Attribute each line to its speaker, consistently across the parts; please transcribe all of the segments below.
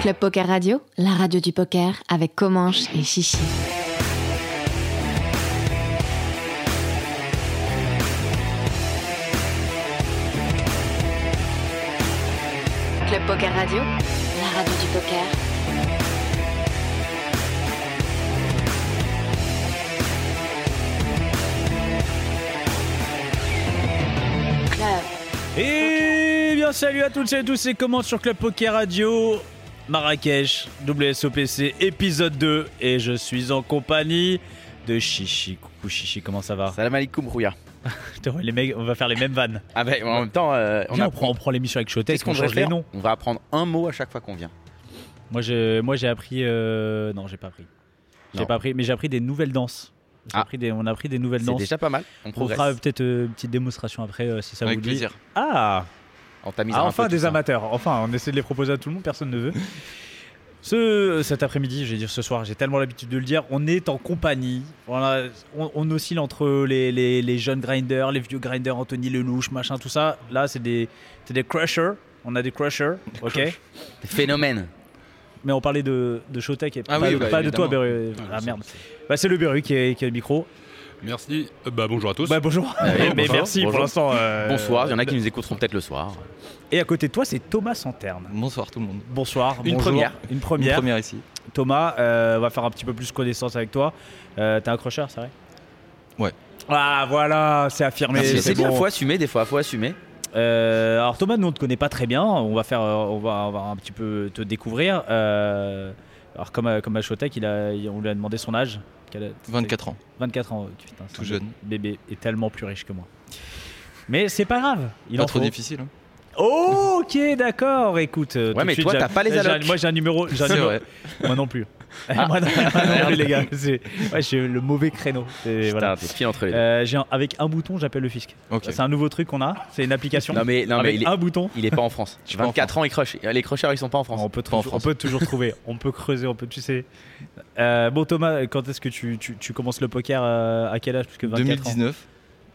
Speaker 1: Club Poker Radio, la radio du poker avec Comanche et Chichi. Club Poker Radio, la radio du poker. Club.
Speaker 2: Et Eh bien salut à toutes et à tous, c'est comment sur Club Poker Radio Marrakech, WSOPC, épisode 2 et je suis en compagnie de Chichi. Coucou Chichi, comment ça va
Speaker 3: Salam alaikum Rouya.
Speaker 2: Putain, les mecs, on va faire les mêmes vannes.
Speaker 3: Ah bah, en même temps, euh, on
Speaker 2: Viens, on,
Speaker 3: apprend.
Speaker 2: prend, on prend l'émission avec Chotet,
Speaker 3: Qu'est-ce
Speaker 2: on
Speaker 3: devrait
Speaker 2: change les
Speaker 3: faire
Speaker 2: noms.
Speaker 3: On va apprendre un mot à chaque fois qu'on vient.
Speaker 2: Moi j'ai moi, j'ai appris... euh, Non, j'ai pas appris. J'ai
Speaker 3: Non.
Speaker 2: pas appris, mais j'ai appris des nouvelles danses. J'ai
Speaker 3: Ah.
Speaker 2: appris des- on a appris des nouvelles
Speaker 3: C'est
Speaker 2: danses.
Speaker 3: déjà pas mal. On
Speaker 2: On fera euh,
Speaker 3: progresse.
Speaker 2: peut-être euh, une petite démonstration après euh, si ça
Speaker 3: Avec
Speaker 2: vous dit.
Speaker 3: plaisir.
Speaker 2: Ah
Speaker 3: On t'a mis
Speaker 2: Ah, enfin des amateurs, enfin on essaie de les proposer à tout le monde, personne ne veut. Ce, cet après-midi, je vais dire ce soir, j'ai tellement l'habitude de le dire, on est en compagnie. Voilà, on, on oscille entre les, les- les jeunes grinders, les vieux grinders, Anthony Lelouch, machin, tout ça. Là, c'est des, c'est des crushers. On a des crushers, ok
Speaker 3: Phénomène.
Speaker 2: Mais on parlait de, de Showtech et
Speaker 4: Ah
Speaker 2: pas,
Speaker 4: oui,
Speaker 2: pas
Speaker 4: bah,
Speaker 2: de toi,
Speaker 4: évidemment.
Speaker 2: Beru.
Speaker 4: Ah, je
Speaker 2: Ah,
Speaker 4: sais,
Speaker 2: merde.
Speaker 4: je
Speaker 2: Bah, c'est le Beru qui, est- qui a le micro.
Speaker 4: Merci. Euh, bah, bonjour à tous.
Speaker 2: Bah, bonjour.
Speaker 3: oui,
Speaker 2: Mais-
Speaker 3: bonjour.
Speaker 2: mais merci pour
Speaker 3: Bonjour.
Speaker 2: l'instant. euh,
Speaker 3: Bonsoir, il y en a qui nous écouteront peut-être le soir.
Speaker 2: Et à côté de toi, c'est Thomas Santerne.
Speaker 5: Bonsoir tout le monde.
Speaker 2: Bonsoir.
Speaker 3: Une
Speaker 2: bonjour.
Speaker 3: première.
Speaker 2: Une
Speaker 5: Une
Speaker 2: première.
Speaker 5: première ici.
Speaker 2: Thomas, euh, on va faire un petit peu plus connaissance avec toi. Euh, T'es un crocheur, c'est vrai
Speaker 5: Ouais.
Speaker 2: Ah voilà, c'est affirmé.
Speaker 3: Merci,
Speaker 2: C'est
Speaker 3: C'est bien,
Speaker 2: bon.
Speaker 3: faut assumer des fois, faut assumer.
Speaker 2: Euh, alors Thomas, nous on te connaît pas très bien. On va faire, euh, on va, on va un petit peu te découvrir. Euh, alors comme à, comme à Showtech, il a, il- on lui a demandé son âge. Quel âge
Speaker 5: 24 ans.
Speaker 2: 24 ans. Putain, c'est
Speaker 5: Tout
Speaker 2: un
Speaker 5: jeune.
Speaker 2: Bébé est tellement plus riche que moi. Mais c'est pas grave. Il
Speaker 5: pas
Speaker 2: en
Speaker 5: trop
Speaker 2: faut.
Speaker 5: difficile. hein.
Speaker 2: Oh, ok, d'accord. Écoute, euh,
Speaker 3: Ouais,
Speaker 2: tout de
Speaker 3: mais
Speaker 2: suite,
Speaker 3: toi,
Speaker 2: j'ai-
Speaker 3: t'as pas les
Speaker 2: j'ai un-
Speaker 3: allocs.
Speaker 2: Moi, j'ai un numéro. j'ai un
Speaker 5: C'est
Speaker 2: numéro-
Speaker 5: vrai.
Speaker 2: Moi non plus. Ah, moi non, moi non plus, les gars. C'est- Ouais, j'ai le mauvais créneau. Et
Speaker 3: Putain,
Speaker 2: voilà.
Speaker 3: t'es pile entre les deux.
Speaker 2: Euh, j'ai un- avec un bouton, j'appelle le fisc.
Speaker 5: Ok.
Speaker 2: C'est un nouveau truc qu'on a. C'est une application.
Speaker 3: Non mais, non, mais
Speaker 2: avec
Speaker 3: il, est,
Speaker 2: un bouton.
Speaker 3: il est pas en France.
Speaker 5: suis pas en
Speaker 3: 24 ans, il crush. Les crushers, ils sont pas en France.
Speaker 2: on, peut
Speaker 5: Pas en
Speaker 2: toujours, on
Speaker 5: France.
Speaker 2: peut toujours trouver. On peut creuser. On peut, tu sais. Euh, bon, Thomas, quand est-ce que tu, tu- tu commences le poker euh, À quel âge Parce que 24 ans,
Speaker 5: 2019.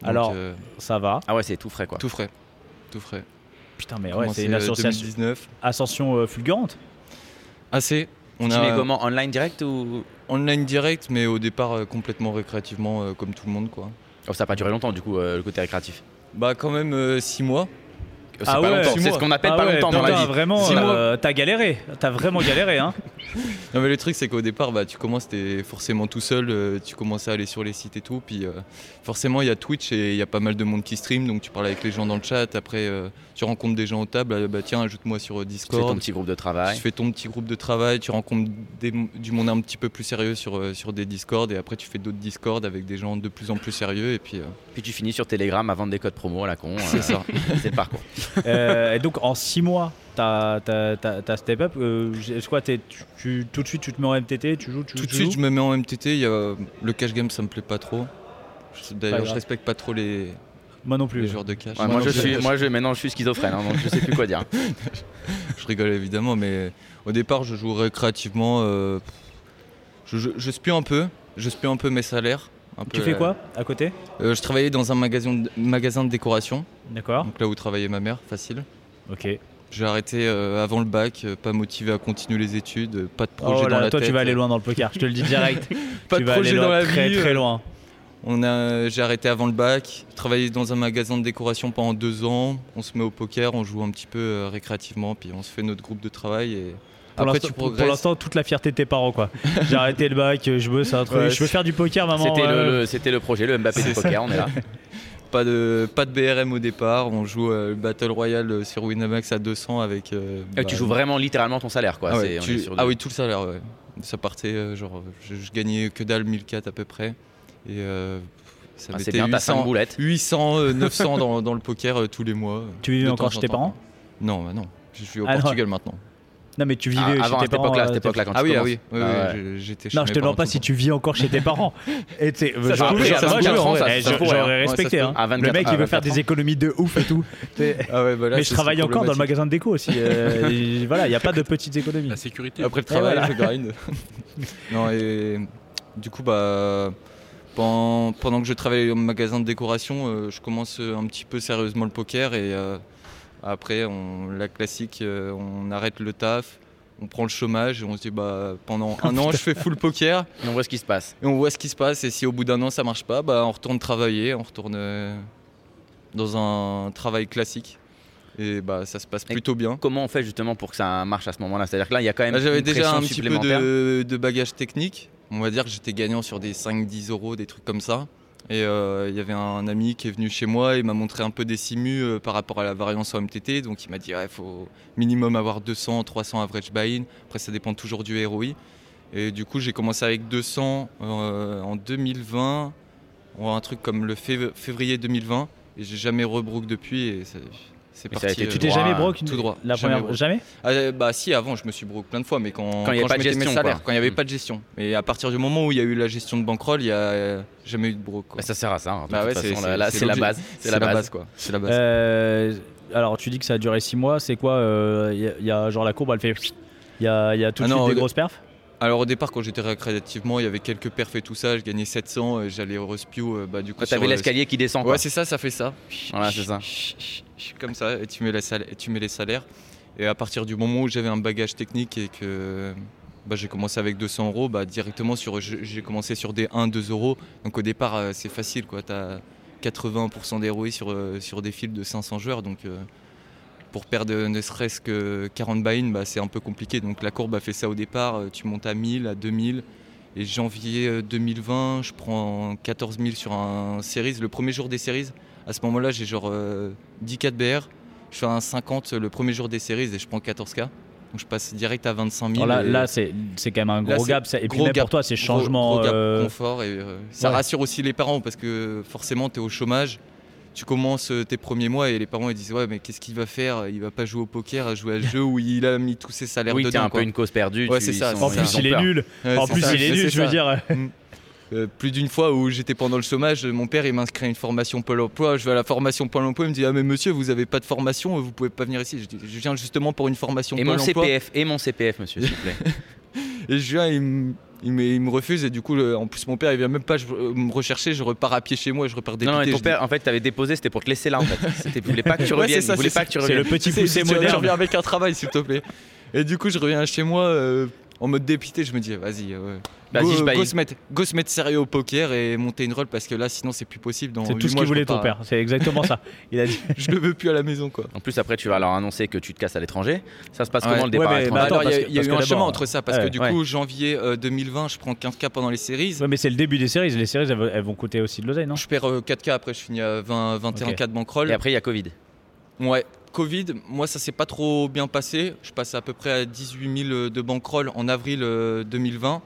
Speaker 5: Donc,
Speaker 2: Alors,
Speaker 5: euh,
Speaker 2: ça va.
Speaker 3: Ah ouais, c'est tout frais quoi.
Speaker 5: tout frais. Tout frais.
Speaker 2: Putain, mais Ah ouais,
Speaker 5: Commencé,
Speaker 2: c'est une
Speaker 5: euh,
Speaker 2: association,
Speaker 5: 2019.
Speaker 2: ascension euh, fulgurante.
Speaker 5: Assez. Ah, On
Speaker 3: Tu mets
Speaker 5: a
Speaker 3: comment Online direct ou
Speaker 5: online direct, mais au départ euh, complètement récréativement, euh, comme tout le monde quoi.
Speaker 3: Oh, Ça a pas duré longtemps du coup, euh, le côté récréatif.
Speaker 5: Bah quand même 6 mois.
Speaker 3: C'est
Speaker 2: Ah
Speaker 3: pas
Speaker 2: ouais,
Speaker 3: longtemps,
Speaker 2: six
Speaker 3: c'est
Speaker 5: mois.
Speaker 3: ce qu'on appelle
Speaker 2: Ah
Speaker 3: pas
Speaker 2: ouais,
Speaker 3: longtemps dans la
Speaker 2: putain,
Speaker 3: vie.
Speaker 2: Vraiment,
Speaker 5: Six mois.
Speaker 2: euh, t'as galéré. T'as vraiment galéré, hein.
Speaker 5: Non mais le truc c'est qu'au départ, bah tu commences, t'es forcément tout seul. euh, tu commences à aller sur les sites et tout. Puis euh, forcément il y a Twitch et il y a pas mal de monde qui stream, donc tu parles avec les gens dans le chat. Après euh, tu rencontres des gens aux tables. ah, Bah tiens, ajoute-moi sur euh,
Speaker 3: C'est ton
Speaker 5: Discord.
Speaker 3: petit groupe de
Speaker 5: Tu
Speaker 3: travail.
Speaker 5: fais ton petit groupe de travail, tu rencontres des- du monde un petit peu plus sérieux sur, euh, sur des Discord et après tu fais d'autres Discord avec des gens de plus en plus sérieux et puis euh,
Speaker 3: Puis tu finis sur Telegram à vendre des codes promo à la con. euh,
Speaker 5: c'est ça.
Speaker 3: C'est le parcours.
Speaker 2: Euh, et donc en 6 mois, t'as t'as- t'as- t'as step up. euh, j'ai- c'est quoi, t'es- tu, tu- tout de suite tu te mets en MTT, tu joues, tu
Speaker 5: Tout de
Speaker 2: tu
Speaker 5: suite
Speaker 2: joues
Speaker 5: je me mets en MTT, il y a- le cash game ça me plaît pas trop. Je-
Speaker 2: Pas
Speaker 5: D'ailleurs je
Speaker 2: grave.
Speaker 5: respecte pas trop les,
Speaker 2: Moi non plus.
Speaker 5: les joueurs de cash.
Speaker 3: Ouais, moi, je suis, moi je, maintenant je suis schizophrène, hein, donc je sais plus quoi dire.
Speaker 5: Je rigole évidemment mais au départ je joue récréativement, euh, je, je, je spie un peu, je spie un peu mes salaires. un
Speaker 2: Tu
Speaker 5: peu,
Speaker 2: fais
Speaker 5: euh,
Speaker 2: quoi à côté
Speaker 5: euh, Je travaillais dans un magasin de- magasin de décoration,
Speaker 2: D'accord.
Speaker 5: donc là où travaillait ma mère, facile.
Speaker 2: Ok.
Speaker 5: J'ai arrêté euh, avant le bac, euh, pas motivé à continuer les études, euh, pas de projet
Speaker 2: Oh
Speaker 5: dans
Speaker 2: là,
Speaker 5: la
Speaker 2: toi
Speaker 5: tête.
Speaker 2: tu vas aller loin dans le poker, je te le dis direct.
Speaker 5: Pas
Speaker 2: tu
Speaker 5: de
Speaker 2: vas
Speaker 5: projet
Speaker 2: aller loin,
Speaker 5: dans la
Speaker 2: très
Speaker 5: vie.
Speaker 2: très
Speaker 5: euh.
Speaker 2: loin.
Speaker 5: On a, j'ai arrêté avant le bac, travaillé dans un magasin de décoration pendant deux ans. On se met au poker, on joue un petit peu euh, récréativement, puis on se fait notre groupe de travail et
Speaker 2: Pour
Speaker 5: après
Speaker 2: l'instant-
Speaker 5: tu
Speaker 2: pour- pour
Speaker 5: progresses.
Speaker 2: l'instant, toute la fierté de tes parents quoi. J'ai arrêté le bac, je veux c'est un truc,
Speaker 5: Ouais,
Speaker 2: je veux
Speaker 5: c'est-
Speaker 2: faire du poker maman. euh.
Speaker 3: C'était
Speaker 2: ouais.
Speaker 3: le, le- c'était le projet, le Mbappé du
Speaker 5: C'est ça.
Speaker 3: poker, on est là.
Speaker 5: Pas de pas de BRM au départ. On joue euh, le Battle Royale euh, sur Winamax à 200 avec. euh,
Speaker 3: Et
Speaker 5: bah,
Speaker 3: tu joues vraiment littéralement ton salaire quoi.
Speaker 5: Ah,
Speaker 3: c'est-
Speaker 5: ouais,
Speaker 3: on
Speaker 5: tu-
Speaker 3: est sur
Speaker 5: ah
Speaker 3: du-
Speaker 5: oui, tout le salaire, ouais. Ça partait, euh, genre, je, je gagnais que dalle 1004 à peu près. Et euh, ça
Speaker 3: Ah, c'est
Speaker 5: mettait
Speaker 3: bien, t'as 5 boulettes.
Speaker 5: 800, euh, 900 dans, dans le poker euh, tous les mois.
Speaker 2: Tu vivais
Speaker 5: De
Speaker 2: encore
Speaker 5: temps
Speaker 2: chez
Speaker 5: en
Speaker 2: tes
Speaker 5: temps.
Speaker 2: parents
Speaker 5: Non, bah non. Je suis au
Speaker 2: Ah non.
Speaker 5: Portugal maintenant.
Speaker 2: Non, mais tu vivais
Speaker 3: Ah,
Speaker 2: chez
Speaker 3: avant,
Speaker 2: tes
Speaker 3: à cette
Speaker 2: parents,
Speaker 3: époque-là, à
Speaker 2: euh,
Speaker 3: cette
Speaker 2: t'as-
Speaker 3: époque-là, quand
Speaker 5: ah
Speaker 3: tu
Speaker 5: oui, ah
Speaker 3: commences.
Speaker 5: oui, oui, oui,
Speaker 3: Ah ouais.
Speaker 5: j'ai- j'étais chez
Speaker 2: Non,
Speaker 5: mes
Speaker 2: je te demande
Speaker 5: parents
Speaker 2: pas
Speaker 5: tout
Speaker 2: si
Speaker 5: le
Speaker 2: tu vis encore chez tes parents. Et tu sais,
Speaker 3: se
Speaker 2: je-
Speaker 3: pourrait,
Speaker 2: je-
Speaker 3: ça se
Speaker 2: moi,
Speaker 3: pourrait,
Speaker 2: je-
Speaker 3: en vrai,
Speaker 2: eh,
Speaker 3: ça se
Speaker 2: je-
Speaker 3: pourrait, hein.
Speaker 2: J'aurais
Speaker 5: Ouais, ça se
Speaker 2: respecté.
Speaker 5: peut.
Speaker 2: hein.
Speaker 3: À 24,
Speaker 2: Le mec, il
Speaker 3: à
Speaker 2: veut faire
Speaker 3: 24
Speaker 2: des économies de ouf et tout.
Speaker 5: temps. Ah ouais, bah là,
Speaker 2: Mais je
Speaker 5: ça,
Speaker 2: travaille
Speaker 5: c'est
Speaker 2: encore dans le
Speaker 5: problématique.
Speaker 2: magasin de déco aussi. euh, et voilà, il n'y a pas de petites économies.
Speaker 4: La sécurité.
Speaker 5: Après le
Speaker 2: Et
Speaker 5: travail,
Speaker 2: Eh voilà.
Speaker 5: je grind. non, et du coup, bah, pendant, pendant que je travaille au magasin de décoration, euh, je commence euh, un petit peu sérieusement le poker et euh, après, on, la classique, euh, on arrête le taf. On prend le chômage et on se dit bah pendant
Speaker 2: Oh,
Speaker 5: un an je fais full poker
Speaker 3: Et on voit ce qui se passe.
Speaker 5: Et on voit ce qui se passe et si au bout d'un an ça marche pas, bah on retourne travailler, on retourne euh, dans un travail classique et bah ça se passe plutôt bien.
Speaker 3: Comment on fait justement pour que ça marche à ce moment-là C'est-à-dire que là, il y a quand même.
Speaker 5: Bah, J'avais
Speaker 3: une
Speaker 5: déjà
Speaker 3: pression
Speaker 5: un petit peu
Speaker 3: supplémentaire.
Speaker 5: de, de bagage technique, on va dire que j'étais gagnant sur des 5-10 euros, des trucs comme ça. Et euh, il y avait un ami qui est venu chez moi, il m'a montré un peu des simus euh, par rapport à la variance en MTT, donc il m'a dit ouais, faut minimum avoir 200, 300 average buy-in, après ça dépend toujours du ROI. Et du coup, j'ai commencé avec 200 euh, en 2020, ou un truc comme le fév- février 2020, et j'ai jamais rebrook depuis, et ça- c'est
Speaker 3: Mais ça a
Speaker 5: parti.
Speaker 3: été
Speaker 2: Tu
Speaker 3: tout
Speaker 2: t'es
Speaker 5: euh,
Speaker 3: droit,
Speaker 2: jamais
Speaker 3: hein,
Speaker 2: broke une-
Speaker 5: tout droit.
Speaker 2: La
Speaker 5: Jamais
Speaker 2: première.
Speaker 5: broke.
Speaker 2: Jamais
Speaker 5: ah, euh, bah si avant je me suis broke plein de fois mais quand
Speaker 3: Quand il y avait
Speaker 5: je
Speaker 3: pas de
Speaker 5: mettais mes
Speaker 3: gestion,
Speaker 5: salaires,
Speaker 3: quoi.
Speaker 5: quand il n'y avait
Speaker 3: Mm.
Speaker 5: pas de gestion et à partir du moment où il y a eu la gestion de bankroll il y a euh, jamais eu de broke quoi.
Speaker 3: Bah, ça sert à ça. hein. De
Speaker 5: Bah
Speaker 3: toute
Speaker 5: ouais,
Speaker 3: façon,
Speaker 5: c'est-
Speaker 3: là, là,
Speaker 5: c'est
Speaker 3: c'est la
Speaker 5: l'objet-
Speaker 3: base. C'est la base.
Speaker 5: quoi c'est la base
Speaker 2: Euh, Alors, tu dis que ça a duré 6 mois. C'est quoi euh, Il y a- il y, a genre la courbe, elle fait. Il y a, il y a tout de
Speaker 5: Ah
Speaker 2: suite
Speaker 5: non,
Speaker 2: des
Speaker 5: euh,
Speaker 2: grosses perfs.
Speaker 5: alors au départ quand j'étais récréativement il y avait quelques perfs et tout ça je gagnais 700 euh, j'allais au respew euh, bah du coup
Speaker 3: Quand
Speaker 5: sur,
Speaker 3: t'avais
Speaker 5: euh,
Speaker 3: l'escalier qui descend. quoi.
Speaker 5: ouais c'est ça ça fait ça
Speaker 3: Voilà, c'est ça.
Speaker 5: comme ça et tu mets, la sal- et tu mets les salaires et à partir du moment où j'avais un bagage technique et que bah, j'ai commencé avec 200 euros bah, directement sur j'ai j'ai commencé sur des 1 2 euros donc au départ euh, c'est facile quoi t'as 80% des ROI sur, euh, sur des fils de 500 joueurs donc euh, pour perdre euh, ne serait-ce que 40 buy-in bah, c'est un peu compliqué donc la courbe a fait ça au départ euh, tu montes à 1000 à 2000 et janvier euh, 2020 je prends 14 000 sur un series le premier jour des series à ce moment-là, j'ai genre euh, 10 4 BR. Je fais un 50 le premier jour des séries et je prends 14K. Donc je passe direct à 25 000.
Speaker 2: Alors là,
Speaker 5: et
Speaker 2: là, c'est c'est quand même un
Speaker 5: Là,
Speaker 2: gros
Speaker 5: c'est
Speaker 2: gap. ça- Et puis
Speaker 5: gros
Speaker 2: même pour
Speaker 5: gap.
Speaker 2: toi, c'est
Speaker 5: gros-
Speaker 2: changement.
Speaker 5: gros gap
Speaker 2: euh,
Speaker 5: confort et euh, ça
Speaker 2: ouais.
Speaker 5: rassure aussi les parents parce que forcément, tu es au chômage. Tu commences euh, tes premiers mois et les parents ils disent Ouais, mais qu'est-ce qu'il va faire Il va pas jouer au poker, à jouer à ce jeu où il a mis tous ses salaires
Speaker 3: Oui, t'es un
Speaker 5: dedans.
Speaker 3: peu
Speaker 5: quoi.
Speaker 3: une cause perdue.
Speaker 5: Ouais,
Speaker 3: tu-
Speaker 5: c'est
Speaker 3: ils
Speaker 5: ça,
Speaker 3: sont-
Speaker 2: En
Speaker 3: ils
Speaker 2: plus,
Speaker 3: ont
Speaker 5: ça.
Speaker 2: il est
Speaker 3: peur.
Speaker 2: nul.
Speaker 5: Ouais,
Speaker 2: En
Speaker 5: c'est
Speaker 2: plus,
Speaker 5: ça,
Speaker 2: il est
Speaker 5: c'est-
Speaker 2: nul,
Speaker 5: c'est
Speaker 2: je veux
Speaker 5: ça.
Speaker 2: dire.
Speaker 5: Euh, plus d'une fois où j'étais pendant le chômage, mon père il m'inscrit à une formation Pôle emploi, je vais à la formation Pôle emploi, il me dit Ah mais monsieur vous avez pas de formation, vous pouvez pas venir ici. Je, dis, je viens justement pour une formation
Speaker 3: Et
Speaker 5: Pôle
Speaker 3: mon
Speaker 5: emploi.
Speaker 3: CPF, et mon CPF, monsieur, s'il vous plaît.
Speaker 5: Et je viens, il me, il me- il me refuse et du coup le- en plus mon père il vient même pas je- euh, me rechercher, je repars à pied chez moi, je repars dépité.
Speaker 3: Non, non, mais ton
Speaker 5: je dis-
Speaker 3: père, en fait, t'avais déposé, c'était pour te laisser là, en fait. C'était, il voulait pas que tu
Speaker 5: Ouais,
Speaker 3: reviennes.
Speaker 5: c'est ça,
Speaker 3: il voulait
Speaker 5: c'est
Speaker 3: pas
Speaker 5: ça.
Speaker 3: que tu
Speaker 2: C'est le
Speaker 3: reviennes.
Speaker 2: petit
Speaker 5: C'est-
Speaker 2: poussé
Speaker 5: tu- Tu
Speaker 2: moderne.
Speaker 5: reviens avec un travail s'il te plaît. Et du coup je reviens chez moi euh, en mode dépité, je me dis vas-y. euh,
Speaker 3: Vas-y,
Speaker 5: go,
Speaker 3: je
Speaker 5: go
Speaker 3: baille.
Speaker 5: se mettre, go se mettre sérieux au poker et monter une rôle parce que là sinon c'est plus possible. dans
Speaker 2: C'est
Speaker 5: huit
Speaker 2: tout ce
Speaker 5: mois,
Speaker 2: qu'il
Speaker 5: je
Speaker 2: voulait ton
Speaker 5: repars.
Speaker 2: père. C'est exactement ça. Il a dit.
Speaker 5: Je le veux plus à la maison quoi.
Speaker 3: En plus, après, tu vas leur annoncer que tu te casses à l'étranger. Ça se passe
Speaker 5: Ouais.
Speaker 3: comment le départ
Speaker 2: Ouais,
Speaker 3: à
Speaker 2: mais
Speaker 5: Bah
Speaker 3: l'étranger
Speaker 2: attends,
Speaker 5: alors, il y a,
Speaker 2: parce que-
Speaker 5: il y a
Speaker 2: parce
Speaker 5: eu
Speaker 2: que
Speaker 5: un
Speaker 2: d'abord-
Speaker 5: chemin entre ça, parce
Speaker 2: Ouais,
Speaker 5: que du
Speaker 3: ouais.
Speaker 5: coup, janvier euh, 2020, je prends 15K pendant les séries.
Speaker 2: Ouais, mais c'est le début des séries. Les séries, elles, vont- elles vont coûter aussi de l'oseille, non
Speaker 5: Je perds euh, 4K, après je finis à 20, 21K de bankroll.
Speaker 3: Et après, il y a Covid.
Speaker 5: Ouais, Covid, moi ça s'est pas trop bien passé. Je passe à peu près à 18 000 de bankroll en avril euh, 2020.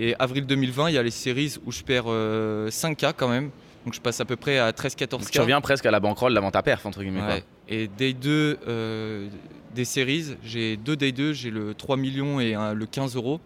Speaker 5: Et avril 2020, il y a les séries où je perds euh, 5K quand même. Donc je passe à peu près à 13-14K.
Speaker 3: Donc, tu reviens presque à la banquerolle d'avant ta perf, entre guillemets. quoi.
Speaker 5: Ouais. Et day 2 euh, des séries, j'ai deux day 2, j'ai le 3 millions et un- le 15 euros.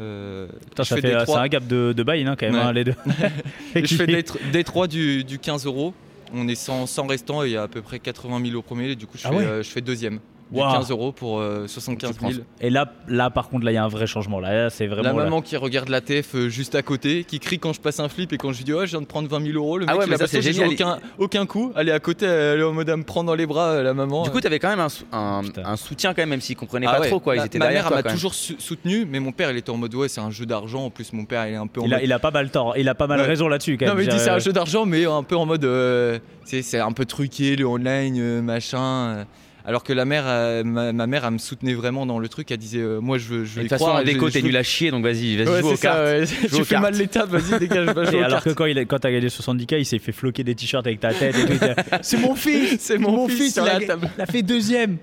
Speaker 5: Euh,
Speaker 2: Putain,
Speaker 5: je
Speaker 2: ça
Speaker 5: fais
Speaker 2: fait,
Speaker 5: day
Speaker 2: euh, c'est
Speaker 5: 3.
Speaker 2: un gap de, de bail, hein, quand même,
Speaker 5: Ouais.
Speaker 2: hein, les deux.
Speaker 5: Et je fais des, tr- des 3 du, du 15 euros. On est 100, 100 restants et il y a à peu près 80 000 au premier. Et du coup, je,
Speaker 2: Ah
Speaker 5: fais,
Speaker 2: ouais.
Speaker 5: euh, je fais deuxième. Du
Speaker 2: Waouh.
Speaker 5: 15 euros pour euh, 75 000.
Speaker 3: Tu
Speaker 2: Et là, là, par contre, là, il y a un vrai changement. Là, Là, c'est vraiment.
Speaker 5: La
Speaker 2: là.
Speaker 5: maman qui regarde la TF euh, juste à côté, qui crie quand je passe un flip et quand je lui dis ouais je viens de prendre 20 000 euros, le
Speaker 3: Ah
Speaker 5: mec
Speaker 3: ouais,
Speaker 5: il
Speaker 3: mais
Speaker 5: a
Speaker 3: ça,
Speaker 5: pas
Speaker 3: c'est
Speaker 5: de
Speaker 3: génial.
Speaker 5: aucun, aucun coup, elle est à côté, elle est en mode à me prendre dans les bras euh, la maman.
Speaker 3: Du coup, t'avais quand même un, sou- un-
Speaker 2: Putain.
Speaker 3: un soutien, quand même, même s'ils comprenaient
Speaker 5: Ah
Speaker 3: pas
Speaker 5: ouais,
Speaker 3: trop, quoi. Ils
Speaker 5: ma-
Speaker 3: étaient
Speaker 5: ma
Speaker 3: derrière
Speaker 5: mère
Speaker 3: toi,
Speaker 5: m'a
Speaker 3: quand même.
Speaker 5: toujours su- soutenu, mais mon père il était en mode ouais c'est un jeu d'argent, en plus mon père il est un peu en
Speaker 2: Il a,
Speaker 5: mode-
Speaker 2: il a pas mal tort. Il a pas mal
Speaker 5: Ouais.
Speaker 2: raison là-dessus, quand
Speaker 5: Non
Speaker 2: même.
Speaker 5: mais il
Speaker 2: Je veux
Speaker 5: dit
Speaker 2: dire,
Speaker 5: c'est un
Speaker 2: euh,
Speaker 5: jeu d'argent mais un peu en mode euh, tu sais, c'est un peu truqué le online euh, machin euh. alors que la mère euh, ma, ma mère elle me soutenait vraiment dans le truc elle disait euh, moi je veux je
Speaker 3: Et
Speaker 5: vais
Speaker 3: De toute façon,
Speaker 5: croire,
Speaker 3: en
Speaker 5: je-
Speaker 3: déco,
Speaker 5: je
Speaker 3: t'es
Speaker 5: veux-
Speaker 3: nul à chier, donc vas-y, vas-y,
Speaker 5: Ouais,
Speaker 3: joue aux
Speaker 5: c'est ça,
Speaker 3: cartes.
Speaker 5: ouais.
Speaker 3: Joue aux
Speaker 5: tu fais mal
Speaker 3: cartes.
Speaker 5: les tables vas-y dégage va jouer
Speaker 2: et
Speaker 5: aux
Speaker 2: alors que
Speaker 5: cartes.
Speaker 2: quand, il a- quand t'as gagné 70K, il s'est fait floquer des t-shirts avec ta tête et tout. Il dit, C'est mon fils
Speaker 5: c'est mon fils
Speaker 2: il
Speaker 5: sur
Speaker 2: a-
Speaker 5: la table
Speaker 2: Il a fait deuxième.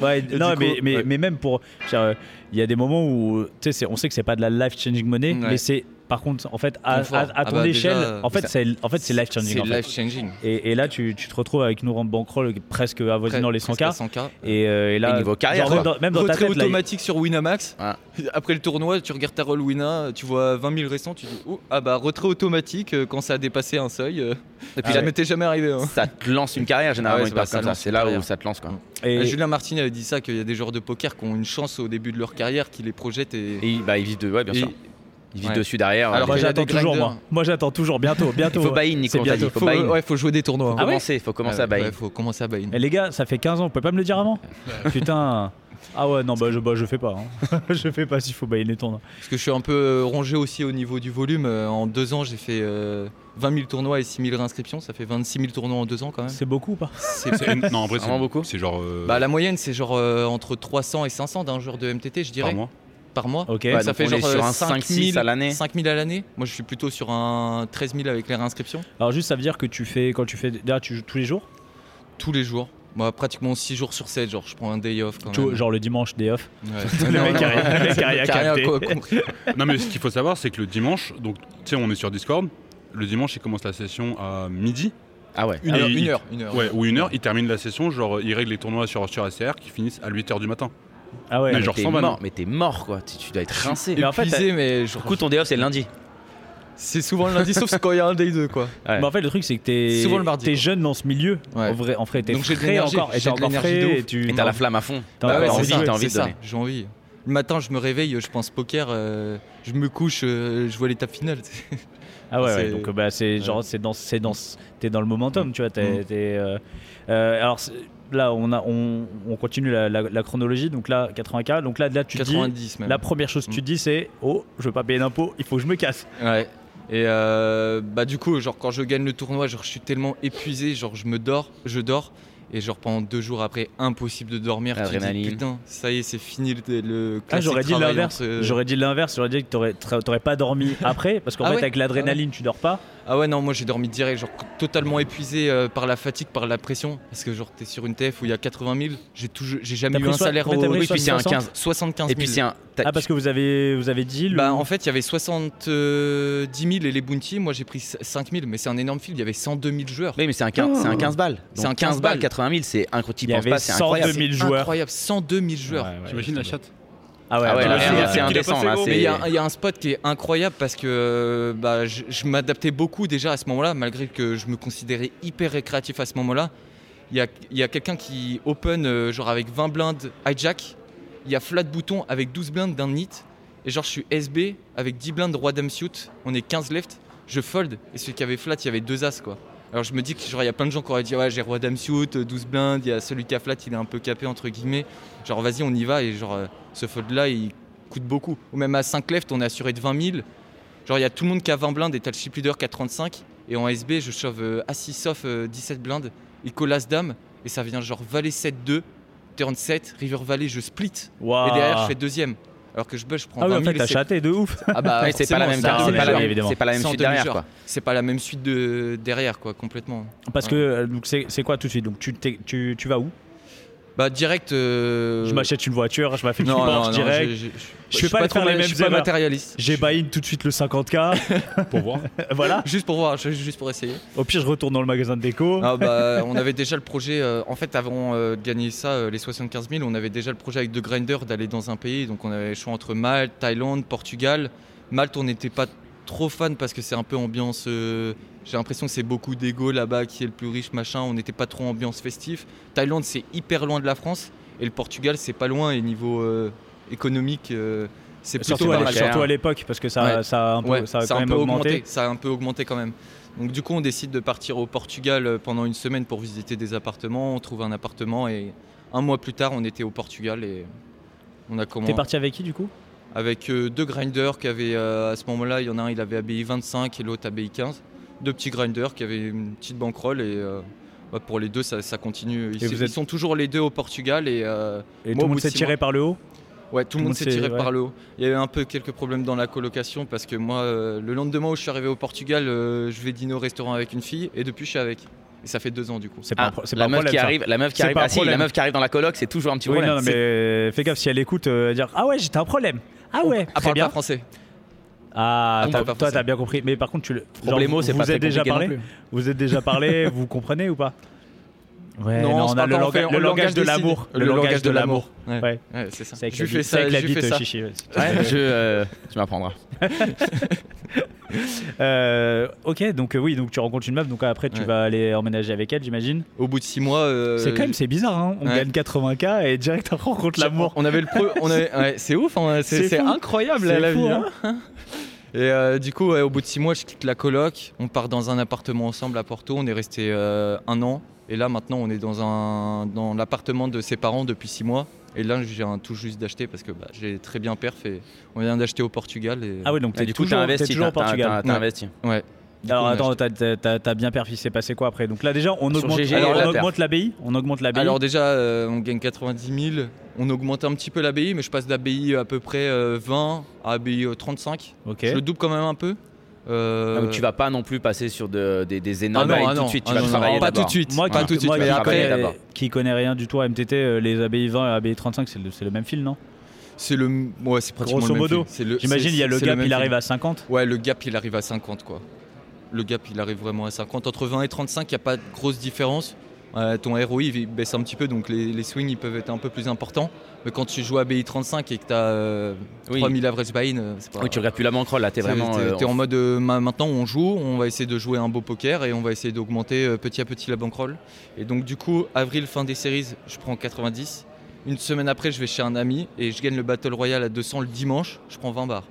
Speaker 2: Ouais,
Speaker 5: Et
Speaker 2: non,
Speaker 5: du coup,
Speaker 2: mais, mais,
Speaker 5: ouais.
Speaker 2: mais même pour. je veux dire, euh, Il y a des moments où. Tu sais, c'est- on sait que c'est pas de la life-changing money,
Speaker 5: Ouais.
Speaker 2: mais c'est Par contre, en fait, à,
Speaker 5: Confort.
Speaker 2: à- à
Speaker 5: Ah
Speaker 2: ton
Speaker 5: bah,
Speaker 2: échelle,
Speaker 5: déjà,
Speaker 2: en fait,
Speaker 3: ça-
Speaker 2: c'est en fait, c'est life changing. en fait.
Speaker 5: life changing.
Speaker 2: Et, et là, tu, tu te retrouves avec nous en bankroll presque avoisinant les 100K.
Speaker 5: 100K.
Speaker 2: Et, euh, et là,
Speaker 3: Et niveau carrière,
Speaker 2: genre, même
Speaker 3: quoi.
Speaker 2: dans, même dans ta
Speaker 5: Retrait
Speaker 2: tête, là,
Speaker 5: automatique sur Winamax.
Speaker 3: Ah.
Speaker 5: Après le tournoi, tu regardes ta rôle Wina, tu vois 20 000 restants, tu dis oh, ah bah retrait automatique euh, quand ça a dépassé un seuil. euh,
Speaker 3: Et
Speaker 5: puis
Speaker 3: puis
Speaker 5: ça
Speaker 3: là,
Speaker 5: m'était jamais arrivé. hein.
Speaker 3: ça te lance une carrière généralement
Speaker 5: Ah ouais,
Speaker 3: une perte
Speaker 5: ça- ça
Speaker 3: comme ça.
Speaker 5: lance
Speaker 3: C'est
Speaker 5: une
Speaker 3: là où
Speaker 5: carrière.
Speaker 3: ça te lance quoi.
Speaker 2: et-
Speaker 5: Ah, Julien Martini avait dit ça qu'il y a des joueurs de poker qui ont une chance au début de leur carrière, qui les projettent et,
Speaker 3: Et bah ils vivent de, ouais bien
Speaker 5: et-
Speaker 3: sûr. Ils vivent
Speaker 5: Ouais.
Speaker 3: dessus derrière. euh,
Speaker 5: Alors,
Speaker 2: moi,
Speaker 5: il y a
Speaker 2: j'attends
Speaker 5: des
Speaker 2: toujours,
Speaker 5: grinders.
Speaker 2: moi. Moi, j'attends toujours. Bientôt, bientôt.
Speaker 3: il faut buy-in Nico,
Speaker 2: C'est
Speaker 3: t'as dit,
Speaker 2: bientôt. Ah
Speaker 3: il faut
Speaker 5: faut,
Speaker 3: buy-in.
Speaker 5: ouais, faut jouer des tournois.
Speaker 3: Faut
Speaker 5: hein.
Speaker 3: commencer, faut commencer à
Speaker 5: Ouais,
Speaker 3: buy-in.
Speaker 5: ouais, faut commencer à buy-in.
Speaker 2: Et Eh, les gars, ça fait 15 ans, vous pouvez pas me le dire avant Putain. Ah ouais, non, bah je, bah, je fais pas. hein. je fais pas s'il faut bailler les tournois.
Speaker 5: Parce que je suis un peu euh, rongé aussi au niveau du volume. Euh, En deux ans, j'ai fait euh, 20 000 tournois et 6 000 réinscriptions. Ça fait 26 000 tournois en deux ans quand même.
Speaker 2: C'est beaucoup ou pas
Speaker 4: C'est énorme. Non, en vrai,
Speaker 3: Vraiment beaucoup
Speaker 4: c'est, c'est genre. euh,
Speaker 5: Bah, la moyenne, c'est genre euh, entre 300 et 500 d'un joueur de MTT, je dirais,
Speaker 4: par
Speaker 5: par mois.
Speaker 4: mois.
Speaker 2: Ok.
Speaker 5: Donc,
Speaker 3: Ouais,
Speaker 5: ça
Speaker 3: donc
Speaker 5: fait
Speaker 3: on est
Speaker 5: genre
Speaker 3: sur
Speaker 5: euh,
Speaker 3: un
Speaker 5: 5
Speaker 3: 5
Speaker 5: 000
Speaker 3: 6 à l'année.
Speaker 5: 5 000 à l'année. Moi, je suis plutôt sur un 13 000 avec les réinscriptions
Speaker 2: Alors juste, ça veut dire que tu fais, quand tu fais, là, tu joues tous les jours
Speaker 5: tous les jours. Moi, pratiquement 6 jours sur 7, genre je prends un day off quand
Speaker 2: Tu vois,
Speaker 5: même.
Speaker 2: Genre le dimanche, day off.
Speaker 5: Ouais.
Speaker 2: Le
Speaker 5: Non,
Speaker 2: mec
Speaker 5: non,
Speaker 2: a rien- le mec a
Speaker 5: non,
Speaker 2: rien
Speaker 5: t'as rien
Speaker 2: capté.
Speaker 5: co- compris.
Speaker 4: non, mais ce qu'il faut savoir, c'est que le dimanche, donc, tu sais, on est sur Discord. Le dimanche, il commence la session à midi.
Speaker 3: Ah ouais.
Speaker 5: Alors,
Speaker 4: Et
Speaker 5: Une
Speaker 4: il-
Speaker 5: heure, une heure.
Speaker 4: Ouais, ou une heure. Il termine la session, genre, il règle les tournois sur, sur ACR qui finissent à 8h du matin.
Speaker 2: Ah ouais.
Speaker 4: Mais
Speaker 3: Mais
Speaker 4: genre
Speaker 3: t'es
Speaker 4: 100 balles.
Speaker 3: mort, mais t'es mort quoi. Tu, tu dois être rincé.
Speaker 2: Mais en fait,
Speaker 5: Épuisé, mais je-
Speaker 3: Du coup ton day off c'est le lundi.
Speaker 5: c'est souvent le lundi, sauf quand il y a un day 2 quoi.
Speaker 3: Ouais.
Speaker 2: Mais en fait, le truc, c'est que t'es,
Speaker 5: Souvent le mardi,
Speaker 2: t'es
Speaker 5: quoi.
Speaker 2: jeune dans ce milieu.
Speaker 5: Ouais.
Speaker 2: En vrai, en vrai, t'es
Speaker 5: Donc, j'ai de
Speaker 2: frais
Speaker 5: l'énergie,
Speaker 2: encore. Et t'es
Speaker 5: j'ai de
Speaker 2: encore
Speaker 5: l'énergie de
Speaker 2: frais.
Speaker 5: ouf.
Speaker 2: Et tu
Speaker 3: Et t'as la flamme à fond.
Speaker 2: T'as
Speaker 5: Bah ouais,
Speaker 2: encore
Speaker 5: c'est
Speaker 3: envie,
Speaker 5: ça,
Speaker 3: t'as envie
Speaker 5: c'est
Speaker 3: de
Speaker 5: ça,
Speaker 3: donner.
Speaker 5: J'ai envie. Le matin, je me réveille, je pense poker, euh, je me couche, euh, je vois l'étape finale.
Speaker 2: Ah ouais, ouais,
Speaker 5: C'est-
Speaker 2: donc euh, bah, c'est genre c'est dans c'est dans t'es dans le momentum, tu vois. T'es,
Speaker 5: Mm.
Speaker 2: t'es, euh, euh, alors c'est- là on a on, on continue la, la- la chronologie, donc là 80K, donc là là tu te dis
Speaker 5: 90 même. Mm.
Speaker 2: la première chose que tu te dis c'est oh je veux pas payer d'impôts, il faut que je me casse.
Speaker 5: Ouais. Et euh, bah du coup, genre quand je gagne le tournoi, genre je suis tellement épuisé, genre je me dors, je dors. Et genre pendant deux jours après, impossible de dormir. Tu te dis,
Speaker 3: Adrénaline.
Speaker 5: putain, ça y est, c'est fini le, le
Speaker 2: Ah,
Speaker 5: classique
Speaker 2: j'aurais dit
Speaker 5: travail hein,
Speaker 2: l'inverse.
Speaker 5: entre-
Speaker 2: J'aurais dit l'inverse. J'aurais dit que t'aurais tra- t'aurais pas dormi après parce qu'en
Speaker 5: Ah
Speaker 2: fait
Speaker 5: ouais
Speaker 2: avec l'adrénaline tu dors pas.
Speaker 5: Ah ouais, non, moi j'ai dormi direct, genre totalement épuisé euh, par la fatigue, par la pression. Parce que genre t'es sur une TF où il y a 80 000, j'ai toujours- j'ai jamais
Speaker 2: T'as
Speaker 5: eu
Speaker 2: pris
Speaker 5: un
Speaker 2: soi-
Speaker 5: salaire
Speaker 2: combien t'as
Speaker 5: au
Speaker 2: pris
Speaker 3: oui, puis c'est un
Speaker 2: 60?
Speaker 3: 15.
Speaker 5: 75 000.
Speaker 3: Et puis c'est un. t'as-
Speaker 2: Ah parce que vous avez vous avez dit le-
Speaker 5: Bah, en fait, il y avait 70 000 et les bounties. Moi, j'ai pris 5 000, mais c'est un énorme field. Il y avait 102 000 joueurs.
Speaker 3: Oui, mais c'est un 15, c'est un 15 balles.
Speaker 5: C'est
Speaker 3: Donc
Speaker 5: un
Speaker 3: 15 balles,
Speaker 5: balles.
Speaker 3: 80 000, c'est incroyable. Tu
Speaker 2: il
Speaker 3: y
Speaker 2: y
Speaker 3: penses
Speaker 2: avait
Speaker 3: pas, c'est incroyable.
Speaker 2: 102 000 joueurs.
Speaker 5: Incroyable, 102 000 joueurs.
Speaker 2: Ouais, ouais,
Speaker 4: T'imagines
Speaker 2: c'est
Speaker 4: la
Speaker 2: bon.
Speaker 4: chatte
Speaker 2: Ah ouais,
Speaker 3: Ah ouais,
Speaker 2: bah,
Speaker 3: là,
Speaker 2: c'est-
Speaker 3: c'est-
Speaker 2: c'est
Speaker 3: c'est
Speaker 2: qu'il a
Speaker 3: indécent,
Speaker 2: passé
Speaker 3: là,
Speaker 2: gros.
Speaker 3: c'est-
Speaker 5: Mais il y, a un- il y a un spot qui est incroyable parce que euh, bah, je, je m'adaptais beaucoup déjà à ce moment-là, malgré que je me considérais hyper récréatif à ce moment-là. Il y a, il y a quelqu'un qui open euh, genre avec 20 blindes hijack, il y a flat bouton avec 12 blindes d'un nit, et genre je suis SB avec 10 blindes roi dame suit, on est 15 left, je fold, et celui qui avait flat, il y avait deux as quoi. Alors je me dis que genre il y a plein de gens qui auraient dit ouais j'ai roi dame suit, euh, 12 blindes, il y a celui qui a flat, il est un peu capé entre guillemets, genre vas-y on y va, et genre euh, ce fold là il coûte beaucoup. Ou même à 5 left, on est assuré de 20 000. Genre, il y a tout le monde qui a 20 blindes et t'as le chip leader qui a 35. Et en SB, je shove euh, Assis off euh, 17 blindes. Il colle As Dame et ça vient genre Valet 7-2, Turn 7, River Valley, je split.
Speaker 2: Waouh.
Speaker 5: Et derrière, je fais deuxième. Alors que je buzz, je prends
Speaker 2: Ah ouais,
Speaker 5: 20
Speaker 2: en
Speaker 5: 000.
Speaker 2: fait t'as
Speaker 5: et c'est-
Speaker 2: chaté de ouf.
Speaker 5: Ah bah,
Speaker 3: Ouais, c'est pas la même
Speaker 5: forcément,
Speaker 2: carrière, demi-heure,
Speaker 3: c'est pas la
Speaker 5: c'est demi-heure.
Speaker 3: même-
Speaker 2: évidemment.
Speaker 3: c'est pas la même
Speaker 5: C'est en
Speaker 3: suite derrière
Speaker 5: demi-heure.
Speaker 3: quoi.
Speaker 5: C'est pas la même suite de derrière quoi complètement.
Speaker 2: Parce que euh, donc c'est c'est quoi tout de suite Donc tu t'es- tu tu vas où
Speaker 5: Bah direct. euh,
Speaker 2: Je m'achète une voiture, je m'achète une
Speaker 5: Non, non,
Speaker 2: Porsche
Speaker 5: non,
Speaker 2: direct.
Speaker 5: je- je-
Speaker 2: Je
Speaker 5: je
Speaker 2: fais
Speaker 5: suis
Speaker 2: pas
Speaker 5: pas
Speaker 2: les
Speaker 5: trop
Speaker 2: faire les
Speaker 5: ma-
Speaker 2: mêmes
Speaker 5: je suis pas
Speaker 2: erreurs.
Speaker 5: matérialiste.
Speaker 2: J'ai buy-in tout de suite le 50K.
Speaker 4: pour voir.
Speaker 2: voilà.
Speaker 5: Juste pour voir, juste pour essayer.
Speaker 2: Au pire, je retourne dans le magasin de déco.
Speaker 5: Ah bah, on avait déjà le projet, euh, en fait avant euh, de gagner ça, euh, les 75 000, on avait déjà le projet avec The Grinder d'aller dans un pays, donc on avait le choix entre Malte, Thaïlande, Portugal. Malte on n'était pas trop fan parce que c'est un peu ambiance, euh, j'ai l'impression que c'est beaucoup d'ego là-bas qui est le plus riche machin, on n'était pas trop ambiance festif. Thaïlande c'est hyper loin de la France et le Portugal c'est pas loin et niveau euh, économique euh, c'est plutôt
Speaker 2: surtout,
Speaker 5: pas
Speaker 2: à,
Speaker 5: mal. hein.
Speaker 2: surtout à l'époque, parce que ça,
Speaker 5: Ouais.
Speaker 2: ça a un peu,
Speaker 5: Ouais,
Speaker 2: ça a
Speaker 5: ça
Speaker 2: quand
Speaker 5: a un
Speaker 2: même
Speaker 5: peu
Speaker 2: augmenté.
Speaker 5: augmenté. Ça a un peu augmenté quand même. Donc du coup, on décide de partir au Portugal euh, pendant une semaine pour visiter des appartements. On trouve un appartement et un mois plus tard, on était au Portugal et on a
Speaker 2: T'es
Speaker 5: commencé
Speaker 2: parti avec qui du coup
Speaker 5: avec euh, deux grinders qui avaient euh, à ce moment-là, il y en a un, il avait ABI 25 et l'autre ABI 15. Deux petits grinders qui avaient une petite bankroll et euh, bah, pour les deux, ça, ça continue. Ils,
Speaker 2: Et vous
Speaker 5: ils
Speaker 2: êtes-
Speaker 5: sont toujours les deux au Portugal et euh,
Speaker 2: Et tout
Speaker 5: Moi, au
Speaker 2: le monde
Speaker 5: bout de
Speaker 2: s'est
Speaker 5: six
Speaker 2: tiré
Speaker 5: mois.
Speaker 2: par le haut
Speaker 5: Ouais, tout le monde s'est tiré
Speaker 2: ouais.
Speaker 5: par le haut. Il y avait un peu quelques problèmes dans la colocation parce que moi, euh, le lendemain où je suis arrivé au Portugal, euh, je vais dîner au restaurant avec une fille et depuis je suis avec. Et ça fait deux ans du coup.
Speaker 2: C'est pas, un
Speaker 3: Ah,
Speaker 2: pro- c'est pas
Speaker 3: La
Speaker 2: un
Speaker 3: meuf
Speaker 2: problème,
Speaker 3: qui
Speaker 2: ça.
Speaker 3: arrive, la meuf qui
Speaker 2: C'est
Speaker 3: arrive,
Speaker 2: pas un
Speaker 3: ah si, la
Speaker 2: problème.
Speaker 3: meuf qui arrive dans la coloc, c'est toujours un petit
Speaker 2: Oui,
Speaker 3: problème.
Speaker 2: non, mais fais gaffe si elle écoute, euh, elle va dire Ah ouais, j'étais un problème. Ah ouais,
Speaker 5: Ah,
Speaker 2: très
Speaker 5: parle
Speaker 2: bien.
Speaker 5: pas français.
Speaker 2: Ah,
Speaker 5: Donc,
Speaker 2: t'as-
Speaker 5: pas
Speaker 2: toi,
Speaker 5: forcément.
Speaker 2: t'as bien compris. Mais par contre, tu le. genre,
Speaker 3: Problemo, c'est
Speaker 2: vous
Speaker 3: pas
Speaker 2: êtes
Speaker 3: très
Speaker 2: déjà
Speaker 3: compliqué non
Speaker 2: parlé
Speaker 3: plus.
Speaker 2: Vous êtes déjà parlé Vous comprenez ou pas Ouais,
Speaker 5: Non,
Speaker 2: non,
Speaker 5: c'est
Speaker 2: on
Speaker 5: pas
Speaker 2: a le,
Speaker 5: encore
Speaker 2: langage-
Speaker 5: fait, on
Speaker 2: le
Speaker 5: le
Speaker 2: langage
Speaker 5: langage
Speaker 2: de
Speaker 5: décide.
Speaker 2: l'amour.
Speaker 5: Le langage de l'amour. Ouais.
Speaker 2: Ouais.
Speaker 5: Ouais, c'est ça.
Speaker 2: C'est avec
Speaker 5: Je
Speaker 2: la
Speaker 5: lui fais
Speaker 2: bite- c'est
Speaker 5: ça,
Speaker 2: avec la
Speaker 5: je lui
Speaker 2: bite,
Speaker 5: fais ça.
Speaker 2: chichi. ouais.
Speaker 3: Ouais, je, euh, tu m'apprendras.
Speaker 2: Euh, ok, donc euh, oui, donc tu rencontres une meuf, donc après tu
Speaker 5: Ouais.
Speaker 2: vas aller emménager avec elle, j'imagine.
Speaker 5: Au bout de six mois. euh,
Speaker 2: c'est quand même c'est bizarre, hein. on
Speaker 5: ouais.
Speaker 2: gagne 80k et direct on rencontre l'amour.
Speaker 5: On avait le pro- on avait- ouais, c'est ouf, hein,
Speaker 2: C'est
Speaker 5: c'est c'est
Speaker 2: fou.
Speaker 5: incroyable
Speaker 2: C'est
Speaker 5: la
Speaker 2: fou,
Speaker 5: vie. hein. Et euh, du coup, ouais, au bout de six mois, je quitte la coloc. On part dans un appartement ensemble à Porto. On est resté euh, un an. Et là, maintenant, on est dans, un, dans l'appartement de ses parents depuis six mois. Et là, j'ai un tout juste d'acheter parce que bah, j'ai très bien perf. Et on vient d'acheter au Portugal. Et,
Speaker 2: Ah oui, donc
Speaker 3: Et
Speaker 2: t'es
Speaker 3: du coup,
Speaker 2: toujours,
Speaker 3: t'as
Speaker 2: t'es
Speaker 3: investi.
Speaker 2: toujours au
Speaker 3: t'as- t'as-
Speaker 2: Portugal.
Speaker 3: t'as- t'as
Speaker 5: Ouais.
Speaker 3: investi.
Speaker 5: Du coup,
Speaker 2: Alors
Speaker 5: on a
Speaker 2: attends, t'as- t'as t'as- t'as bien perfilé, c'est passé quoi après Donc là déjà, on
Speaker 3: Sur
Speaker 2: augmente,
Speaker 3: GG,
Speaker 2: alors,
Speaker 3: on
Speaker 2: on
Speaker 3: la
Speaker 2: augmente l'ABI, on augmente l'ABI.
Speaker 5: Alors déjà, euh, on gagne 90 000. On augmente un petit peu l'ABI, mais je passe d'ABI à peu près euh, 20 à ABI euh, 35.
Speaker 2: ok.
Speaker 5: Je le double quand même un peu. Euh,
Speaker 3: Non, Ah, mais tu vas pas non plus passer sur de- des, des
Speaker 5: Ah
Speaker 3: énormes
Speaker 5: non,
Speaker 3: bails
Speaker 5: ah
Speaker 3: tout
Speaker 5: non,
Speaker 3: de suite. Tu
Speaker 5: ah
Speaker 3: vas
Speaker 5: non, non,
Speaker 3: travailler
Speaker 5: pas tout de
Speaker 3: d'abord.
Speaker 5: suite.
Speaker 2: Moi,
Speaker 5: pas
Speaker 2: qui,
Speaker 5: tout de suite.
Speaker 2: moi
Speaker 5: mais
Speaker 2: qui,
Speaker 5: après,
Speaker 3: d'abord.
Speaker 2: qui connais rien du tout à MTT, euh, les ABI 20 et ABI 35, c'est le, c'est le même fil, non
Speaker 5: c'est le, ouais, c'est pratiquement
Speaker 2: Grosso
Speaker 5: le même
Speaker 2: modo.
Speaker 5: film. C'est le-
Speaker 2: J'imagine
Speaker 5: c'est-
Speaker 2: il y a le
Speaker 5: c'est
Speaker 2: gap,
Speaker 5: même
Speaker 2: il
Speaker 5: film.
Speaker 2: arrive à 50.
Speaker 5: Ouais, le gap, il arrive à 50 quoi. Le gap, il arrive vraiment à 50. Entre 20 et 35, il n'y a pas de grosse différence. Euh, ton ROI il baisse un petit peu, donc les, les swings ils peuvent être un peu plus importants. Mais quand tu joues à BI 35 et que tu as
Speaker 3: Oui.
Speaker 5: 3000 average buy-in, euh, c'est pas.
Speaker 3: Oui, tu regardes plus la bankroll là, t'es
Speaker 5: T'es-
Speaker 3: vraiment.
Speaker 5: t'es-
Speaker 3: euh,
Speaker 5: t'es en mode euh, ma- maintenant on joue, on va essayer de jouer un beau poker et on va essayer d'augmenter euh, petit à petit la bankroll. Et donc du coup, avril, fin des séries, je prends 90. Une semaine après, je vais chez un ami et je gagne le Battle Royale à 200 le dimanche, je prends 20 bars.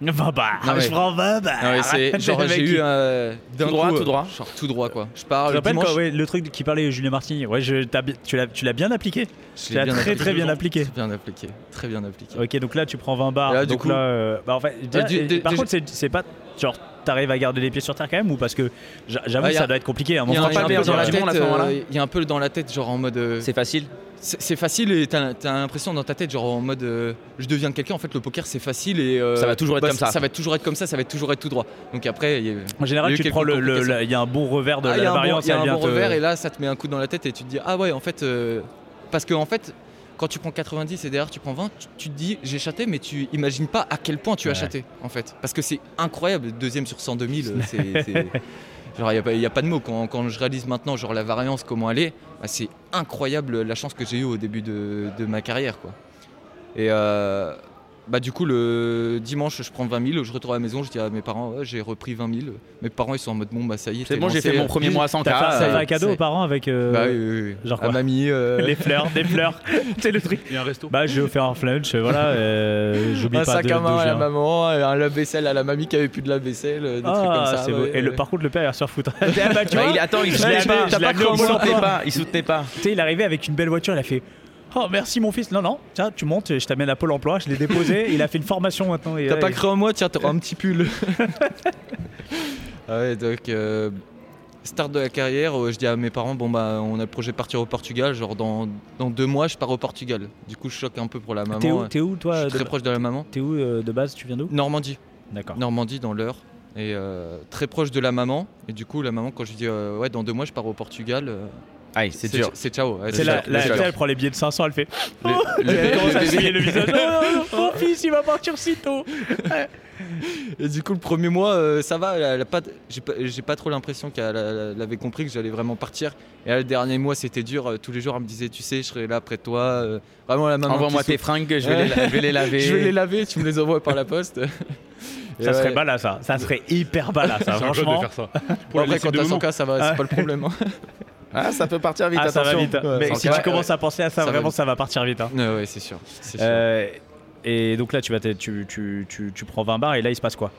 Speaker 2: Va bah,
Speaker 5: Non,
Speaker 2: je
Speaker 5: mais-
Speaker 2: prends 20 bah.
Speaker 5: Non, mais c'est genre
Speaker 2: le
Speaker 5: j'ai
Speaker 2: mec
Speaker 5: eu
Speaker 2: qui-
Speaker 5: euh, d'un
Speaker 3: Tout droit,
Speaker 5: coup,
Speaker 3: tout
Speaker 5: euh,
Speaker 3: droit.
Speaker 5: genre tout droit quoi. Je pars
Speaker 2: Je
Speaker 5: le
Speaker 2: rappelle
Speaker 5: dimanche.
Speaker 2: quand, ouais, le truc qui parlait Julien Martini, ouais, je, t'as bi- tu l'as tu l'as bien appliqué.
Speaker 5: je
Speaker 2: Tu
Speaker 5: l'ai
Speaker 2: l'as
Speaker 5: bien
Speaker 2: très
Speaker 5: appliqué.
Speaker 2: très bien appliqué.
Speaker 5: Très bien appliqué, très bien appliqué.
Speaker 2: Ok, donc là tu prends 20 bars.
Speaker 5: Là, du
Speaker 2: donc
Speaker 5: coup-
Speaker 2: là, euh, bah, en fait, déjà,
Speaker 5: du-
Speaker 2: et-
Speaker 5: dé-
Speaker 2: par
Speaker 5: déjà-
Speaker 2: contre, c'est c'est pas genre t'arrives à garder les pieds sur terre quand même ou parce que j'a- j'avoue
Speaker 5: Ah,
Speaker 2: que
Speaker 5: y a-
Speaker 2: ça doit être compliqué. hein,
Speaker 5: Il y, a
Speaker 2: mon
Speaker 5: un-
Speaker 3: pas
Speaker 5: il y a
Speaker 2: frère,
Speaker 3: le
Speaker 5: un
Speaker 2: j'ai
Speaker 5: peu
Speaker 3: meilleur joueur
Speaker 5: dans la
Speaker 3: du
Speaker 5: tête,
Speaker 3: monde à ce moment-là.
Speaker 5: euh, il y a un peu dans la tête genre en mode euh,
Speaker 3: C'est facile.
Speaker 5: C'est c'est facile et t'as t'as l'impression dans ta tête, genre en mode euh, je deviens quelqu'un, en fait le poker c'est facile et. euh,
Speaker 3: Ça va toujours être comme
Speaker 5: c-
Speaker 3: ça.
Speaker 5: Ça va toujours être comme ça, ça va toujours être tout droit. Donc après, il y a-
Speaker 2: En général,
Speaker 5: il y a eu
Speaker 2: tu te
Speaker 5: quelques
Speaker 2: prends le- le.
Speaker 5: complications.
Speaker 2: la- Il y a un bon revers de
Speaker 5: Ah, il y a
Speaker 2: la
Speaker 5: un bon-
Speaker 2: variance.
Speaker 5: il y a
Speaker 2: elle
Speaker 5: un
Speaker 2: vient
Speaker 5: bon
Speaker 2: te-
Speaker 5: revers et là ça te met un coup dans la tête et tu te dis ah ouais, en fait. euh, parce que en fait. Quand tu prends 90 et derrière tu prends 20, tu, tu te dis j'ai chaté, mais tu imagines pas à quel point tu as
Speaker 2: Ouais.
Speaker 5: chaté en fait. Parce que c'est incroyable, deuxième sur 102 000, euh, c'est. c'est- Genre, il n'y a, pas de mots. Quand, quand je réalise maintenant, genre, la variance, comment elle est, bah, c'est incroyable la chance que j'ai eue au début de, de ma carrière, quoi. Et euh, bah, du coup, le dimanche, je prends 20 000, je retourne à la maison, je dis à mes parents, Ouais, j'ai repris 20 000. Mes parents, ils sont en mode, bon, bah, ça y est,
Speaker 3: C'est
Speaker 5: t'es
Speaker 3: bon, j'ai
Speaker 5: lancé.
Speaker 3: fait mon premier mois à 100K.
Speaker 2: T'as fait, t'as
Speaker 3: euh,
Speaker 2: fait un cadeau
Speaker 5: c'est-
Speaker 2: aux parents avec euh,
Speaker 5: Bah, oui, oui, oui.
Speaker 2: genre
Speaker 5: À
Speaker 2: quoi
Speaker 5: mamie, euh,
Speaker 2: les fleurs, des fleurs. c'est le truc.
Speaker 4: Et un resto.
Speaker 2: Bah, j'ai offert un flunch, voilà. euh, J'oublie
Speaker 5: un
Speaker 2: pas
Speaker 5: sac
Speaker 2: de.
Speaker 5: à
Speaker 2: d'où
Speaker 5: main à
Speaker 2: je viens.
Speaker 5: la maman, euh, un lave-vaisselle à la mamie qui avait plus de lave-vaisselle, euh, des trucs comme
Speaker 2: Ah,
Speaker 5: ça.
Speaker 2: c'est beau.
Speaker 5: ouais,
Speaker 2: Et le,
Speaker 5: ouais.
Speaker 2: par contre, le père, il va se faire foutre. Ah bah, tu
Speaker 3: bah,
Speaker 2: vois,
Speaker 3: il- attends, il
Speaker 2: je
Speaker 3: soutenait
Speaker 2: l'avais-
Speaker 3: pas.
Speaker 2: je l'avais
Speaker 3: Il
Speaker 2: au
Speaker 3: soutenait
Speaker 2: Monopoly.
Speaker 3: pas. Il soutenait pas.
Speaker 2: Tu sais, il est arrivé avec une belle voiture, il a fait Oh merci mon fils, non non, tiens tu montes, je t'amène à Pôle emploi, je l'ai déposé, il a fait une formation maintenant. et
Speaker 5: T'as
Speaker 2: là,
Speaker 5: pas
Speaker 2: il-
Speaker 5: cru en moi, tiens, t'auras un petit pull. Ah ouais, donc, euh, start de la carrière, euh, je dis à mes parents, bon bah, on a le projet de partir au Portugal, genre dans, dans deux mois, je pars au Portugal. Du coup, je choque un peu pour la maman.
Speaker 2: T'es où,
Speaker 5: ouais.
Speaker 2: t'es où toi
Speaker 5: je
Speaker 2: de...
Speaker 5: suis très proche de la maman.
Speaker 2: T'es où euh, de base, tu viens d'où
Speaker 5: Normandie,
Speaker 2: D'accord.
Speaker 5: Normandie dans l'heure. Et euh, très proche de la maman. Et du coup, la maman, quand je dis, euh, ouais, dans deux mois, je pars au Portugal, euh,
Speaker 3: Aïe, c'est dur.
Speaker 5: C'est ciao. ouais,
Speaker 2: C'est
Speaker 5: c'est
Speaker 2: là,
Speaker 5: ciao,
Speaker 2: là,
Speaker 5: c'est
Speaker 2: tu sais,
Speaker 5: ciao.
Speaker 2: elle prend les billets de 500, elle fait
Speaker 3: Le- le-
Speaker 2: Elle commence à se mouiller le visage. Oh, non, non, mon fils il va partir si tôt.
Speaker 5: Et du coup, le premier mois, euh, ça va. elle a- elle a pas, j'ai pas, j'ai pas trop l'impression qu'elle a- elle avait compris que j'allais vraiment partir. Et là, le dernier mois, c'était dur. euh, Tous les jours, elle me disait, tu sais, je serai là après toi. euh, vraiment la maman.
Speaker 3: Envoie-moi
Speaker 5: qui
Speaker 3: tes
Speaker 5: souffle.
Speaker 3: fringues, je vais les la- je vais les laver.
Speaker 5: Je vais les laver. Tu me les envoies par la poste. Et
Speaker 2: Ça serait
Speaker 5: ouais.
Speaker 2: bala ça, ça serait hyper bala ça,
Speaker 4: C'est un jeu de
Speaker 2: franchement.
Speaker 4: faire ça.
Speaker 5: Bon,
Speaker 4: Pour les
Speaker 5: après,
Speaker 4: laisser
Speaker 5: quand
Speaker 4: deux
Speaker 5: t'as 100
Speaker 4: moments.
Speaker 5: cas, ça va.
Speaker 2: Ah.
Speaker 5: C'est pas le problème. hein.
Speaker 3: Ah, ça peut partir vite,
Speaker 2: Ah ça va
Speaker 3: attention.
Speaker 2: vite.
Speaker 5: Ouais,
Speaker 2: Mais
Speaker 5: sans
Speaker 2: si
Speaker 5: cas,
Speaker 2: tu commences
Speaker 5: ouais.
Speaker 2: à penser à ça,
Speaker 5: Ça va
Speaker 2: vraiment
Speaker 5: vite.
Speaker 2: ça va partir vite. hein.
Speaker 5: ouais, ouais, c'est sûr. c'est sûr.
Speaker 2: Euh, Et donc là tu vas t'es- tu, tu, tu, tu prends 20 bars et là il se passe quoi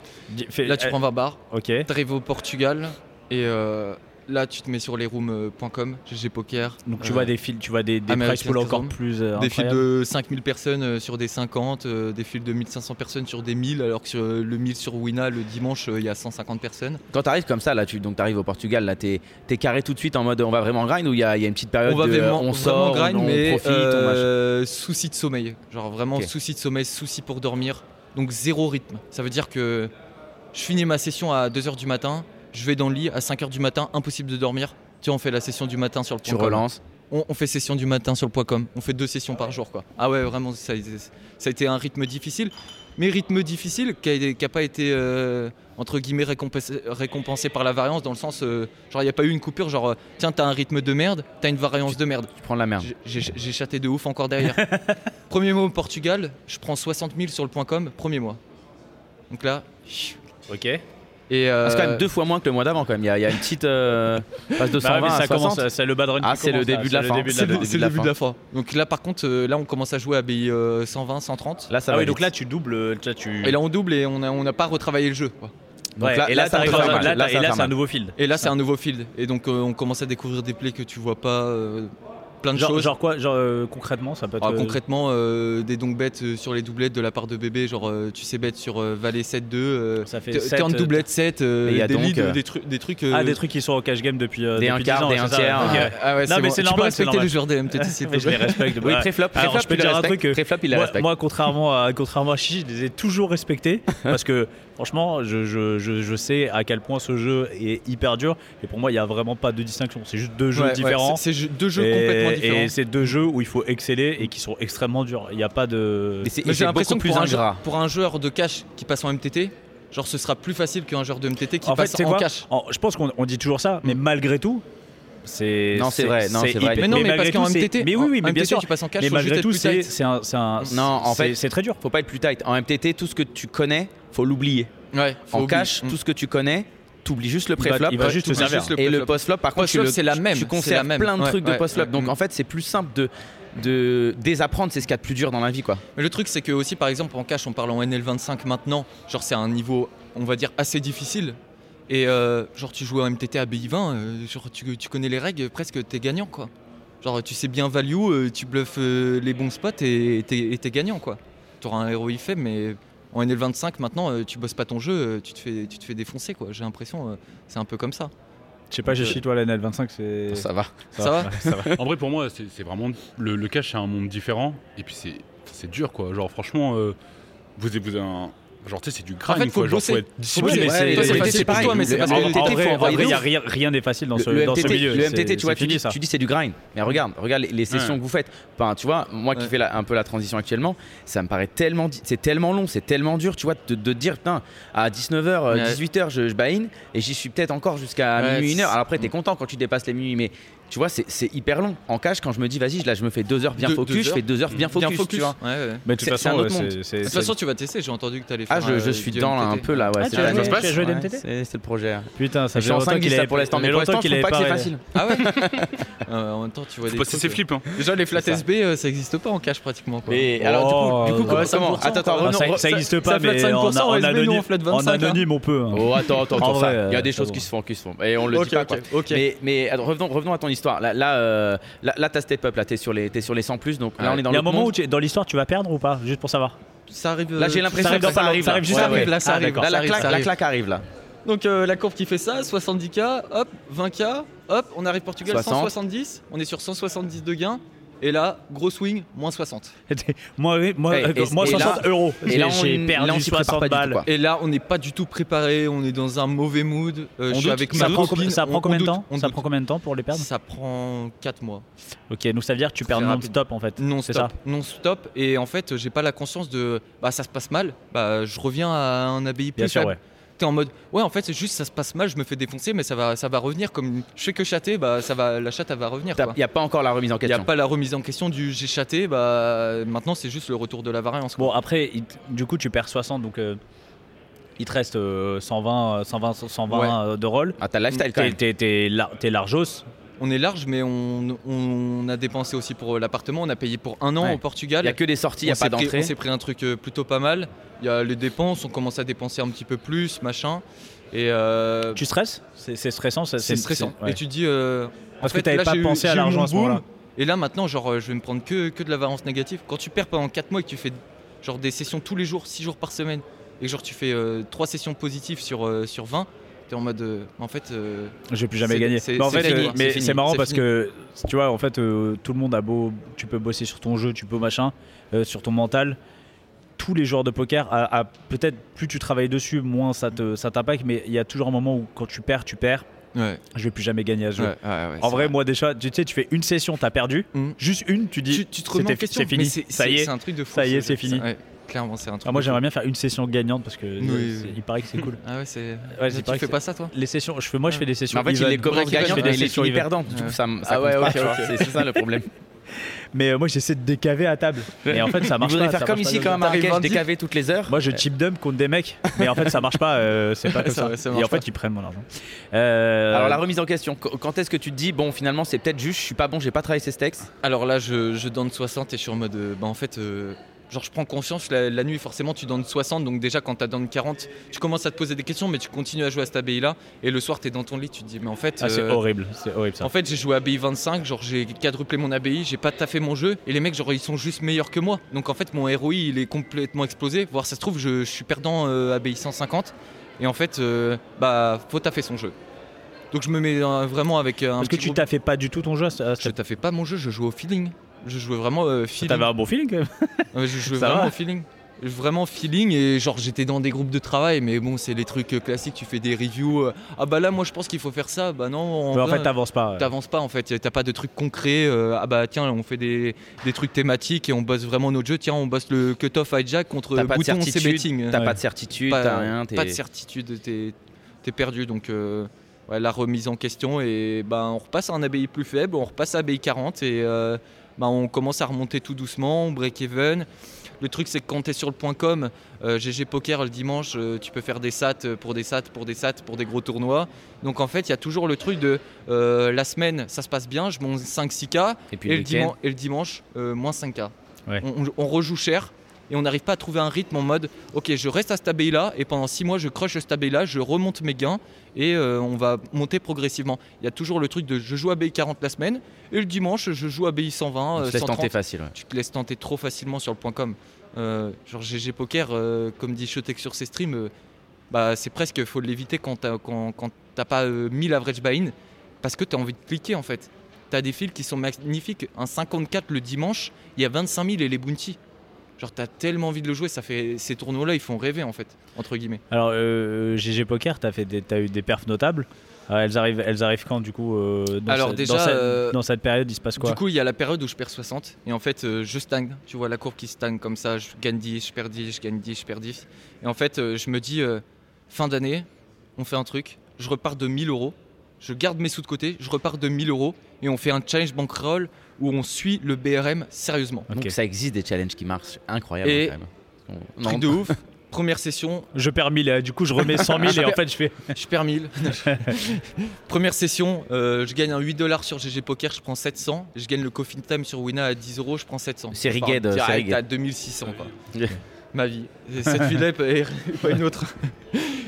Speaker 2: Fais-
Speaker 5: Là, tu
Speaker 2: euh,
Speaker 5: prends 20 bars.
Speaker 2: Ok.
Speaker 5: T'arrives au Portugal et euh, là, tu te mets sur les euh, rooms.com, GG Poker.
Speaker 2: Donc tu
Speaker 5: euh,
Speaker 2: vois des fils, tu vois des, des
Speaker 5: American
Speaker 2: price pools encore
Speaker 5: Trésor.
Speaker 2: plus euh,
Speaker 5: Des files
Speaker 2: incroyables.
Speaker 5: de 5000 personnes euh, sur des 50, euh, des files de 1500 personnes sur des 1000, alors que sur, euh, le 1000 sur Wina, le dimanche, euh, il y a 150 personnes.
Speaker 3: Quand t'arrives comme ça, là, tu donc t'arrives au Portugal, là, t'es t'es carré tout de suite en mode on va vraiment grind ou il y, a il y a une petite période
Speaker 5: on va
Speaker 3: Euh, de,
Speaker 5: vraiment,
Speaker 3: on
Speaker 5: vraiment
Speaker 3: sort,
Speaker 5: grind,
Speaker 3: on, on
Speaker 5: mais
Speaker 3: profite, on machin.
Speaker 5: euh, souci de sommeil. Genre vraiment
Speaker 3: Ok.
Speaker 5: souci de sommeil, souci pour dormir. Donc zéro rythme. Ça veut dire que je finis ma session à 2h du matin, je vais dans le lit à 5h du matin, impossible de dormir. Tu vois, on fait la session du matin sur le
Speaker 3: Tu
Speaker 5: point com.
Speaker 3: relances.
Speaker 5: on, on fait session du matin sur le point com. On fait deux sessions par jour. Quoi. Ah ouais, vraiment, ça, a été- ça a été un rythme difficile. Mais rythme difficile qui n'a pas été, euh, entre guillemets, récompensé, récompensé par la variance, dans le sens, euh, genre, il n'y a pas eu une coupure, genre, euh, tiens, t'as un rythme de merde, t'as une variance de merde.
Speaker 3: Tu prends de la merde.
Speaker 5: J'ai- J'ai j'ai chaté de ouf encore derrière. premier mois au Portugal, je prends 60 000 sur le point com, premier mois. Donc là,
Speaker 2: Ok.
Speaker 5: et euh,
Speaker 3: Ah, c'est quand même deux fois moins que le mois d'avant quand même. Il y, a- il y a une petite euh, passe de 120
Speaker 2: Bah ouais, mais
Speaker 3: à
Speaker 2: ça
Speaker 3: 60.
Speaker 2: commence, c'est le bad run
Speaker 3: Ah,
Speaker 2: qui
Speaker 3: c'est le
Speaker 2: commence, là,
Speaker 3: début de la
Speaker 2: le
Speaker 3: fin.
Speaker 2: début de
Speaker 5: c'est
Speaker 3: C'est
Speaker 2: la-
Speaker 5: le
Speaker 3: début
Speaker 5: c'est
Speaker 3: de
Speaker 5: le
Speaker 3: la
Speaker 5: début de la fin. Donc là, par contre, euh, là, on commence à jouer à BI euh, 120, 130.
Speaker 3: Là, ça
Speaker 2: Ah
Speaker 3: va
Speaker 2: oui, donc
Speaker 3: vite.
Speaker 2: là, tu doubles. Là, tu...
Speaker 5: Et là, on double et on n'a on n'a pas retravaillé le jeu. quoi.
Speaker 3: donc
Speaker 2: Ouais,
Speaker 3: là-
Speaker 2: et
Speaker 3: là,
Speaker 2: là,
Speaker 3: ça
Speaker 2: t'arrives dans
Speaker 3: fait
Speaker 2: un-
Speaker 3: mal.
Speaker 2: là,
Speaker 3: Là,
Speaker 2: et
Speaker 3: ça
Speaker 2: là,
Speaker 3: fait
Speaker 2: c'est un
Speaker 3: mal.
Speaker 2: nouveau field.
Speaker 5: Et là, c'est un nouveau field. Et donc, euh, on commence à découvrir des plaies que tu vois pas, euh, plein de
Speaker 2: Genre,
Speaker 5: choses.
Speaker 2: genre quoi genre, euh, Concrètement, ça peut être.
Speaker 5: Ah,
Speaker 2: euh,
Speaker 5: concrètement, euh, des donc bêtes euh, sur les doublettes de la part de bébé, genre euh, tu sais bête sur euh, Valet 7-2, euh,
Speaker 2: Ça fait
Speaker 5: t-
Speaker 2: sept,
Speaker 5: turn
Speaker 2: euh,
Speaker 5: doublette 7, euh,
Speaker 3: Et il y a
Speaker 5: des
Speaker 3: donc,
Speaker 5: leads,
Speaker 3: euh,
Speaker 5: des, trucs- des trucs. euh,
Speaker 2: Ah, des trucs qui sont au cash game depuis. euh,
Speaker 3: Des un
Speaker 2: depuis 10
Speaker 3: quart,
Speaker 2: ans,
Speaker 3: des
Speaker 2: c'est
Speaker 3: un
Speaker 2: ça
Speaker 3: tiers,
Speaker 2: Ok.
Speaker 3: euh,
Speaker 5: Ah ouais,
Speaker 2: Non,
Speaker 5: c'est
Speaker 2: mais
Speaker 5: bon.
Speaker 2: c'est
Speaker 5: Tu peux
Speaker 2: normal, c'est
Speaker 5: respecter
Speaker 2: normal.
Speaker 5: le joueur des MTTC.
Speaker 2: Mais je les respecte.
Speaker 3: Oui,
Speaker 2: bah,
Speaker 3: très flop. Très
Speaker 2: alors,
Speaker 3: flop,
Speaker 2: je peux
Speaker 3: il
Speaker 2: dire
Speaker 3: la
Speaker 2: un
Speaker 3: respecte.
Speaker 2: truc que-
Speaker 3: Très flop, il la
Speaker 2: Moi,
Speaker 3: respecte.
Speaker 2: moi, contrairement à, contrairement à Chichi, je les ai toujours respectés parce que franchement, je, je- je- je sais à quel point ce jeu est hyper dur et pour moi, il n'y a vraiment pas de distinction. C'est juste deux jeux différents.
Speaker 5: C'est ju- deux jeux
Speaker 2: et-
Speaker 5: complètement
Speaker 2: Et
Speaker 5: différents.
Speaker 2: c'est deux jeux où il faut exceller et qui sont extrêmement durs. Il n'y a pas de.
Speaker 3: Et c'est-
Speaker 5: Mais
Speaker 3: et
Speaker 5: j'ai
Speaker 3: c'est
Speaker 5: l'impression
Speaker 3: beaucoup
Speaker 5: que pour
Speaker 3: plus
Speaker 5: un, joueur,
Speaker 3: ingrat.
Speaker 5: pour un joueur de cash qui passe en MTT, genre ce sera plus facile qu'un joueur de MTT qui
Speaker 2: En fait,
Speaker 5: passe
Speaker 2: c'est
Speaker 5: en
Speaker 2: quoi
Speaker 5: cash.
Speaker 2: En- je pense qu'on on dit toujours ça, mais malgré tout, c'est.
Speaker 3: Mm. Non, c'est vrai, non, c'est vrai.
Speaker 2: hyper-
Speaker 5: Mais non, mais, parce
Speaker 2: malgré
Speaker 5: qu'en
Speaker 2: tout, c'est-
Speaker 5: MTT,
Speaker 2: Mais oui, oui,
Speaker 5: en
Speaker 2: mais bien
Speaker 5: MTT,
Speaker 2: sûr.
Speaker 5: tu passes en cash,
Speaker 2: Mais
Speaker 5: faut
Speaker 2: malgré
Speaker 5: juste
Speaker 2: tout,
Speaker 5: être plus
Speaker 2: c'est
Speaker 5: tight.
Speaker 2: c'est un, c'est un-
Speaker 3: Non, en
Speaker 2: c'est-
Speaker 3: fait-
Speaker 2: c'est très dur.
Speaker 3: Faut pas être plus tight. En MTT, tout ce que tu connais, faut l'oublier.
Speaker 5: Ouais, faut
Speaker 3: En
Speaker 5: oublier.
Speaker 3: cash,
Speaker 5: Mm.
Speaker 3: tout ce que tu connais, t'oublies juste le
Speaker 2: Il va-
Speaker 3: pré-flop.
Speaker 2: il va juste
Speaker 3: tu
Speaker 2: le
Speaker 3: oublies
Speaker 2: servir.
Speaker 3: et le
Speaker 5: post
Speaker 3: post-flop, par contre, tu
Speaker 5: Post-flop,
Speaker 3: le-
Speaker 5: c'est la
Speaker 3: tu-
Speaker 5: même,
Speaker 3: Tu
Speaker 5: c'est
Speaker 3: conserves
Speaker 5: la même.
Speaker 3: plein de
Speaker 5: Ouais,
Speaker 3: trucs de
Speaker 5: ouais,
Speaker 3: post-flop.
Speaker 5: ouais.
Speaker 3: Donc
Speaker 5: Mm.
Speaker 3: en fait, c'est plus simple de, de désapprendre. C'est ce qu'il y a de plus dur dans la vie, quoi.
Speaker 5: Mais le truc, c'est que aussi, par exemple, en cash, on parle en NL25 maintenant. Genre, c'est un niveau, on va dire, assez difficile. Et euh, genre, tu joues en MTT à BI20, euh, genre, tu, tu connais les règles, presque, t'es gagnant, quoi. Genre, tu sais bien value, euh, tu bluffes euh, les bons spots et et t'es et t'es gagnant, quoi. T'auras un héros faible, mais en NL25, maintenant, euh, tu bosses pas ton jeu, euh, tu te fais, tu te fais défoncer, quoi. J'ai l'impression, euh, c'est un peu comme ça.
Speaker 2: Je sais pas, j'ai chez toi la NL25, c'est.
Speaker 3: Ça va.
Speaker 5: ça va
Speaker 2: ouais, ça va.
Speaker 4: En vrai, pour moi, c'est c'est vraiment. Le, le cash, c'est un monde différent. Et puis, c'est- c'est dur, quoi. Genre, franchement, euh, vous, vous avez un. Genre, tu sais, c'est du grind,
Speaker 5: En fait, faut
Speaker 4: quoi. Ah, Genre,
Speaker 5: bosser.
Speaker 4: faut être
Speaker 2: Oui,
Speaker 4: discipliné.
Speaker 2: mais
Speaker 3: Ouais,
Speaker 2: c'est-
Speaker 3: toi,
Speaker 2: c'est
Speaker 3: facile
Speaker 5: facile
Speaker 3: pour
Speaker 5: pour toi, mais c'est parce
Speaker 3: le
Speaker 5: que
Speaker 3: MTT,
Speaker 2: En
Speaker 5: t'es
Speaker 2: vrai,
Speaker 5: fort,
Speaker 2: en vrai,
Speaker 5: envoyer
Speaker 2: il n'y a
Speaker 5: des
Speaker 2: rien, rien d'effacile dans,
Speaker 3: Le-
Speaker 2: ce,
Speaker 3: le,
Speaker 2: dans ce
Speaker 3: MTT,
Speaker 2: milieu.
Speaker 3: le
Speaker 2: C'est-
Speaker 3: MTT, tu
Speaker 2: c'est
Speaker 3: vois, tu
Speaker 2: fini,
Speaker 3: dis,
Speaker 2: ça.
Speaker 3: tu dis c'est du grind. Mais regarde, regarde les, les sessions
Speaker 4: Ouais.
Speaker 3: que vous faites. Enfin, tu vois, moi qui
Speaker 5: Ouais.
Speaker 3: fais la- un peu la transition actuellement, ça me paraît tellement, di- c'est tellement long, c'est tellement dur, tu vois, de, de te dire, putain, à 19h, euh,
Speaker 5: Ouais.
Speaker 3: 18h, je, je buy in et j'y suis peut-être encore jusqu'à
Speaker 5: Ouais,
Speaker 3: minuit, une heure.
Speaker 5: c'est-
Speaker 3: Alors après, t'es content quand tu dépasses les minuit, mais tu vois, c'est- c'est hyper long. En cash, quand je me dis, vas-y, là, je me fais deux heures bien
Speaker 5: Deux-
Speaker 3: focus,
Speaker 5: deux
Speaker 3: je
Speaker 5: heures.
Speaker 3: fais deux heures bien focus,
Speaker 5: bien
Speaker 3: tu vois.
Speaker 5: Ouais, ouais.
Speaker 2: Mais de toute
Speaker 3: c'est- c'est un
Speaker 2: façon,
Speaker 3: autre monde.
Speaker 2: c'est- c'est.
Speaker 5: De toute
Speaker 2: c'est-
Speaker 5: façon, tu vas tester, j'ai entendu que t'allais faire.
Speaker 3: Ah, je, je
Speaker 5: euh,
Speaker 3: suis
Speaker 5: du
Speaker 3: dedans là un
Speaker 5: MTT.
Speaker 3: peu là, ouais.
Speaker 2: Ah,
Speaker 3: c'est
Speaker 2: tu as
Speaker 3: la-
Speaker 2: joué-
Speaker 4: ça se
Speaker 2: tu as
Speaker 4: passe
Speaker 2: joué
Speaker 3: Ouais,
Speaker 2: DMTT
Speaker 3: c'est c'est le projet.
Speaker 2: Putain, ça
Speaker 3: je suis
Speaker 2: fait
Speaker 3: en
Speaker 2: longtemps
Speaker 3: 5
Speaker 2: qu'il avait
Speaker 3: pour l'instant,
Speaker 2: ça fait
Speaker 3: mais pour
Speaker 2: longtemps
Speaker 3: l'instant, je
Speaker 2: qu'il
Speaker 3: trouve
Speaker 2: avait
Speaker 3: pas que c'est
Speaker 2: pas-
Speaker 3: facile.
Speaker 5: Ah ouais Euh, En même temps, tu vois
Speaker 4: Faut
Speaker 5: des
Speaker 4: passer
Speaker 5: trucs,
Speaker 4: ses
Speaker 5: euh,
Speaker 4: flips, hein.
Speaker 5: Déjà, les flats
Speaker 3: C'est ça.
Speaker 5: SB, euh, ça n'existe pas en cash pratiquement. Quoi.
Speaker 3: Mais alors, du coup, du coup
Speaker 2: Oh,
Speaker 3: comment-
Speaker 5: ouais,
Speaker 3: comment
Speaker 5: 5%,
Speaker 3: Attends, attends,
Speaker 5: quoi.
Speaker 2: Ah,
Speaker 3: revenons-
Speaker 2: ça,
Speaker 3: re-
Speaker 2: ça existe
Speaker 5: ça
Speaker 2: pas,
Speaker 5: flatte
Speaker 2: mais
Speaker 5: 5%,
Speaker 2: en, en
Speaker 5: SB, nous, on
Speaker 2: anonyme,
Speaker 5: flatte
Speaker 2: en
Speaker 5: 25, hein.
Speaker 2: anonyme, on peut. hein.
Speaker 3: Oh, attends, attends,
Speaker 2: En
Speaker 3: attends,
Speaker 2: vrai,
Speaker 3: ça, il y a des
Speaker 2: euh,
Speaker 3: choses
Speaker 2: c'est
Speaker 3: qui
Speaker 2: bon.
Speaker 3: se font, qui se font. Et on le
Speaker 5: Ok,
Speaker 3: dit pas,
Speaker 5: ok,
Speaker 3: quoi.
Speaker 5: ok.
Speaker 3: Mais, mais alors, revenons, revenons à ton histoire. Là, là, euh, là, là, t'as step up, là, t'es sur les, t'es sur les 100 plus, donc là, on est dans
Speaker 2: Il y a
Speaker 3: le
Speaker 2: un moment où tu- dans l'histoire tu vas perdre ou pas Juste pour savoir.
Speaker 5: ça arrive.
Speaker 3: Là, j'ai
Speaker 5: euh,
Speaker 3: l'impression
Speaker 5: ça
Speaker 3: que
Speaker 5: arrive,
Speaker 3: ça arrive.
Speaker 5: ça arrive,
Speaker 3: là.
Speaker 5: juste
Speaker 3: Ouais,
Speaker 5: arrive,
Speaker 3: ouais.
Speaker 5: là, ça
Speaker 3: Ah,
Speaker 5: arrive.
Speaker 3: d'accord.
Speaker 5: ça
Speaker 3: Là, la
Speaker 5: arrive,
Speaker 3: claque,
Speaker 5: ça
Speaker 3: la
Speaker 5: arrive.
Speaker 3: claque arrive, là.
Speaker 5: Donc, euh, la courbe qui fait ça 70K, hop, 20K, hop, on arrive Portugal
Speaker 3: 60.
Speaker 5: 170, on est sur 170 de gain. Et là, gros swing, moins 60.
Speaker 2: moi, oui, moi,
Speaker 3: Et-
Speaker 2: euh,
Speaker 3: Eh, et-
Speaker 2: moi
Speaker 3: et là-
Speaker 2: 60 euros.
Speaker 3: et là,
Speaker 2: J'ai- j'ai
Speaker 3: on-
Speaker 2: perdu
Speaker 3: là, on s'y prépare
Speaker 2: 60
Speaker 3: pas du tout,
Speaker 2: balles.
Speaker 3: quoi.
Speaker 5: Et là, on n'est pas du tout préparé, on est dans un mauvais mood. Euh,
Speaker 2: On
Speaker 5: je suis
Speaker 2: doute
Speaker 5: avec
Speaker 2: ça,
Speaker 5: ma
Speaker 2: prend,
Speaker 5: copine,
Speaker 2: com- ça
Speaker 5: on-
Speaker 2: prend
Speaker 5: on
Speaker 2: combien de
Speaker 5: doute,
Speaker 2: temps
Speaker 5: on
Speaker 2: Ça
Speaker 5: doute.
Speaker 2: prend combien de temps pour les perdre
Speaker 5: Ça prend 4 mois.
Speaker 2: Ok, donc ça veut dire que tu perds
Speaker 5: Très rapide.
Speaker 2: non-stop en fait.
Speaker 5: non
Speaker 2: C'est ça
Speaker 5: stop, non stop et en fait j'ai pas la conscience de bah ça se passe mal bah je reviens à un ABI plus
Speaker 2: Bien sûr,
Speaker 5: faible.
Speaker 2: ouais.
Speaker 5: t'es en mode ouais en fait c'est juste ça se passe mal je me fais défoncer mais ça va ça va revenir comme je fais que chatter bah ça va la chatte elle va revenir
Speaker 3: T'as-
Speaker 5: quoi.
Speaker 3: Il n'y a pas encore la remise en
Speaker 5: Il n'y a
Speaker 3: question.
Speaker 5: pas la remise en question du j'ai chaté, bah maintenant c'est juste le retour de la variance. quoi.
Speaker 2: Bon, après, il te- du coup, tu perds 60, donc euh, il te reste euh, 120, euh, 120, 120 euh, de roll.
Speaker 3: Ah, t'as le lifestyle quand
Speaker 2: T'es-
Speaker 3: même.
Speaker 2: T'es t'es lar- t'es largos.
Speaker 5: On est large, mais on, on a dépensé aussi pour l'appartement, on a payé pour un an
Speaker 3: Ouais.
Speaker 5: au
Speaker 3: Il
Speaker 5: Portugal.
Speaker 3: n'y a que des sorties, il n'y a
Speaker 5: on s'est
Speaker 3: pas
Speaker 5: pris-
Speaker 3: d'entrée.
Speaker 5: On s'est pris un truc euh, plutôt pas mal. Il y a les dépenses, on commence à dépenser un petit peu plus, machin. Et euh,
Speaker 2: Tu stresses C'est c'est stressant, ça,
Speaker 5: c'est stressant.
Speaker 2: ouais.
Speaker 5: Et tu te dis, euh,
Speaker 2: Parce
Speaker 5: En fait,
Speaker 2: que t'avais
Speaker 5: là,
Speaker 2: pas
Speaker 5: j'ai eu-
Speaker 2: pensé à
Speaker 5: j'ai eu
Speaker 2: l'argent
Speaker 5: mon
Speaker 2: à ce moment-là.
Speaker 5: boom, Et là maintenant, genre, euh, je vais me prendre que, que de la variance négative. Quand tu perds pendant 4 mois et que tu fais genre des sessions tous les jours, 6 jours par semaine, et que genre tu fais 3 sessions positives sur, euh, sur 20, t'es en mode. euh, en fait. euh,
Speaker 2: Je vais plus jamais
Speaker 5: C'est-
Speaker 2: gagner.
Speaker 5: c'est-
Speaker 2: Mais en
Speaker 5: c'est
Speaker 2: fait,
Speaker 5: fini,
Speaker 2: euh, mais
Speaker 5: c'est fini,
Speaker 2: c'est marrant
Speaker 5: c'est
Speaker 2: parce
Speaker 5: fini.
Speaker 2: que tu vois, en fait, euh, tout le monde a beau, tu peux bosser sur ton jeu, tu peux machin, euh, sur ton mental. Tous les joueurs de poker, a, a- peut-être plus tu travailles dessus, moins ça te ça t'impacte. Mais il y a toujours un moment où quand tu perds, tu perds.
Speaker 5: Ouais,
Speaker 2: Je vais plus jamais gagner à ce jeu.
Speaker 5: ouais, ouais, ouais,
Speaker 2: en
Speaker 5: c'est
Speaker 2: vrai, moi déjà, tu sais, tu fais une session, t'as perdu.
Speaker 5: Mm.
Speaker 2: Juste une, tu dis,
Speaker 5: tu, tu te remets en
Speaker 2: c'était-
Speaker 5: question.
Speaker 2: c'est
Speaker 5: mais
Speaker 2: fini, ça
Speaker 5: c'est-
Speaker 2: y est.
Speaker 5: C'est un truc de fou.
Speaker 2: ça y
Speaker 5: ce
Speaker 2: est, c'est
Speaker 5: jeu.
Speaker 2: fini.
Speaker 5: Ouais, clairement, c'est un truc.
Speaker 2: Ah, moi,
Speaker 5: de
Speaker 2: j'aimerais
Speaker 5: fou.
Speaker 2: bien faire une session gagnante parce que euh,
Speaker 5: Oui,
Speaker 2: c'est-
Speaker 5: oui.
Speaker 2: il paraît que c'est cool.
Speaker 5: Ah ouais, c'est.
Speaker 2: Ouais, c'est
Speaker 5: tu
Speaker 2: pareil
Speaker 5: fais
Speaker 2: que
Speaker 5: pas ça, toi
Speaker 2: Les sessions, je fais, moi, je fais des sessions.
Speaker 3: Mais en fait, il
Speaker 2: even.
Speaker 3: les commence
Speaker 5: Braque Even,
Speaker 2: je
Speaker 3: gagnant,
Speaker 2: fais
Speaker 3: mais
Speaker 2: des
Speaker 3: il les
Speaker 2: sessions
Speaker 3: finit
Speaker 2: even.
Speaker 3: perdant. Du coup,
Speaker 5: Ouais.
Speaker 3: ça, m- ça
Speaker 2: Ah
Speaker 3: compte
Speaker 2: ouais,
Speaker 3: pas,
Speaker 2: ok,
Speaker 3: tu vois.
Speaker 2: ok.
Speaker 3: C'est c'est ça le problème.
Speaker 2: Mais euh, moi, j'essaie de décaver à table. Mais en fait, ça
Speaker 3: Il
Speaker 2: marche
Speaker 3: voudrait
Speaker 2: pas,
Speaker 3: faire
Speaker 2: ça
Speaker 3: comme
Speaker 2: marche pas
Speaker 3: ici,
Speaker 2: du
Speaker 3: comme à
Speaker 2: tout.
Speaker 3: Marrakech,
Speaker 5: T'arrives
Speaker 3: décaver toutes les heures.
Speaker 2: Moi, je chip dump contre des mecs, mais en fait, ça marche pas. euh, c'est pas comme
Speaker 5: Ça,
Speaker 2: ça.
Speaker 5: ouais, ça
Speaker 2: Et
Speaker 5: marche
Speaker 2: en fait, ils prennent mon argent. Euh,
Speaker 3: Alors la remise en question, qu- quand est-ce que tu te dis bon finalement c'est peut-être juste je suis pas bon, j'ai pas travaillé ces textes
Speaker 5: Alors là, je, je donne 60 et je suis en mode. euh, bah en fait. euh, Genre je prends conscience, la, la nuit forcément tu donnes 60, donc déjà quand t'as donné 40, tu commences à te poser des questions, mais tu continues à jouer à cette abbaye-là, et le soir t'es dans ton lit, tu te dis mais en fait...
Speaker 2: ah, c'est
Speaker 5: euh,
Speaker 2: horrible, c'est horrible ça.
Speaker 5: En fait, j'ai joué ABI 25, genre j'ai quadruplé mon ABI, j'ai pas taffé mon jeu, et les mecs, genre ils sont juste meilleurs que moi. Donc en fait, mon ROI il est complètement explosé. Voire ça se trouve, je, je suis perdant euh, ABI 150, et en fait, euh, bah faut taffer son jeu. Donc je me mets euh, vraiment avec euh, un.
Speaker 2: Parce que
Speaker 5: petit
Speaker 2: tu
Speaker 5: groupe.
Speaker 2: t'as fait pas du tout ton jeu. à ce- à ce-
Speaker 5: Je taffais pas mon jeu, je jouais au feeling. Je jouais vraiment euh, feeling.
Speaker 2: T'avais un bon feeling quand même.
Speaker 5: Ouais, je jouais
Speaker 2: Ça
Speaker 5: vraiment
Speaker 2: va
Speaker 5: au feeling. Vraiment feeling et genre j'étais dans des groupes de travail mais bon c'est les trucs euh, classiques tu fais des reviews euh, ah bah là moi je pense qu'il faut faire ça bah non en
Speaker 2: Mais en
Speaker 5: vrai,
Speaker 2: fait, t'avances pas. euh. ouais.
Speaker 5: T'avances pas en fait, t'as pas de trucs concrets. euh, ah bah tiens, on fait des, des trucs thématiques et on bosse vraiment notre jeu. Tiens, on bosse le cut-off hijack contre
Speaker 3: T'as pas de
Speaker 5: bouton c'est
Speaker 3: certitude,
Speaker 5: betting.
Speaker 3: T'as
Speaker 2: Ouais.
Speaker 3: pas de certitude,
Speaker 5: Pas-
Speaker 3: t'as rien, t'es-
Speaker 5: Pas de certitude, t'es t'es perdu. Donc euh, ouais, la remise en question et bah, on repasse à un ABI plus faible, on repasse à ABI 40 et euh, bah, on commence à remonter tout doucement, on break even. Le truc c'est que quand t'es sur le point com, euh, GG Poker le dimanche, euh, tu peux faire des sats pour des sats pour des sats pour des gros tournois. Donc en fait il y a toujours le truc de euh, la semaine ça se passe bien, je monte 5-6K
Speaker 3: Et puis
Speaker 5: et,
Speaker 3: le
Speaker 5: le,
Speaker 3: week-end,
Speaker 5: diman- et le dimanche euh, moins 5K.
Speaker 2: Ouais.
Speaker 5: On, on- on rejoue cher et on n'arrive pas à trouver un rythme en mode ok je reste à cette abbaye là et pendant 6 mois je crush cette abbaye là, je remonte mes gains et euh, on va monter progressivement. Il y a toujours le truc de je joue abbaye 40 la semaine et le dimanche je joue abbaye 120,
Speaker 3: on
Speaker 5: euh,
Speaker 3: se laisse
Speaker 5: 130
Speaker 3: tenter facile. ouais.
Speaker 5: tu te laisses tenter trop facilement sur le point com. Euh, genre GG Poker, euh, comme dit Shotek sur ses streams, euh, bah, c'est presque, faut l'éviter quand t'as, quand, quand t'as pas euh, 1000 average buy-in, parce que t'as envie de cliquer en fait. T'as des fils qui sont magnifiques, un 54 le dimanche, il y a 25 000 et les bounty. Genre t'as tellement envie de le jouer, ça fait ces tournois-là, ils font rêver en fait, entre guillemets.
Speaker 2: Alors, euh, GG Poker, t'as fait des- t'as eu des perfs notables. Euh, elles, arrivent, elles arrivent quand du coup euh, dans,
Speaker 5: Alors,
Speaker 2: cette-
Speaker 5: déjà,
Speaker 2: dans, cette,
Speaker 5: euh,
Speaker 2: dans cette période, il se passe quoi
Speaker 5: du coup, il y a la période où je perds 60 et en fait, euh, je stagne. Tu vois la courbe qui stagne comme ça, je gagne 10, je perds 10, je gagne 10, je perds 10. Et en fait, euh, je me dis, euh, fin d'année, on fait un truc, je repars de 1000 euros, je garde mes sous de côté, je repars de 1000 euros et on fait un challenge bankroll où on suit le BRM sérieusement.
Speaker 2: Ok.
Speaker 3: Donc ça existe des challenges qui marchent, c'est incroyable quand
Speaker 5: Et-
Speaker 3: même. On-
Speaker 5: Truc
Speaker 3: non,
Speaker 5: de ouf. Première session,
Speaker 2: Je perds 1000, euh, du coup, je remets 100 000 et en fait, je fais.
Speaker 5: Ah, je perds 1000. Première session, euh, je gagne un 8 dollars sur GG Poker, je prends 700. Je gagne le Coffin Time sur Wina à 10 euros, je prends 700.
Speaker 3: C'est rigged,
Speaker 5: Enfin,
Speaker 3: c'est
Speaker 5: direct
Speaker 3: rigged.
Speaker 5: à 2600 quoi.
Speaker 3: Ouais.
Speaker 5: Ma vie. Et Cette vie-là, et pas une autre.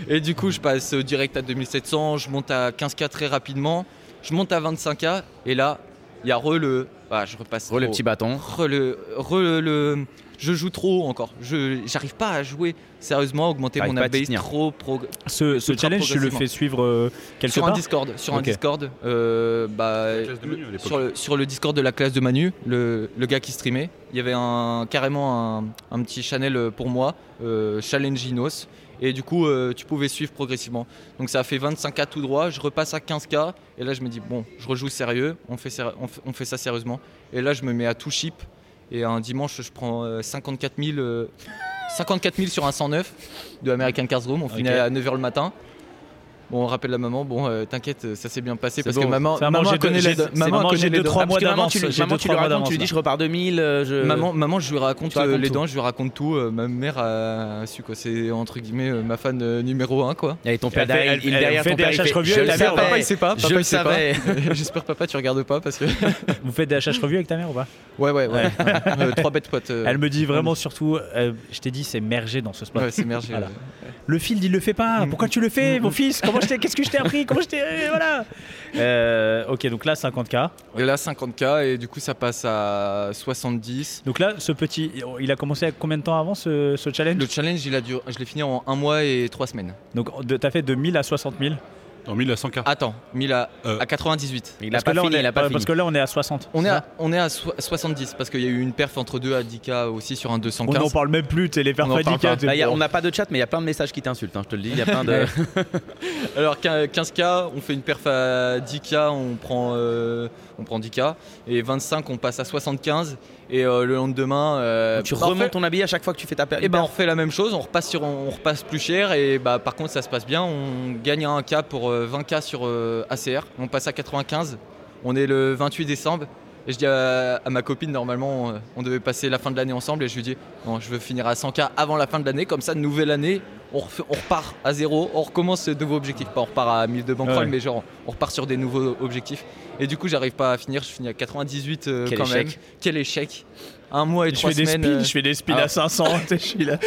Speaker 5: Et du coup, je passe euh, direct à 2700, je monte à 15K très rapidement, je monte à 25K et là, il y a re le. Ah, je repasse.
Speaker 3: Re, le
Speaker 5: trop.
Speaker 3: petit bâton.
Speaker 5: Re le, re le- le- je joue trop encore. Je j'arrive pas à jouer sérieusement, à augmenter
Speaker 3: T'arrives
Speaker 5: mon
Speaker 3: pas à t'y
Speaker 5: abbaye
Speaker 3: tenir.
Speaker 5: trop prog-
Speaker 2: Ce, ce
Speaker 5: Ultra
Speaker 2: challenge, tu le
Speaker 5: progressivement.
Speaker 2: fais suivre euh, quelque
Speaker 5: sur un
Speaker 2: part
Speaker 5: Discord, sur un
Speaker 2: Ok.
Speaker 5: Discord, euh, bah,
Speaker 4: La classe de Manu, à l'époque.
Speaker 5: sur, le, sur le Discord de la classe de Manu, le, le gars qui streamait, il y avait un, carrément un, un petit channel pour moi, euh, Challenge Inos, et du coup euh, tu pouvais suivre progressivement. Donc ça a fait 25K tout droit, je repasse à 15K, et là je me dis bon, je rejoue sérieux, on fait, séri- on fait, on fait ça sérieusement, et là je me mets à tout chip, et un dimanche je prends euh, 54 000... euh, 54 000 sur un 109 de American Cars Room, on finit
Speaker 2: Ok.
Speaker 5: à 9h le matin. Bon, on rappelle la maman, bon, euh, t'inquiète, euh, ça s'est bien passé
Speaker 2: C'est
Speaker 5: parce
Speaker 2: bon,
Speaker 5: que maman,
Speaker 2: ça,
Speaker 5: maman
Speaker 2: j'ai
Speaker 5: connaît
Speaker 2: deux-
Speaker 5: les
Speaker 2: j'ai-
Speaker 5: do-
Speaker 2: c'est
Speaker 5: maman
Speaker 2: maman,
Speaker 5: connaît
Speaker 2: j'ai
Speaker 5: les
Speaker 2: deux,
Speaker 5: dons.
Speaker 2: trois
Speaker 3: Parce
Speaker 2: mois
Speaker 3: que maman,
Speaker 2: d'avance.
Speaker 3: tu, lui-
Speaker 2: j'ai
Speaker 3: maman,
Speaker 2: deux,
Speaker 3: tu
Speaker 2: trois
Speaker 3: lui
Speaker 2: mois
Speaker 3: racontes, tu
Speaker 2: d'avance,
Speaker 3: lui dis
Speaker 2: là.
Speaker 3: je repars de 1000, euh, je...
Speaker 5: Maman, maman, je lui raconte
Speaker 3: Tu
Speaker 5: euh,
Speaker 3: racontes
Speaker 5: les
Speaker 3: tout.
Speaker 5: dents, je lui raconte tout. euh, ma mère a su quoi, c'est entre guillemets euh, ma fan euh, numéro 1 quoi.
Speaker 3: Et ton père
Speaker 2: Elle fait-
Speaker 3: derrière,
Speaker 2: elle-
Speaker 3: il
Speaker 2: elle
Speaker 3: derrière
Speaker 2: fait
Speaker 3: ton
Speaker 2: des
Speaker 3: père, il
Speaker 2: recherches
Speaker 3: fait,
Speaker 2: revues
Speaker 3: je
Speaker 2: avec
Speaker 3: le
Speaker 2: la mère,
Speaker 3: savais,
Speaker 5: il sait pas,
Speaker 3: je le savais.
Speaker 5: J'espère papa tu regardes pas parce que.
Speaker 2: Vous faites des HH reviews avec ta mère ou pas
Speaker 5: Ouais ouais ouais. Euh, trois bêtes potes. euh,
Speaker 2: Elle me dit vraiment surtout, euh, je t'ai dit, c'est mergé dans ce spot.
Speaker 5: Ouais, Mm. c'est euh, mergé.
Speaker 2: Voilà.
Speaker 5: ouais.
Speaker 2: Le field, il le fait pas. Pourquoi tu le fais, mon fils Comment je t'ai- Qu'est-ce que je t'ai appris Comment je t'ai euh, voilà Euh, Ok, donc là 50k.
Speaker 5: Et là 50K et du coup ça passe à 70.
Speaker 2: Donc là, ce petit, il a commencé à combien de temps avant ce, ce challenge
Speaker 5: Le challenge, il a duré, je l'ai fini en un mois et trois semaines.
Speaker 2: Donc de- t'as fait de 1000 à 60 000.
Speaker 4: En 1000 à 100K.
Speaker 5: Attends, 1000 à,
Speaker 4: Euh.
Speaker 5: à 98.
Speaker 3: Il a
Speaker 2: Parce
Speaker 3: pas
Speaker 2: que là, on
Speaker 3: fini,
Speaker 2: est- euh,
Speaker 3: il a pas fini.
Speaker 2: Parce que là, on est à 60.
Speaker 5: On est,
Speaker 2: Ça
Speaker 5: à, on est à so- 70 parce qu'il y a eu une perf entre 2 à 10K aussi sur un
Speaker 2: On
Speaker 5: 215.
Speaker 2: n'en parle même plus, t'es les
Speaker 5: On en parle
Speaker 2: perpédicates.
Speaker 5: pas.
Speaker 2: t'es
Speaker 3: Là, y a-
Speaker 2: bon.
Speaker 3: on n'a pas de chat, mais il y a plein de messages qui t'insultent. hein, je te le dis, il y a plein de.
Speaker 5: Alors qu'un- 15K, on fait une perf à 10K, on prend, euh, on prend 10K. Et 25, on passe à 75. Et euh, le lendemain. euh,
Speaker 3: tu
Speaker 5: bah, on
Speaker 3: remontes
Speaker 5: fait-
Speaker 3: ton habillé à chaque fois que tu fais ta paire.
Speaker 5: Et ben on refait la même chose, on repasse, sur, on repasse plus cher et bah par contre ça se passe bien, on gagne un k pour euh, 20K sur euh, ACR, on passe à 95, on est le 28 décembre et je dis à, à ma copine normalement euh, on devait passer la fin de l'année ensemble et je lui dis non je veux finir à 100K avant la fin de l'année comme ça nouvelle année on, refait- on repart à zéro, on recommence ce nouveau objectif, pas on repart à 1000 de banquerolle
Speaker 2: Ouais.
Speaker 5: mais genre on repart sur des nouveaux objectifs et du coup j'arrive pas à finir, je finis à 98 euh,
Speaker 3: Quel
Speaker 5: quand
Speaker 3: échec.
Speaker 5: même, quel échec, un mois et
Speaker 2: Je
Speaker 5: trois
Speaker 2: fais des
Speaker 5: semaines.
Speaker 2: speeds,
Speaker 5: euh,
Speaker 2: je fais des speeds
Speaker 5: ah.
Speaker 2: à 500. je suis là.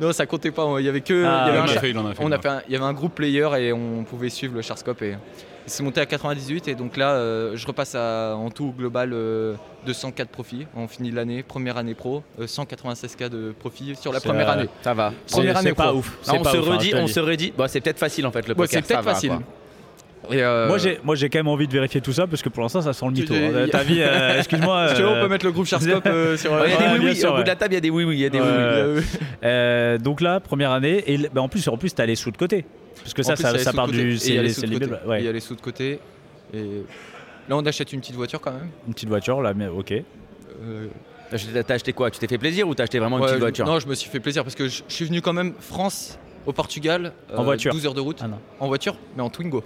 Speaker 5: non, ça comptait pas. hein. Il y avait que.
Speaker 2: Ah,
Speaker 4: Il
Speaker 5: il y avait
Speaker 4: en
Speaker 5: un
Speaker 4: a
Speaker 5: char-
Speaker 4: fait, il en a fait.
Speaker 5: on
Speaker 4: il en
Speaker 5: a fait un- il y avait un groupe player et on pouvait suivre le Charscope et c'est monté à 98 et donc là euh, je repasse à en tout au global euh, 204 profits. On finit l'année première année pro, euh, 196k de profits sur la
Speaker 2: C'est,
Speaker 5: première
Speaker 2: euh,
Speaker 5: année.
Speaker 3: Ça va.
Speaker 5: Première
Speaker 2: C'est-
Speaker 5: année
Speaker 2: C'est pas
Speaker 5: pro.
Speaker 2: ouf.
Speaker 3: Non,
Speaker 2: c'est
Speaker 3: on
Speaker 2: pas
Speaker 3: se
Speaker 2: ouf, hein,
Speaker 3: redit,
Speaker 2: je te le
Speaker 3: on
Speaker 2: dis.
Speaker 3: se redit. Bon, c'est peut-être facile en fait le
Speaker 5: Ouais,
Speaker 3: poker.
Speaker 5: c'est
Speaker 3: ça
Speaker 5: peut-être
Speaker 3: va,
Speaker 5: facile.
Speaker 3: quoi.
Speaker 5: Et, euh,
Speaker 2: Moi j'ai, moi j'ai quand même envie de vérifier tout ça parce que pour l'instant ça sent le mytho.
Speaker 5: Tu-
Speaker 2: hein.
Speaker 5: tu-
Speaker 2: Ta vie, euh, excuse-moi.
Speaker 5: si tu veux, on
Speaker 2: euh,
Speaker 5: peut mettre le groupe Charscope euh, sur.
Speaker 3: Oh, Il y a
Speaker 2: Ouais,
Speaker 3: des
Speaker 2: bien
Speaker 3: oui-oui.
Speaker 2: sûr,
Speaker 3: Au
Speaker 2: ouais.
Speaker 3: bout de la table, il y a des oui-oui. Il y a des
Speaker 2: Ouais.
Speaker 3: oui-oui.
Speaker 5: Euh,
Speaker 2: euh, donc là, première année. Et l- bah, en plus, en plus, t'as les sous de côté. Parce que ça,
Speaker 5: En plus, il y a
Speaker 2: ça,
Speaker 5: les
Speaker 2: ça part
Speaker 5: sous-côtés. Et
Speaker 2: du.
Speaker 5: Il y a les
Speaker 2: c'est
Speaker 5: sous-côtés.
Speaker 2: libéral, ouais.
Speaker 5: Et il y a les sous de côté. Et là, on achète une petite voiture quand même.
Speaker 2: Une petite voiture là, mais ok.
Speaker 5: Euh,
Speaker 3: T'as acheté- T'as acheté quoi Tu t'es fait plaisir ou t'as acheté vraiment une
Speaker 5: Ouais,
Speaker 3: petite
Speaker 5: je-
Speaker 3: voiture
Speaker 5: Non, je me suis fait plaisir parce que je, je suis venu quand même France au Portugal.
Speaker 2: En voiture.
Speaker 5: 12 heures de route.
Speaker 2: Ah, non.
Speaker 5: En voiture, mais en Twingo.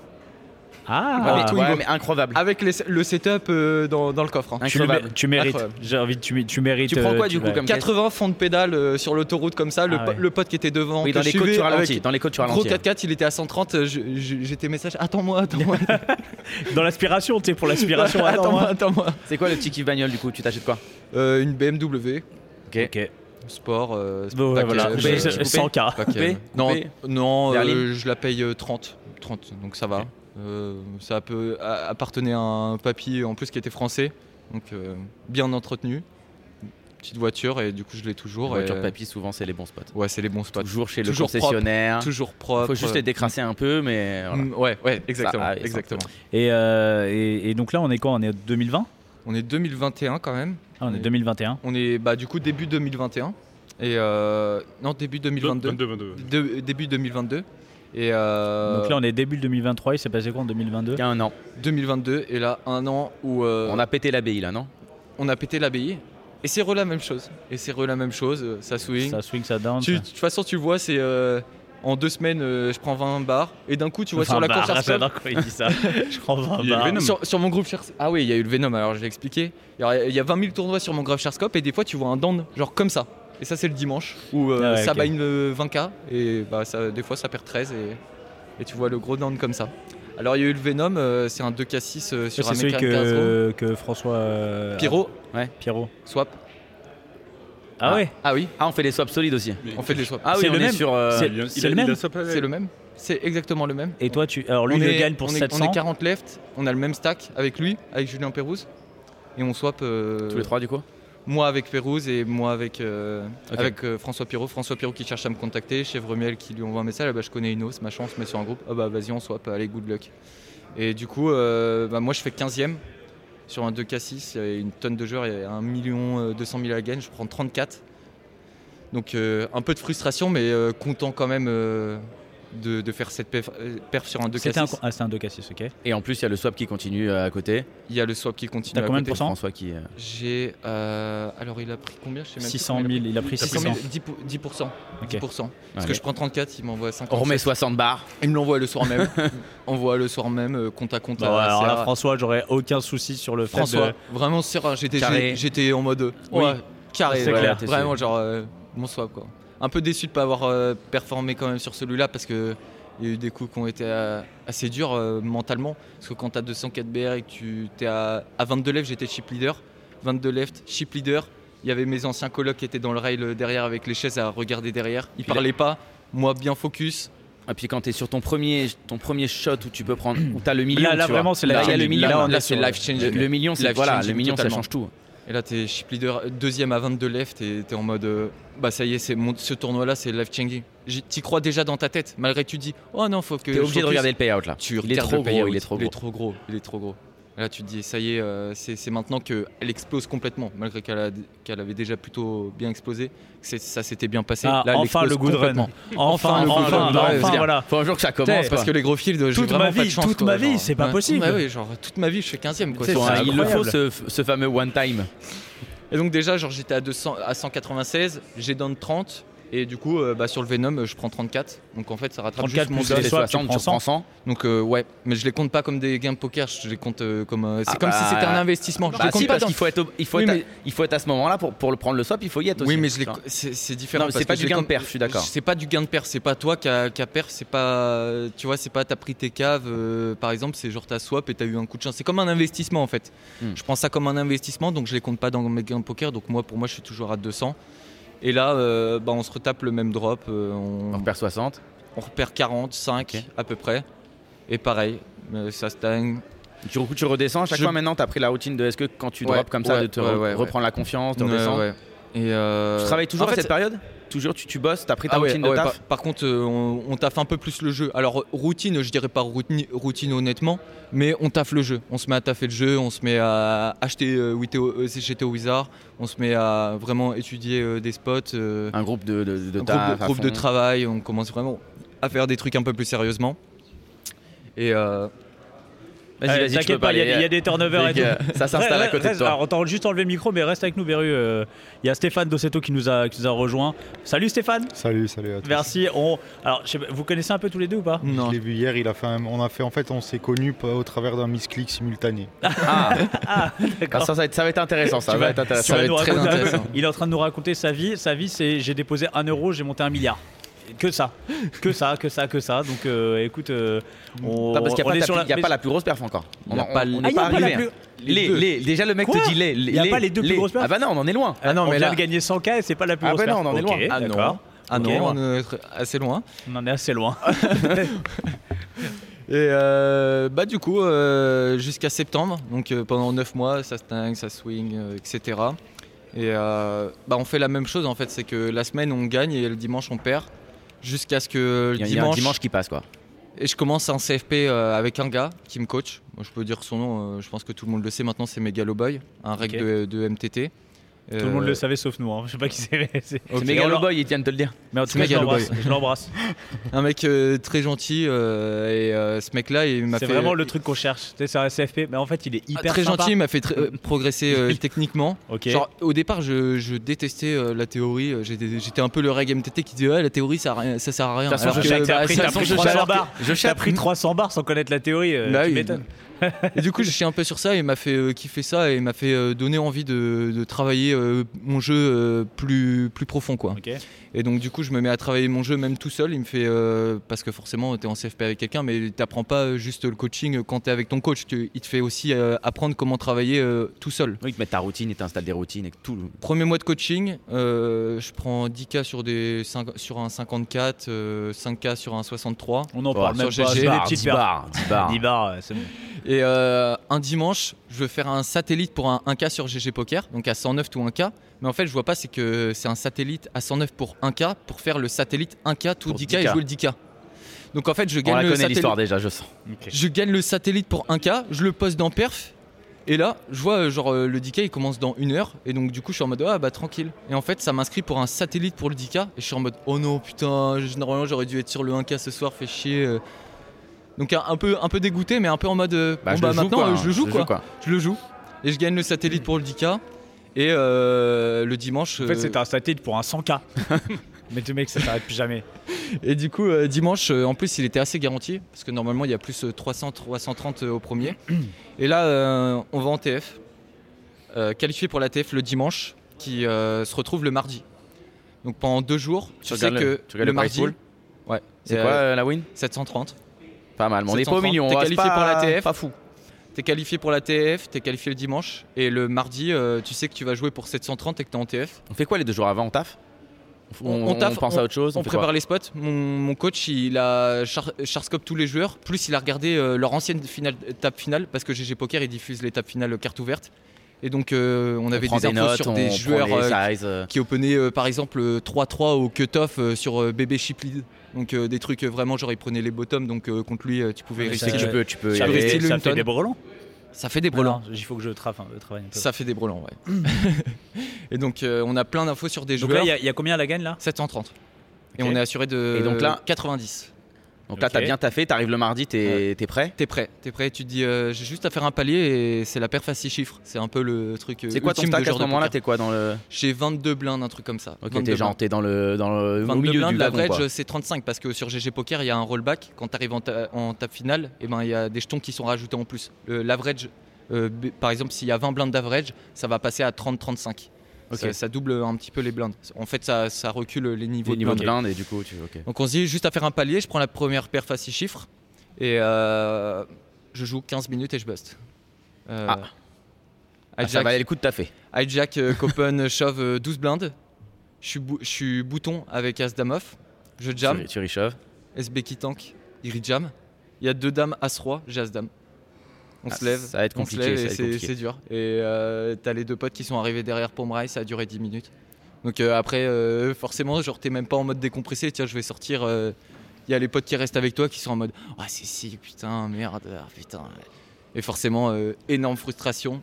Speaker 3: Ah,
Speaker 2: Ah,
Speaker 3: mais-
Speaker 5: tout
Speaker 3: ouais,
Speaker 5: nouveau.
Speaker 3: mais incroyable.
Speaker 5: Avec les- le setup euh, dans, dans le coffre. hein.
Speaker 2: tu, le mé-
Speaker 3: incroyable.
Speaker 2: tu mérites.
Speaker 5: Incroyable.
Speaker 2: J'ai envie de. Tu, mé- tu mérites.
Speaker 3: Tu prends
Speaker 2: euh,
Speaker 3: quoi, du coup,
Speaker 2: ouais.
Speaker 3: comme-
Speaker 5: 80 fonds de pédale euh, sur l'autoroute comme ça. Le,
Speaker 2: Ah
Speaker 5: po-
Speaker 2: ouais.
Speaker 5: le pote qui était devant.
Speaker 3: Oui,
Speaker 5: que
Speaker 3: dans
Speaker 5: je
Speaker 3: les côtes,
Speaker 5: suivais
Speaker 3: tu ralentis.
Speaker 5: avec
Speaker 3: Dans les côtes, tu
Speaker 5: Gros
Speaker 3: ralentis.
Speaker 5: 4x4, il était à 130. euh, je- je- J'étais message Attends-moi, attends-moi.
Speaker 2: Dans l'aspiration, tu sais, pour l'aspiration.
Speaker 5: attends-moi,
Speaker 2: attends.
Speaker 5: attends-moi.
Speaker 3: C'est quoi le petit kiff bagnole du coup Tu t'achètes quoi
Speaker 5: Euh, une BMW
Speaker 2: Ok.
Speaker 5: Sport. euh,
Speaker 2: Bon, ouais,
Speaker 5: package,
Speaker 2: voilà.
Speaker 5: euh,
Speaker 3: coupé,
Speaker 2: Je-
Speaker 3: coupé.
Speaker 2: 100 k
Speaker 5: package.
Speaker 3: Ah, Coupé,
Speaker 5: Non,
Speaker 3: coupé.
Speaker 5: non euh,
Speaker 3: Berline.
Speaker 5: je la paye euh, 30. 30, donc ça va.
Speaker 3: Ok.
Speaker 5: Euh, ça peut a- appartenait à un papy en plus qui était français, donc euh, bien entretenu. Petite voiture et du coup je l'ai toujours.
Speaker 3: Voiture
Speaker 5: et-
Speaker 3: papy, souvent c'est les bons spots.
Speaker 5: Ouais, c'est les bons spots.
Speaker 3: Toujours chez le
Speaker 5: Toujours propre.
Speaker 3: concessionnaire.
Speaker 5: Toujours propre.
Speaker 3: Faut juste les décrasser un peu, mais. voilà.
Speaker 5: Mm, Ouais, ouais, exactement.
Speaker 3: Ça, ah, et ça,
Speaker 5: exactement.
Speaker 2: Et, euh, et, et donc là, on est quoi On est 2020
Speaker 5: On est 2021 quand même.
Speaker 2: Ah, on est
Speaker 5: Oui.
Speaker 2: 2021.
Speaker 5: On est bah du coup début 2021 et euh, non début
Speaker 4: a-
Speaker 5: 2022.
Speaker 4: 22, 22.
Speaker 5: De- début 2022 et euh,
Speaker 2: Donc là, on est début 2023. Il s'est passé quoi en 2022
Speaker 3: Il y a un an.
Speaker 5: 2022 et là un an où euh,
Speaker 3: On a pété l'abbaye là, non
Speaker 5: on a pété l'abbaye. Et c'est re la même chose. Et c'est re la même chose, euh, ça swing.
Speaker 2: Ça swing, ça down.
Speaker 5: Tu- De
Speaker 2: ça-
Speaker 5: toute façon, tu vois, c'est euh, en deux semaines, euh, je prends 20 bars. Et d'un coup, tu vois
Speaker 2: Enfin,
Speaker 5: sur la
Speaker 2: bah,
Speaker 5: course Arscop-
Speaker 2: J'adore quand il dit ça. Je prends pas
Speaker 4: Il y a
Speaker 2: bah.
Speaker 4: Venom.
Speaker 5: sur, sur mon groupe Sharscope. Ah oui, il y a eu le Venom, alors je l'ai expliqué. Alors, Il y a 20 000 tournois sur mon grave Sharscope. Et des fois, tu vois un down, genre comme ça. Et ça, c'est le dimanche où euh,
Speaker 2: Ah ouais,
Speaker 5: ça
Speaker 2: ok.
Speaker 5: bat une euh, 20k. Et bah, ça, des fois, ça perd 13. Et, et tu vois le gros down comme ça. Alors, il y a eu le Venom, euh, c'est un 2k6 euh, sur
Speaker 2: C'est
Speaker 5: un
Speaker 2: celui
Speaker 5: mecha 15 euros.
Speaker 2: que, que François euh,
Speaker 5: Pyro,
Speaker 2: Pierrot.
Speaker 5: swap.
Speaker 2: Ah ouais
Speaker 5: Ah oui,
Speaker 3: Ah, on fait des swaps solides aussi.
Speaker 4: Mais-
Speaker 5: on fait des swaps.
Speaker 3: Ah oui,
Speaker 2: C'est
Speaker 3: on
Speaker 2: le
Speaker 3: est
Speaker 2: même.
Speaker 3: sur. euh,
Speaker 2: C'est-
Speaker 4: Il a- il a-
Speaker 2: le
Speaker 4: il a
Speaker 2: même.
Speaker 4: sa palette.
Speaker 5: C'est le même C'est exactement le même.
Speaker 2: Et toi, tu. Alors lui,
Speaker 5: on
Speaker 2: il le
Speaker 5: est-
Speaker 2: gagne pour
Speaker 5: on est-
Speaker 2: 700.
Speaker 5: on est 40 left, on a le même stack avec lui, avec Julien Pérouse. Et on swap euh,
Speaker 3: Tous les trois du coup
Speaker 5: moi avec Pérouse et moi avec, euh,
Speaker 3: Ok.
Speaker 5: avec euh, François Pirot. François Pirot qui cherche à me contacter, Chèvre Miel qui lui envoie un message, ah bah, je connais Ino, c'est ma chance, mais sur un groupe, ah bah vas-y on swap, allez good luck. Et du coup, euh, bah, moi je fais 15 e sur un 2K6, il y a une tonne de joueurs, il y a 1 million euh, 200 000 à la gagne, je prends 34. Donc euh, un peu de frustration, mais euh, content quand même euh, de, de faire cette perf, euh, perf sur un 2K6.
Speaker 2: C'était un, ah, c'était un 2K6, ok.
Speaker 3: Et en plus, il y a le swap qui continue euh, à côté.
Speaker 5: Il y a le swap qui continue.
Speaker 2: T'as
Speaker 5: à
Speaker 2: combien de
Speaker 5: côté.
Speaker 2: pourcents
Speaker 3: François qui. euh,
Speaker 5: J'ai. euh, alors, il a pris combien Je sais même plus
Speaker 2: 600
Speaker 5: combien
Speaker 2: 000,
Speaker 5: il a
Speaker 2: il a pris
Speaker 5: pris.
Speaker 2: 600
Speaker 5: 600
Speaker 2: 000.
Speaker 5: 000, 10%. 10%.
Speaker 2: Ok.
Speaker 5: 10%. Parce
Speaker 3: allez.
Speaker 5: que je prends 34, il m'envoie 50.
Speaker 3: On remet 60 bars.
Speaker 5: Il me l'envoie le soir même. on voit le soir même, euh, compte à compte.
Speaker 2: Bah,
Speaker 5: à
Speaker 2: ouais, alors
Speaker 5: CA.
Speaker 2: là, François, j'aurais aucun souci sur le fait
Speaker 5: François,
Speaker 2: de-
Speaker 5: vraiment serein. J'étais,
Speaker 3: Carré.
Speaker 5: j'ai- j'étais en mode.
Speaker 3: Oui.
Speaker 5: ouais, carré.
Speaker 2: C'est
Speaker 5: ouais,
Speaker 2: clair.
Speaker 5: Vraiment, genre, euh, mon swap quoi. Un peu déçu de pas avoir euh, performé quand même sur celui-là parce que. Il y a eu des coups qui ont été euh, assez durs euh, mentalement. Parce que quand tu as 204 BR et que tu es à, à 22 left, j'étais chip leader. 22 left, chip leader. Il y avait mes anciens colocs qui étaient dans le rail euh, derrière avec les chaises à regarder derrière. Ils
Speaker 3: Puis là-
Speaker 5: parlaient pas. Moi, bien focus.
Speaker 3: Et Ah, puis quand t'es sur ton premier, ton premier shot où tu peux prendre, où t'as le million.
Speaker 2: Là, là,
Speaker 3: tu vois.
Speaker 2: vraiment, c'est
Speaker 3: Là,
Speaker 2: la
Speaker 3: il y a le
Speaker 2: change.
Speaker 3: million.
Speaker 2: Là, on
Speaker 5: là,
Speaker 2: est
Speaker 5: c'est
Speaker 2: sur-
Speaker 5: life change.
Speaker 3: Le, le million, c'est
Speaker 5: Life
Speaker 3: voilà, le
Speaker 5: changing
Speaker 3: million, ça
Speaker 5: totalement.
Speaker 3: change tout.
Speaker 5: Et là, t'es chip leader, deuxième à 22 left, et t'es en mode, euh, bah ça y est, c'est mon- ce tournoi-là, c'est life changing. j'y- t'y crois déjà dans ta tête. Malgré que tu dis, oh non, faut que.
Speaker 3: T'es
Speaker 5: je
Speaker 3: obligé de
Speaker 5: focus.
Speaker 3: regarder le payout là.
Speaker 5: Tu
Speaker 3: il est
Speaker 5: regardes
Speaker 3: trop
Speaker 5: le
Speaker 3: gros,
Speaker 5: payout,
Speaker 3: il est trop
Speaker 5: Il
Speaker 3: gros.
Speaker 5: est trop gros. Il est trop gros. Là, tu te dis, ça y est, euh, c'est c'est maintenant qu'elle explose complètement, malgré qu'elle a- qu'elle avait déjà plutôt bien explosé. que c'est- Ça s'était bien passé.
Speaker 2: Ah,
Speaker 5: Là, elle
Speaker 2: enfin le
Speaker 5: explose
Speaker 2: good run.
Speaker 5: complètement.
Speaker 2: Enfin, enfin,
Speaker 5: le good run,
Speaker 2: enfin,
Speaker 5: ouais,
Speaker 2: enfin,
Speaker 5: c'est-à-dire-
Speaker 2: voilà.
Speaker 3: Faut un jour que ça commence.
Speaker 2: T'es-
Speaker 3: quoi.
Speaker 5: Parce que les gros fields, j'ai
Speaker 2: Toute ma
Speaker 5: vraiment pas
Speaker 2: vie,
Speaker 5: de chance.
Speaker 2: toute
Speaker 5: quoi,
Speaker 2: ma vie,
Speaker 5: genre.
Speaker 2: c'est pas
Speaker 5: Ouais,
Speaker 2: possible.
Speaker 5: bah oui, genre toute ma vie, je suis 15ème. Quoi,
Speaker 2: C'est
Speaker 5: sur
Speaker 3: Faut
Speaker 5: un-
Speaker 3: un-
Speaker 2: ça,
Speaker 3: il le faut
Speaker 2: incroyable.
Speaker 3: ce, ce fameux one time.
Speaker 5: Et donc déjà, genre j'étais à 200, à 196, j'ai down 30 et du coup euh, bah, sur le Venom euh, je prends 34. Donc en fait ça rattrape
Speaker 2: 34
Speaker 5: juste mon
Speaker 2: plus
Speaker 5: down.
Speaker 2: les
Speaker 3: Les
Speaker 2: swaps,
Speaker 3: 60,
Speaker 2: tu
Speaker 3: tu
Speaker 2: prends
Speaker 3: prends 100.
Speaker 5: Donc euh, ouais, mais je les compte pas comme des gains de poker, je les compte euh, comme euh, c'est
Speaker 3: Ah
Speaker 5: comme
Speaker 3: bah,
Speaker 5: si c'était un investissement. je
Speaker 3: Bah
Speaker 5: les compte
Speaker 3: si,
Speaker 5: pas
Speaker 3: parce
Speaker 5: dans
Speaker 3: qu'il faut être, au- il faut
Speaker 5: Oui,
Speaker 3: être à-
Speaker 5: mais-
Speaker 3: il faut être à ce moment-là pour, pour le prendre le swap, il faut y être aussi.
Speaker 5: Oui, mais je les
Speaker 3: Enfin,
Speaker 5: co- c'est c'est différent.
Speaker 3: Non, mais
Speaker 5: parce
Speaker 3: c'est pas
Speaker 5: que
Speaker 3: du
Speaker 5: je les
Speaker 3: gain de
Speaker 5: compte-
Speaker 3: perf, je suis d'accord.
Speaker 5: C'est pas du gain de perf, c'est pas toi qui a, qui a perf, c'est pas tu vois, c'est pas t'as pris tes caves euh, par exemple, c'est genre t'as swap et t'as eu un coup de chance. C'est comme un investissement en fait.
Speaker 3: Hmm.
Speaker 5: Je prends ça comme un investissement donc je les compte pas dans mes gains de poker donc moi pour moi je suis toujours à 200. Et là, euh, bah, on se retape le même drop, euh,
Speaker 3: On
Speaker 5: on,
Speaker 3: repère 60.
Speaker 5: on repère 40, 5
Speaker 3: Ok.
Speaker 5: à peu près. Et pareil, euh, ça stagne.
Speaker 3: Du coup, tu redescends. À chaque
Speaker 5: Je-
Speaker 3: fois maintenant, t'as pris la routine de est-ce que quand tu
Speaker 5: Ouais,
Speaker 3: drops comme ça,
Speaker 5: ouais,
Speaker 3: de te
Speaker 5: ouais,
Speaker 3: re-
Speaker 5: ouais, ouais.
Speaker 3: reprendre la confiance, de
Speaker 5: Ouais,
Speaker 3: redescendre.
Speaker 5: ouais. Et, euh,
Speaker 3: Tu travailles toujours
Speaker 5: en
Speaker 3: à
Speaker 5: fait,
Speaker 3: cette période Toujours, tu, tu bosses, t'as pris ta
Speaker 5: Ah ouais,
Speaker 3: routine
Speaker 5: ah
Speaker 3: de
Speaker 5: ouais,
Speaker 3: taf
Speaker 5: par, par contre, euh, on, on taffe un peu plus le jeu. Alors, routine, je dirais pas routine, routine honnêtement, mais on taffe le jeu. On se met à taffer le jeu, on se met à acheter euh, WTO, euh, GTO Wizard, on se met à vraiment étudier euh, des spots, euh,
Speaker 3: Un groupe de, de, de
Speaker 5: un
Speaker 3: taf
Speaker 5: groupe, de,
Speaker 3: à
Speaker 5: groupe de
Speaker 3: fond.
Speaker 5: travail, on commence vraiment à faire des trucs un peu plus sérieusement. Et euh,
Speaker 3: Vas-y,
Speaker 2: Allez,
Speaker 3: vas-y, tu peux
Speaker 2: T'inquiète pas, il y a- il y,
Speaker 3: parler.
Speaker 2: a des turnovers et
Speaker 3: Dès que-
Speaker 2: tout.
Speaker 3: Ça s'installe à
Speaker 2: Reste-
Speaker 3: côté de
Speaker 2: reste-
Speaker 3: toi.
Speaker 2: Alors, on t'en- juste enlever le micro, mais reste avec nous, Beru. euh, Il y a Stéphane Dossetto qui nous a, qui nous a rejoint. Salut Stéphane.
Speaker 6: Salut, salut à tous.
Speaker 2: Merci. On... Alors, je sais pas, vous connaissez un peu tous les deux ou pas
Speaker 6: Je
Speaker 5: non,
Speaker 6: l'ai vu hier, il a fait un- on a fait en fait, on s'est connus pas au travers d'un misclick simultané.
Speaker 3: Ah,
Speaker 2: D'accord.
Speaker 3: ah, ça, ça va être- ça va être intéressant. Ça
Speaker 2: Tu
Speaker 3: va
Speaker 2: vas-
Speaker 3: être intéressant.
Speaker 2: tu
Speaker 5: va
Speaker 2: vas
Speaker 5: être
Speaker 2: nous
Speaker 5: très
Speaker 2: raconter un peu.
Speaker 5: intéressant.
Speaker 2: Il est en train de nous raconter sa vie. Sa vie, c'est j'ai déposé 1 euro, j'ai monté un milliard. Que ça, que ça, que ça, que ça. Donc euh, écoute, euh, on,
Speaker 3: Non, parce qu'il
Speaker 2: on est
Speaker 3: n'y a,
Speaker 2: sur la-
Speaker 3: pas la plus grosse perf encore. On
Speaker 5: y a
Speaker 3: en- on
Speaker 5: pas l-
Speaker 3: n'est
Speaker 2: Ah, y a
Speaker 3: pas
Speaker 2: pas la
Speaker 3: arrivé.
Speaker 2: plus-
Speaker 3: hein. Les,
Speaker 2: deux.
Speaker 3: les- déjà le mec
Speaker 2: Quoi
Speaker 3: te dit les.
Speaker 2: Y a pas les deux plus grosses perfs
Speaker 3: Ah bah non, on en est loin.
Speaker 2: Ah non, mais on
Speaker 5: là-
Speaker 2: vient de gagner 100K et c'est pas la plus
Speaker 3: Ah,
Speaker 2: grosse
Speaker 3: bah non,
Speaker 2: perte.
Speaker 3: on en est
Speaker 2: Ok,
Speaker 3: loin.
Speaker 5: Ah non.
Speaker 2: d'accord.
Speaker 5: ah non,
Speaker 2: Ok.
Speaker 5: on est assez loin.
Speaker 2: On en est assez loin.
Speaker 5: Et euh, bah du coup euh, jusqu'à septembre, donc euh, pendant 9 mois, ça sting, ça swing, euh, etc. Et euh, bah on fait la même chose en fait, c'est que la semaine on gagne et le dimanche on perd. Jusqu'à ce
Speaker 3: Il
Speaker 5: que
Speaker 3: y
Speaker 5: le
Speaker 3: a- il y a un
Speaker 5: dimanche,
Speaker 3: dimanche qui passe quoi.
Speaker 5: et je commence un CFP euh, avec un gars qui me coach. Moi, je peux dire son nom, euh, je pense que tout le monde le sait maintenant, c'est Megalo Boy, un règle
Speaker 2: Ok.
Speaker 5: de, de MTT.
Speaker 2: Tout le monde le savait sauf nous. hein. Je sais pas qui c'est. mais c'est-
Speaker 3: C'est méga le boy, ils viennent te le dire.
Speaker 2: Mais en tout
Speaker 5: C'est
Speaker 2: cas, je
Speaker 5: Megalo
Speaker 2: l'embrasse. Je l'embrasse.
Speaker 5: Un mec euh, très gentil euh, et euh, ce mec là il m'a
Speaker 2: C'est
Speaker 5: fait
Speaker 2: vraiment le truc qu'on cherche. Tu sais, c'est un SFP, mais en fait, il est
Speaker 5: Ah,
Speaker 2: hyper
Speaker 5: très
Speaker 2: sympa.
Speaker 5: gentil, il m'a fait très- euh, progresser euh, techniquement.
Speaker 2: Ok.
Speaker 5: Genre, au départ, je, je détestais euh, la théorie. euh, J'étais j'étais un peu le reg MTT qui disait ouais, la théorie ça, a rien- ça sert à rien.
Speaker 3: De toute façon,
Speaker 5: Alors
Speaker 3: je
Speaker 5: que,
Speaker 3: sais que
Speaker 5: bah,
Speaker 2: T'as pris,
Speaker 5: ça-
Speaker 2: t'as
Speaker 5: ça-
Speaker 2: pris
Speaker 5: je-
Speaker 2: 300
Speaker 5: alors que-
Speaker 2: bars. T'as pris 300 bars sans connaître la théorie. euh,
Speaker 5: Bah
Speaker 2: tu
Speaker 5: oui.
Speaker 2: m'étonnes.
Speaker 5: Et du coup, j'ai chié un peu sur ça. Il m'a fait euh, kiffer ça et il m'a fait euh, donner envie de, de travailler euh, mon jeu euh, plus, plus profond. quoi.
Speaker 2: Ok.
Speaker 5: Et donc, du coup, je me mets à travailler mon jeu même tout seul. Il me fait. euh, parce que forcément, t'es en CFP avec quelqu'un, mais t'apprends pas euh, juste le coaching quand t'es avec ton coach. Tu- il te fait aussi euh, apprendre comment travailler euh, tout seul.
Speaker 3: Oui, ils te mettent ta routine, ils t'installent des routines et tout.
Speaker 5: Premier mois de coaching, euh, je prends 10K sur, des cinq- sur un 54, euh, 5K sur un 63.
Speaker 2: On en
Speaker 3: Oh,
Speaker 2: parle même
Speaker 5: sur
Speaker 2: pas.
Speaker 5: GG,
Speaker 2: J'ai des
Speaker 3: bars,
Speaker 2: petites
Speaker 3: 10
Speaker 2: pertes.
Speaker 3: bars, 10 bars.
Speaker 2: 10 bars, euh, c'est bon.
Speaker 5: Et euh, un dimanche, je veux faire un satellite pour un 1K sur GG Poker, donc à 109 tout 1K. Mais en fait, je vois pas, c'est que c'est un satellite à 109 pour 1K pour faire le satellite 1K tout
Speaker 3: Pour
Speaker 5: 10K,
Speaker 3: 10K.
Speaker 5: et jouer le 10K. Donc en fait, je
Speaker 3: On
Speaker 5: gagne,
Speaker 3: la
Speaker 5: le
Speaker 3: connaît
Speaker 5: satellite,
Speaker 3: l'histoire déjà, je sens.
Speaker 5: je gagne le satellite pour 1K, je le poste dans perf. Et là, je vois euh, genre euh, le 10K il commence dans une heure et donc du coup je suis en mode ah bah tranquille. Et en fait ça m'inscrit pour un satellite pour le 10K et je suis en mode oh non putain je- normalement j'aurais dû être sur le 1K ce soir fait chier. euh. Donc un, un peu un peu dégoûté mais un peu en mode euh, bon, bah, maintenant euh, je le joue quoi. Je le joue et je gagne le satellite pour le 10K et euh, le dimanche.
Speaker 2: En fait,
Speaker 5: euh,
Speaker 2: c'était un satellite pour un 100K. Mais tu mec, ça s'arrête plus jamais.
Speaker 5: Et du coup, euh, dimanche, euh, en plus, il était assez garanti, parce que normalement, il y a plus euh, 300, 330 euh, au premier. Et là, euh, on va en TF, euh, qualifié pour la TF le dimanche, qui euh, se retrouve le mardi. Donc pendant deux jours, tu, sais
Speaker 3: regardes
Speaker 5: que
Speaker 3: le- tu regardes le prize
Speaker 5: mardi,
Speaker 3: pool
Speaker 5: ouais,
Speaker 3: C'est
Speaker 5: et,
Speaker 3: quoi
Speaker 5: euh,
Speaker 3: euh, la win
Speaker 5: 730.
Speaker 3: Pas mal, mais on est pas au
Speaker 5: 730,
Speaker 3: million.
Speaker 5: T'es
Speaker 3: on va- c'est
Speaker 5: qualifié
Speaker 3: pas-
Speaker 5: pour la TF.
Speaker 3: Pas fou.
Speaker 5: T'es qualifié pour la TF, t'es qualifié le dimanche, et le mardi, euh, tu sais que tu vas jouer pour 730 et que t'es en TF.
Speaker 3: On fait quoi les deux jours avant On taffe on,
Speaker 5: On- on
Speaker 3: on
Speaker 5: taffe,
Speaker 3: pense à autre chose
Speaker 5: On
Speaker 3: fait quoi
Speaker 5: prépare les spots. Mon, mon coach, il a char- charscope tous les joueurs. Plus, il a regardé euh, leur ancienne finale, étape finale parce que GG Poker, il diffuse l'étape finale euh, carte ouverte. Et donc, euh, on avait
Speaker 3: prend
Speaker 5: des infos
Speaker 3: notes,
Speaker 5: sur
Speaker 3: on
Speaker 5: des
Speaker 3: prend
Speaker 5: joueurs
Speaker 3: les
Speaker 5: euh,
Speaker 3: size, euh.
Speaker 5: qui openaient euh, par exemple euh, 3-3 au cut-off euh, sur euh, Bébé Shipley. Donc euh, des trucs euh, vraiment genre il prenait les bottoms donc euh, contre lui euh, tu pouvais
Speaker 2: Ah, mais
Speaker 5: risquer.
Speaker 2: ça,
Speaker 3: Si tu
Speaker 2: euh,
Speaker 3: peux, tu peux.
Speaker 2: Ça
Speaker 3: y
Speaker 5: Chabri
Speaker 3: aller.
Speaker 2: fait,
Speaker 5: Steel
Speaker 2: ça
Speaker 5: Hunton.
Speaker 2: fait des brelans.
Speaker 5: Ça fait des brelans.
Speaker 2: Non, Il faut que je trafe un- travaille un peu.
Speaker 5: Ça fait des brelans, ouais. et donc euh, on a plein d'infos sur des
Speaker 2: Donc là,
Speaker 5: joueurs.
Speaker 2: il y a- il y, a combien à la gagne là
Speaker 5: 730. Et
Speaker 3: Ok.
Speaker 5: on est assuré de
Speaker 3: Et donc là-
Speaker 5: 90.
Speaker 3: Donc là, t'as
Speaker 2: Ok.
Speaker 3: bien taffé, t'arrives le mardi, t'es t'es prêt.
Speaker 5: T'es prêt, t'es prêt, tu te dis euh, j'ai juste à faire un palier et c'est la perf à 6 chiffres. C'est un peu le truc. euh,
Speaker 3: C'est quoi ton
Speaker 5: ultime de
Speaker 3: stack à
Speaker 5: joueur
Speaker 3: ce
Speaker 5: de
Speaker 3: moment-là
Speaker 5: poker.
Speaker 3: T'es quoi dans le.
Speaker 5: J'ai 22 blindes, un truc comme ça.
Speaker 3: Ok,
Speaker 5: 22
Speaker 3: t'es genre, t'es dans le. Dans le au
Speaker 5: 22
Speaker 3: milieu
Speaker 5: blindes,
Speaker 3: du wagon, quoi.
Speaker 5: l'average c'est 35 parce que sur GG Poker il y a un rollback. Quand tu arrives en, ta- en table finale, et ben, il y a des jetons qui sont rajoutés en plus. Le- L'average, euh, b- par exemple, s'il y a 20 blindes d'average, ça va passer à 30-35.
Speaker 3: Ok.
Speaker 5: Ça, ça double un petit peu les blindes. En fait, ça, ça recule les niveaux
Speaker 3: Au
Speaker 5: de
Speaker 3: niveau de
Speaker 5: blindes.
Speaker 3: blinde, et du coup, tu. Ok.
Speaker 5: Donc on se dit juste à faire un palier, je prends la première perf à 6 chiffres et euh, je joue 15 minutes et je bust. Euh,
Speaker 3: Ah. Ah, Ça
Speaker 5: hijack-
Speaker 3: valait le coup de taffer.
Speaker 5: Hijack euh, Copen shove euh, 12 blindes. Je suis, bou- je suis bouton avec As Dame off. Je jam.
Speaker 3: Tu- Tu richoves.
Speaker 5: SB qui tank. Il rejam. Il y a deux dames As Roi, j'ai As Dame. On
Speaker 3: Ah,
Speaker 5: se lève.
Speaker 3: ça va être
Speaker 5: on se
Speaker 3: compliqué,
Speaker 5: lève
Speaker 3: ça
Speaker 5: et
Speaker 3: va être
Speaker 5: c'est-
Speaker 3: compliqué.
Speaker 5: C'est dur. Et euh, t'as les deux potes qui sont arrivés derrière pour me rail, ça a duré 10 minutes. Donc euh, après, euh, forcément, genre t'es même pas en mode décompressé. Tiens, je vais sortir. euh, Il y a les potes qui restent avec toi qui sont en mode Ah, c'est si, putain, merde, ah, putain. Et forcément, euh, énorme frustration,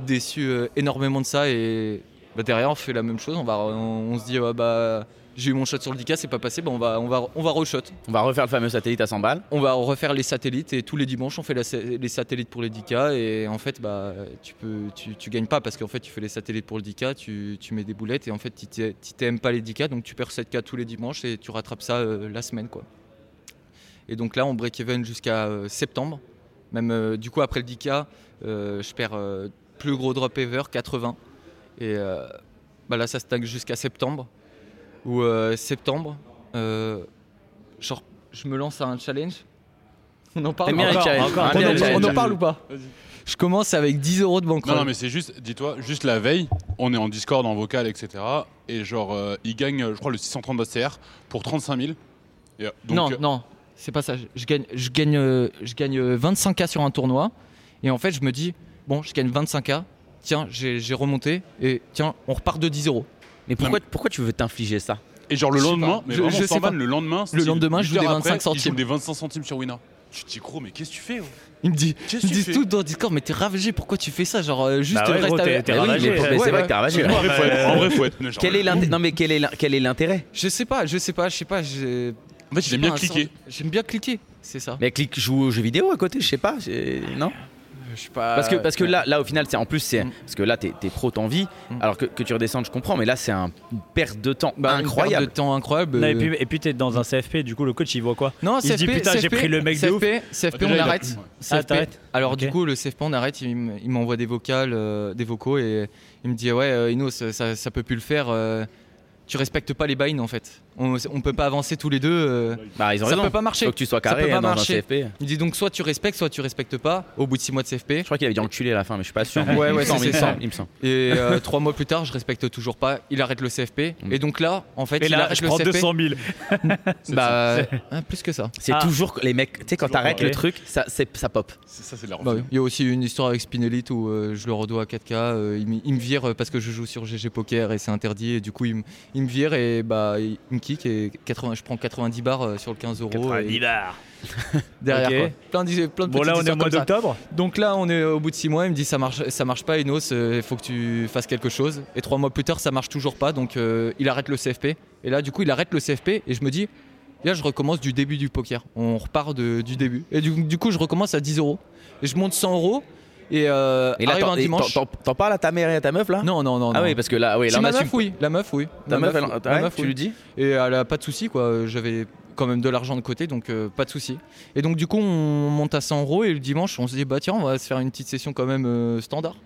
Speaker 5: déçu euh, énormément de ça. Et bah, derrière, on fait la même chose. On, va, on, on se dit Ah, bah, J'ai eu mon shot sur le 10K, c'est pas passé, bah, on va, on va, on va re-shot.
Speaker 3: On va refaire le fameux satellite à 100 balles.
Speaker 5: On va refaire les satellites et tous les dimanches on fait la sa- les satellites pour les 10K et en fait bah tu peux tu, tu gagnes pas parce qu'en fait tu fais les satellites pour le 10K, tu, tu mets des boulettes et en fait tu t'y- tu t'aimes pas les 10K donc tu perds 7K tous les dimanches et tu rattrapes ça euh, la semaine quoi. Et donc là on break even jusqu'à euh, septembre. Même euh, du coup après le 10K euh, je perds euh, plus gros drop ever 80 et euh, bah là ça stagne jusqu'à septembre ou septembre euh, genre je me lance à un challenge on en parle
Speaker 3: T'aimes bien les
Speaker 5: encore
Speaker 3: challenges.
Speaker 2: encore,
Speaker 3: T'aimes bien
Speaker 5: on,
Speaker 3: les
Speaker 5: en- on
Speaker 3: challenges.
Speaker 5: en parle ou pas Je commence avec 10 euros de banque.
Speaker 4: Non, non, mais c'est juste, dis-toi, juste la veille, on est en Discord, en vocal, etc. Et genre, euh, il gagne, euh, je crois, le 630 d'ACR pour 35 000. Et, euh, donc,
Speaker 5: non,
Speaker 4: euh,
Speaker 5: non, c'est pas ça. Je- Je gagne, je gagne, euh, je gagne euh, 25K sur un tournoi. Et en fait, je me dis, bon, je gagne 25K. Tiens, j'ai j'ai remonté. Et tiens, on repart de 10 euros.
Speaker 3: Mais pourquoi, pourquoi tu veux t'infliger ça
Speaker 4: Et genre le
Speaker 5: Je sais
Speaker 4: lendemain,
Speaker 5: pas.
Speaker 4: mais
Speaker 5: Je-
Speaker 4: vraiment,
Speaker 5: je
Speaker 4: sans
Speaker 5: sais pas.
Speaker 4: vanne, le lendemain, style,
Speaker 5: lendemain, je joue
Speaker 4: huit heures
Speaker 5: des
Speaker 4: après,
Speaker 5: 25
Speaker 4: il joue
Speaker 5: centimes.
Speaker 4: des 25 centimes sur Wina. Tu te dis, gros, mais qu'est-ce que tu fais oh
Speaker 5: Il me dit,
Speaker 4: Qu'est-ce
Speaker 5: ils
Speaker 4: que
Speaker 5: me
Speaker 4: tu
Speaker 5: disent
Speaker 4: fais
Speaker 5: tout dans le Discord, mais t'es ravagé, pourquoi tu fais ça Genre, euh, juste
Speaker 2: Bah ouais,
Speaker 5: reste
Speaker 2: gros,
Speaker 5: avec.
Speaker 2: t'es- t'es
Speaker 5: Eh oui,
Speaker 2: ravagé,
Speaker 5: mais-
Speaker 2: ouais.
Speaker 3: Mais
Speaker 5: ouais,
Speaker 3: c'est vrai
Speaker 5: ouais.
Speaker 3: que t'as
Speaker 4: En
Speaker 3: ravagé.
Speaker 4: vrai, faut être- en vrai, faut être. genre,
Speaker 3: Quel est l'intérêt Non, mais quel est l'in- quel est l'intérêt
Speaker 5: Je sais pas, je sais pas, je sais pas. j'ai-
Speaker 4: En fait, il
Speaker 5: j'ai
Speaker 4: aime
Speaker 5: pas
Speaker 4: bien
Speaker 5: un sens-
Speaker 4: cliquer.
Speaker 5: J'aime bien cliquer, c'est ça.
Speaker 3: Mais clique, joue aux jeux vidéo à côté, je sais pas. c'est- Non
Speaker 5: Je suis pas.
Speaker 3: Parce que, parce que là, là, au final, c'est en plus, c'est
Speaker 5: Mm.
Speaker 3: parce que là, t'es t'es pro, t'en vie
Speaker 5: Mm.
Speaker 3: Alors que, que tu redescendes, je comprends, mais là, c'est un- une perte de temps
Speaker 5: Bah, une perte
Speaker 3: incroyable.
Speaker 5: De temps incroyable. euh,
Speaker 2: Non, et puis et puis t'es dans un CFP, du coup le coach il voit quoi
Speaker 5: Non,
Speaker 2: Il se dit,
Speaker 5: CFP,
Speaker 2: putain, j'ai
Speaker 5: CFP,
Speaker 2: pris le mec de
Speaker 5: CFP, CFP,
Speaker 4: Déjà,
Speaker 5: on
Speaker 4: il a-
Speaker 5: arrête.
Speaker 4: ouais.
Speaker 5: CFP.
Speaker 2: Ah t'arrêtes
Speaker 5: Alors
Speaker 2: Ok.
Speaker 5: du coup, le CFP, on arrête. Il, m- il m'envoie des vocales, euh, des vocaux, et il me dit ouais, euh, Ino, ça, ça, ça peut plus le faire. euh, tu respectes pas les buy-in en fait. On, on peut pas avancer tous les deux. euh,
Speaker 3: Bah, ils ont
Speaker 5: ça
Speaker 3: raison.
Speaker 5: peut pas marcher.
Speaker 3: Faut que tu sois
Speaker 5: Ça peut
Speaker 3: carré
Speaker 5: pas
Speaker 3: hein, dans un
Speaker 5: marcher.
Speaker 3: CFP.
Speaker 5: Il dit donc soit tu respectes, soit tu respectes pas. Au bout de 6 mois de CFP.
Speaker 3: Je crois qu'il avait dit enculé à la fin, mais je suis pas sûr.
Speaker 5: Ouais,
Speaker 3: il me
Speaker 5: ouais,
Speaker 3: semble,
Speaker 5: c'est
Speaker 3: il me
Speaker 5: ça.
Speaker 3: semble, il me semble.
Speaker 5: Et euh, trois mois plus tard, je respecte toujours pas. Il arrête le CFP.
Speaker 3: Mm.
Speaker 5: Et donc là, en fait,
Speaker 2: Et
Speaker 5: il
Speaker 2: là
Speaker 5: arrête
Speaker 2: je
Speaker 5: le
Speaker 2: prends
Speaker 5: CFP.
Speaker 2: 200 000
Speaker 5: bah, hein, plus que ça.
Speaker 3: C'est
Speaker 2: Ah.
Speaker 3: toujours les mecs, tu sais, quand
Speaker 4: Toujours
Speaker 3: t'arrêtes
Speaker 4: pas,
Speaker 3: le
Speaker 2: ouais.
Speaker 3: truc, ça, c'est- ça pop.
Speaker 4: C'est ça, c'est de la
Speaker 5: Bah oui.
Speaker 4: renflée.
Speaker 5: Il y a aussi une histoire avec Spinelli où euh, je le redois à 4K. euh, il, me- il me vire euh, parce que je joue sur GG Poker et c'est interdit. Et du coup, il me, il me vire et bah, il il me kick. Et 80, je prends 90 bars euh, sur le 15 euros. et
Speaker 2: bars
Speaker 5: Derrière.
Speaker 2: Ok.
Speaker 5: quoi. Plein, de, plein de
Speaker 2: Bon
Speaker 5: petites
Speaker 2: là on est au
Speaker 5: histoires
Speaker 2: mois
Speaker 5: comme ça.
Speaker 2: d'octobre
Speaker 5: Donc là, on est au bout de 6 mois. Il me dit ça marche, ça marche pas, Inos. Il faut que tu fasses quelque chose. Et 3 mois plus tard, ça marche toujours pas. Donc euh, il arrête le CFP. Et là, du coup, il arrête le CFP. Et je me dis, là, je recommence du début du poker. On repart de- du début. Et du, du coup, je recommence à 10 euros. Et je monte 100 euros. Et, euh,
Speaker 3: Et là,
Speaker 5: arrive
Speaker 3: t'en-
Speaker 5: un
Speaker 3: et
Speaker 5: dimanche.
Speaker 3: t'en- t'en- t'en parles à ta mère et à ta meuf là
Speaker 5: Non, non, non.
Speaker 3: Ah
Speaker 5: non.
Speaker 3: oui, parce que là, oui,
Speaker 5: Si,
Speaker 3: là, on
Speaker 5: ma
Speaker 3: assume.
Speaker 5: meuf, oui. La meuf, oui.
Speaker 3: Ta
Speaker 5: Ma
Speaker 3: meuf, elle-
Speaker 5: oui.
Speaker 3: ouais,
Speaker 5: Ma meuf,
Speaker 3: tu
Speaker 5: oui.
Speaker 3: lui dis
Speaker 5: Et elle a pas de souci quoi. Euh, J'avais quand même de l'argent de côté, donc euh, pas de souci. Et donc du coup, on monte à 100 euros et le dimanche, on se dit bah tiens, on va se faire une petite session quand même euh, standard.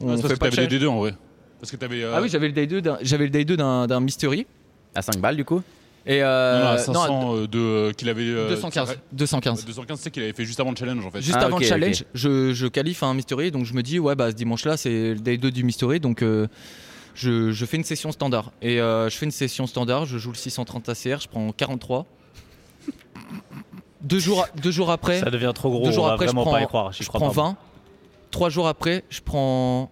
Speaker 5: On
Speaker 4: Ouais, Ah, ça,
Speaker 5: fait
Speaker 4: c'est
Speaker 5: pas
Speaker 4: que
Speaker 5: de
Speaker 4: t'avais
Speaker 5: challenge.
Speaker 4: les deux en vrai. Parce que t'avais. euh,
Speaker 5: Ah oui, j'avais le day 2 d'un- j'avais le day 2 d'un d'un mystery.
Speaker 3: À 5 balles du coup
Speaker 5: Et euh,
Speaker 4: non, non, à
Speaker 5: non,
Speaker 4: 500 euh, de euh, qu'il avait. euh,
Speaker 5: 215, 215.
Speaker 4: 215, c'est qu'il avait fait juste avant le challenge en fait.
Speaker 5: Juste
Speaker 3: Ah,
Speaker 5: avant
Speaker 3: ok,
Speaker 5: le challenge, je, je qualifie un mystery, donc je me dis, ouais, bah ce dimanche-là, c'est le day 2 du mystery, donc euh, je, je fais une session standard. Et euh, je fais une session standard, je joue le 630 ACR, je prends 43. deux, jours, deux jours après,
Speaker 2: Ça devient trop gros
Speaker 5: deux jours
Speaker 2: on va
Speaker 5: après, je
Speaker 2: vraiment
Speaker 5: prends,
Speaker 2: pas y croire j'y
Speaker 5: je
Speaker 2: crois
Speaker 5: prends
Speaker 2: pas.
Speaker 5: 20. Trois jours après, je prends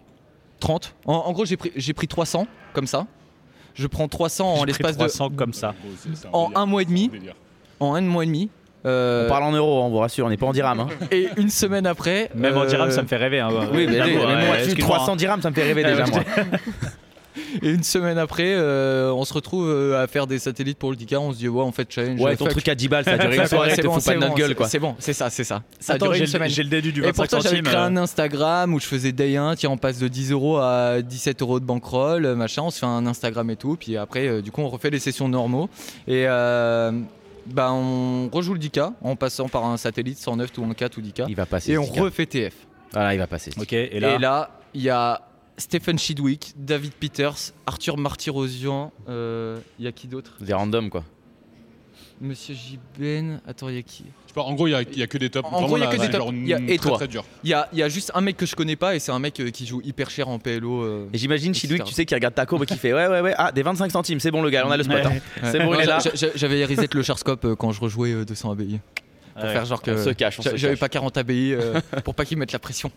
Speaker 5: 30. En, en gros, j'ai pris, j'ai pris 300 comme ça. Je prends 300 en
Speaker 2: J'ai pris
Speaker 5: l'espace de.
Speaker 2: 300 comme ça.
Speaker 4: gros, c'est- c'est
Speaker 5: En
Speaker 4: délire.
Speaker 5: un mois et demi.
Speaker 4: C'est délire.
Speaker 5: En un mois et demi. euh,
Speaker 3: On parle en euros, on vous rassure, on n'est pas en dirhams. hein.
Speaker 5: et une semaine après.
Speaker 2: Même en
Speaker 5: euh,
Speaker 2: dirham, ça me fait rêver. hein.
Speaker 3: Oui, mais,
Speaker 2: J'avoue,
Speaker 3: mais
Speaker 2: ouais,
Speaker 3: moi, tu-
Speaker 2: excuse-moi, hein.
Speaker 3: 300 dirhams, ça me fait rêver
Speaker 2: Ah,
Speaker 3: déjà,
Speaker 2: ouais,
Speaker 3: moi.
Speaker 5: Et une semaine après, euh, on se retrouve euh, à faire des satellites pour le Dika. On se dit, ouais, en fait, challenge.
Speaker 3: Ouais,
Speaker 5: euh,
Speaker 3: ton
Speaker 5: fuck.
Speaker 3: truc à 10 balles, ça a duré
Speaker 5: Ouais,
Speaker 3: une soirée,
Speaker 5: c'est
Speaker 3: te
Speaker 5: bon,
Speaker 3: fous pas
Speaker 5: c'est
Speaker 3: de notre
Speaker 5: bon,
Speaker 3: gueule,
Speaker 5: c'est-
Speaker 3: quoi.
Speaker 5: C'est bon, c'est ça, c'est ça. Ça a
Speaker 2: Attends,
Speaker 5: duré
Speaker 2: j'ai
Speaker 5: une
Speaker 2: le-
Speaker 5: semaine.
Speaker 2: j'ai le déduit du
Speaker 5: Et
Speaker 2: 25
Speaker 5: pourtant, j'avais
Speaker 2: centimes.
Speaker 5: créé
Speaker 2: euh,
Speaker 5: un Instagram où je faisais day 1, tiens, on passe de 10 euros à 17 euros de bankroll, euh, machin, on se fait un Instagram et tout. Puis après, euh, du coup, on refait les sessions normaux. Et euh, bah, on rejoue le 10K en passant par un satellite 109 ou 104 ou 10K.
Speaker 3: Il va passer.
Speaker 5: Et
Speaker 3: ce
Speaker 5: on
Speaker 3: sticker.
Speaker 5: refait TF.
Speaker 3: Voilà, il va passer. ce
Speaker 2: Ok,
Speaker 3: sticker.
Speaker 2: et là,
Speaker 5: Et là, il y a Stephen Chidwick, David Peters, Arthur Martirosian, euh, il y a qui d'autre
Speaker 3: Des random, quoi.
Speaker 5: Monsieur Jiben, attends, il y a qui
Speaker 4: Je sais pas, en gros, il n'y a, que des tops.
Speaker 5: En gros, il y a
Speaker 4: Vraiment,
Speaker 5: que
Speaker 4: là,
Speaker 5: des
Speaker 4: c'est
Speaker 5: tops.
Speaker 4: genre
Speaker 5: Il y a- et
Speaker 4: très,
Speaker 5: toi.
Speaker 4: très dur.
Speaker 5: Il y a, il y a juste un mec que je connais pas et c'est un mec euh, qui joue hyper cher en PLO. euh.
Speaker 3: Et j'imagine
Speaker 5: Etc.
Speaker 3: Chidwick, tu sais, qui regarde ta courbe et qui fait Ouais, ouais, ouais, ah, des 25 centimes, c'est bon, le gars, on a le spot.
Speaker 2: Ouais.
Speaker 3: hein. C'est bon,
Speaker 5: Moi,
Speaker 3: il est là.
Speaker 5: j'a- j'a- J'avais reset le Charscope euh, quand je rejouais euh, 200 ABI. Pour
Speaker 2: Ouais.
Speaker 5: faire genre que.
Speaker 3: On se cache, on se
Speaker 5: j'a- J'avais
Speaker 3: cache.
Speaker 5: pas 40 ABI euh, pour pas qu'ils mettent la pression.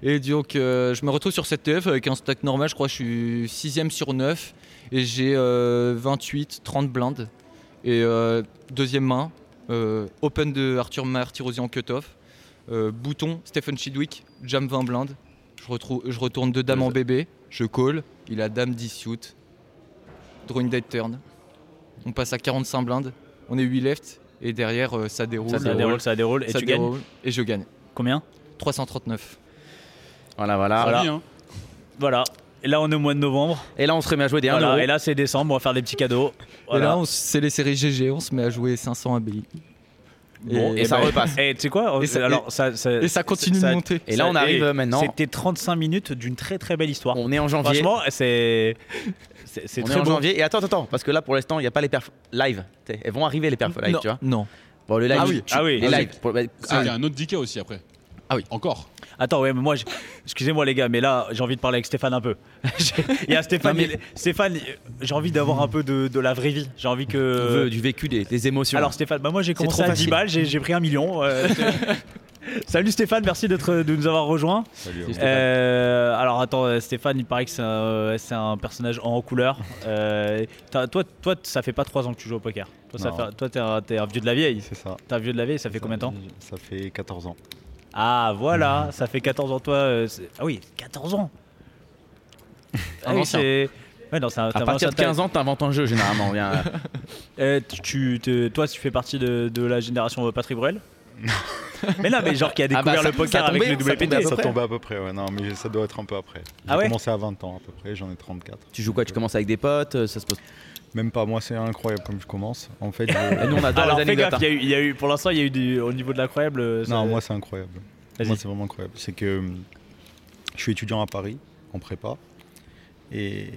Speaker 5: Et donc, euh, je me retrouve sur cette TF avec un stack normal, je crois, que je suis 6ème sur 9 et j'ai euh, 28, 30 blindes. Et euh, deuxième main, euh, open de Arthur Martirosian cutoff, euh, bouton Stephen Chidwick, jam 20 blindes. Je, retrouve, je retourne deux dames en bébé, je call, il a dame 10 suit, drawing dead turn. On passe à 45 blindes, on est 8 left et derrière euh, ça déroule.
Speaker 2: ça, ça déroule, ça déroule, et
Speaker 5: ça
Speaker 2: tu gagnes
Speaker 5: déroule, Et je gagne.
Speaker 2: combien
Speaker 5: 339.
Speaker 3: Voilà, voilà.
Speaker 4: Ravi,
Speaker 2: voilà.
Speaker 4: hein.
Speaker 2: Voilà. Et là, on est au mois de novembre.
Speaker 3: Et là, on se remet à jouer des 1
Speaker 2: Voilà,
Speaker 3: euro.
Speaker 2: Et là, c'est décembre, on va faire des petits cadeaux. Voilà.
Speaker 5: Et là, on s- c'est les séries GG, on se met à jouer 500 ABI.
Speaker 3: Bon, et, ça
Speaker 2: ben-
Speaker 3: repasse.
Speaker 2: Et tu sais quoi
Speaker 5: Et ça-
Speaker 2: Alors, ça, ça,
Speaker 5: Et ça continue
Speaker 2: ça-
Speaker 5: de monter.
Speaker 3: Et là, on
Speaker 2: ça-
Speaker 3: arrive
Speaker 2: et
Speaker 3: euh, maintenant.
Speaker 2: C'était 35 minutes d'une très très belle histoire.
Speaker 3: On est en janvier.
Speaker 2: Franchement, c'est. C'est c'est
Speaker 3: On est
Speaker 2: très
Speaker 3: en
Speaker 2: beau.
Speaker 3: janvier. Et attends, attends, attends, parce que là, pour l'instant, il n'y a pas les perfs live. T'sais, Elles vont arriver, les perfs live,
Speaker 5: non,
Speaker 3: tu vois.
Speaker 5: non.
Speaker 3: Bon, le live.
Speaker 5: Ah oui,
Speaker 3: tu-
Speaker 2: ah oui.
Speaker 3: Les
Speaker 2: Ah oui.
Speaker 3: lives. pour- bah,
Speaker 4: Ça, Il y a un autre 10K aussi après.
Speaker 5: Ah oui.
Speaker 4: Encore.
Speaker 2: Attends, ouais, mais moi, je- excusez-moi les gars, mais là, j'ai envie de parler avec Stéphane un peu. J'ai- Il y a Stéphane,
Speaker 3: Non,
Speaker 2: il- Stéphane, j'ai envie d'avoir un peu de, de la vraie vie. J'ai envie
Speaker 3: on
Speaker 2: que.
Speaker 3: veut du vécu, des, des émotions.
Speaker 2: Alors Stéphane, bah moi j'ai commencé à
Speaker 3: trop
Speaker 2: 10
Speaker 3: facile.
Speaker 2: balles, j'ai j'ai pris un million. euh, c'est- Salut Stéphane, merci d'être de nous avoir rejoints. Euh, alors attends, euh, Stéphane, il paraît que c'est un, euh, c'est un personnage en couleur. Euh, t'as- toi, toi, ça fait pas 3 ans que tu joues au poker. Toi, ça
Speaker 6: Non.
Speaker 2: fait- toi, t'es un, t'es un vieux de la vieille.
Speaker 6: C'est ça.
Speaker 2: T'es un vieux de la vieille, ça fait combien de temps
Speaker 6: Ça fait 14 ans.
Speaker 2: Ah voilà, ça fait 14 ans toi. euh, c'est- ah oui, 14 ans. Ah
Speaker 5: Un
Speaker 2: oui,
Speaker 5: ancien.
Speaker 2: c'est- Ouais, non, c'est un- t'as
Speaker 3: à
Speaker 2: un ancien
Speaker 3: partir de 15 ans, t'inventes un jeu, généralement. Bien, euh,
Speaker 2: Euh, tu, tu- toi, tu fais partie de, de la génération euh, Patrick Bruel Mais non, mais genre qui a
Speaker 6: Ah
Speaker 3: bah,
Speaker 2: découvert
Speaker 3: ça-
Speaker 2: le
Speaker 3: ça
Speaker 2: poker
Speaker 3: tombait,
Speaker 2: avec le
Speaker 3: ça tombait à
Speaker 2: WPT.
Speaker 3: peu
Speaker 6: Ça
Speaker 3: près.
Speaker 6: tombait à peu près, ouais, non, mais ça doit être un peu après. J'ai
Speaker 2: hein Ah ouais
Speaker 6: commencé à 20 ans à peu près, j'en ai 34.
Speaker 3: tu joues quoi Tu commences avec des potes euh, Ça se pose.
Speaker 6: Même pas, moi c'est incroyable comme je commence. En fait, je-
Speaker 2: Ah
Speaker 3: Et nous, on adore
Speaker 2: Alors
Speaker 3: les
Speaker 2: fais
Speaker 3: anecdotes.
Speaker 2: gaffe, il y a eu- il y, a eu, pour l'instant, il y a eu du, au niveau de l'incroyable. euh, ça-
Speaker 6: hein. Non, moi c'est incroyable.
Speaker 2: Vas-y.
Speaker 6: Moi c'est vraiment incroyable. C'est que hum, je suis étudiant à Paris, en prépa, et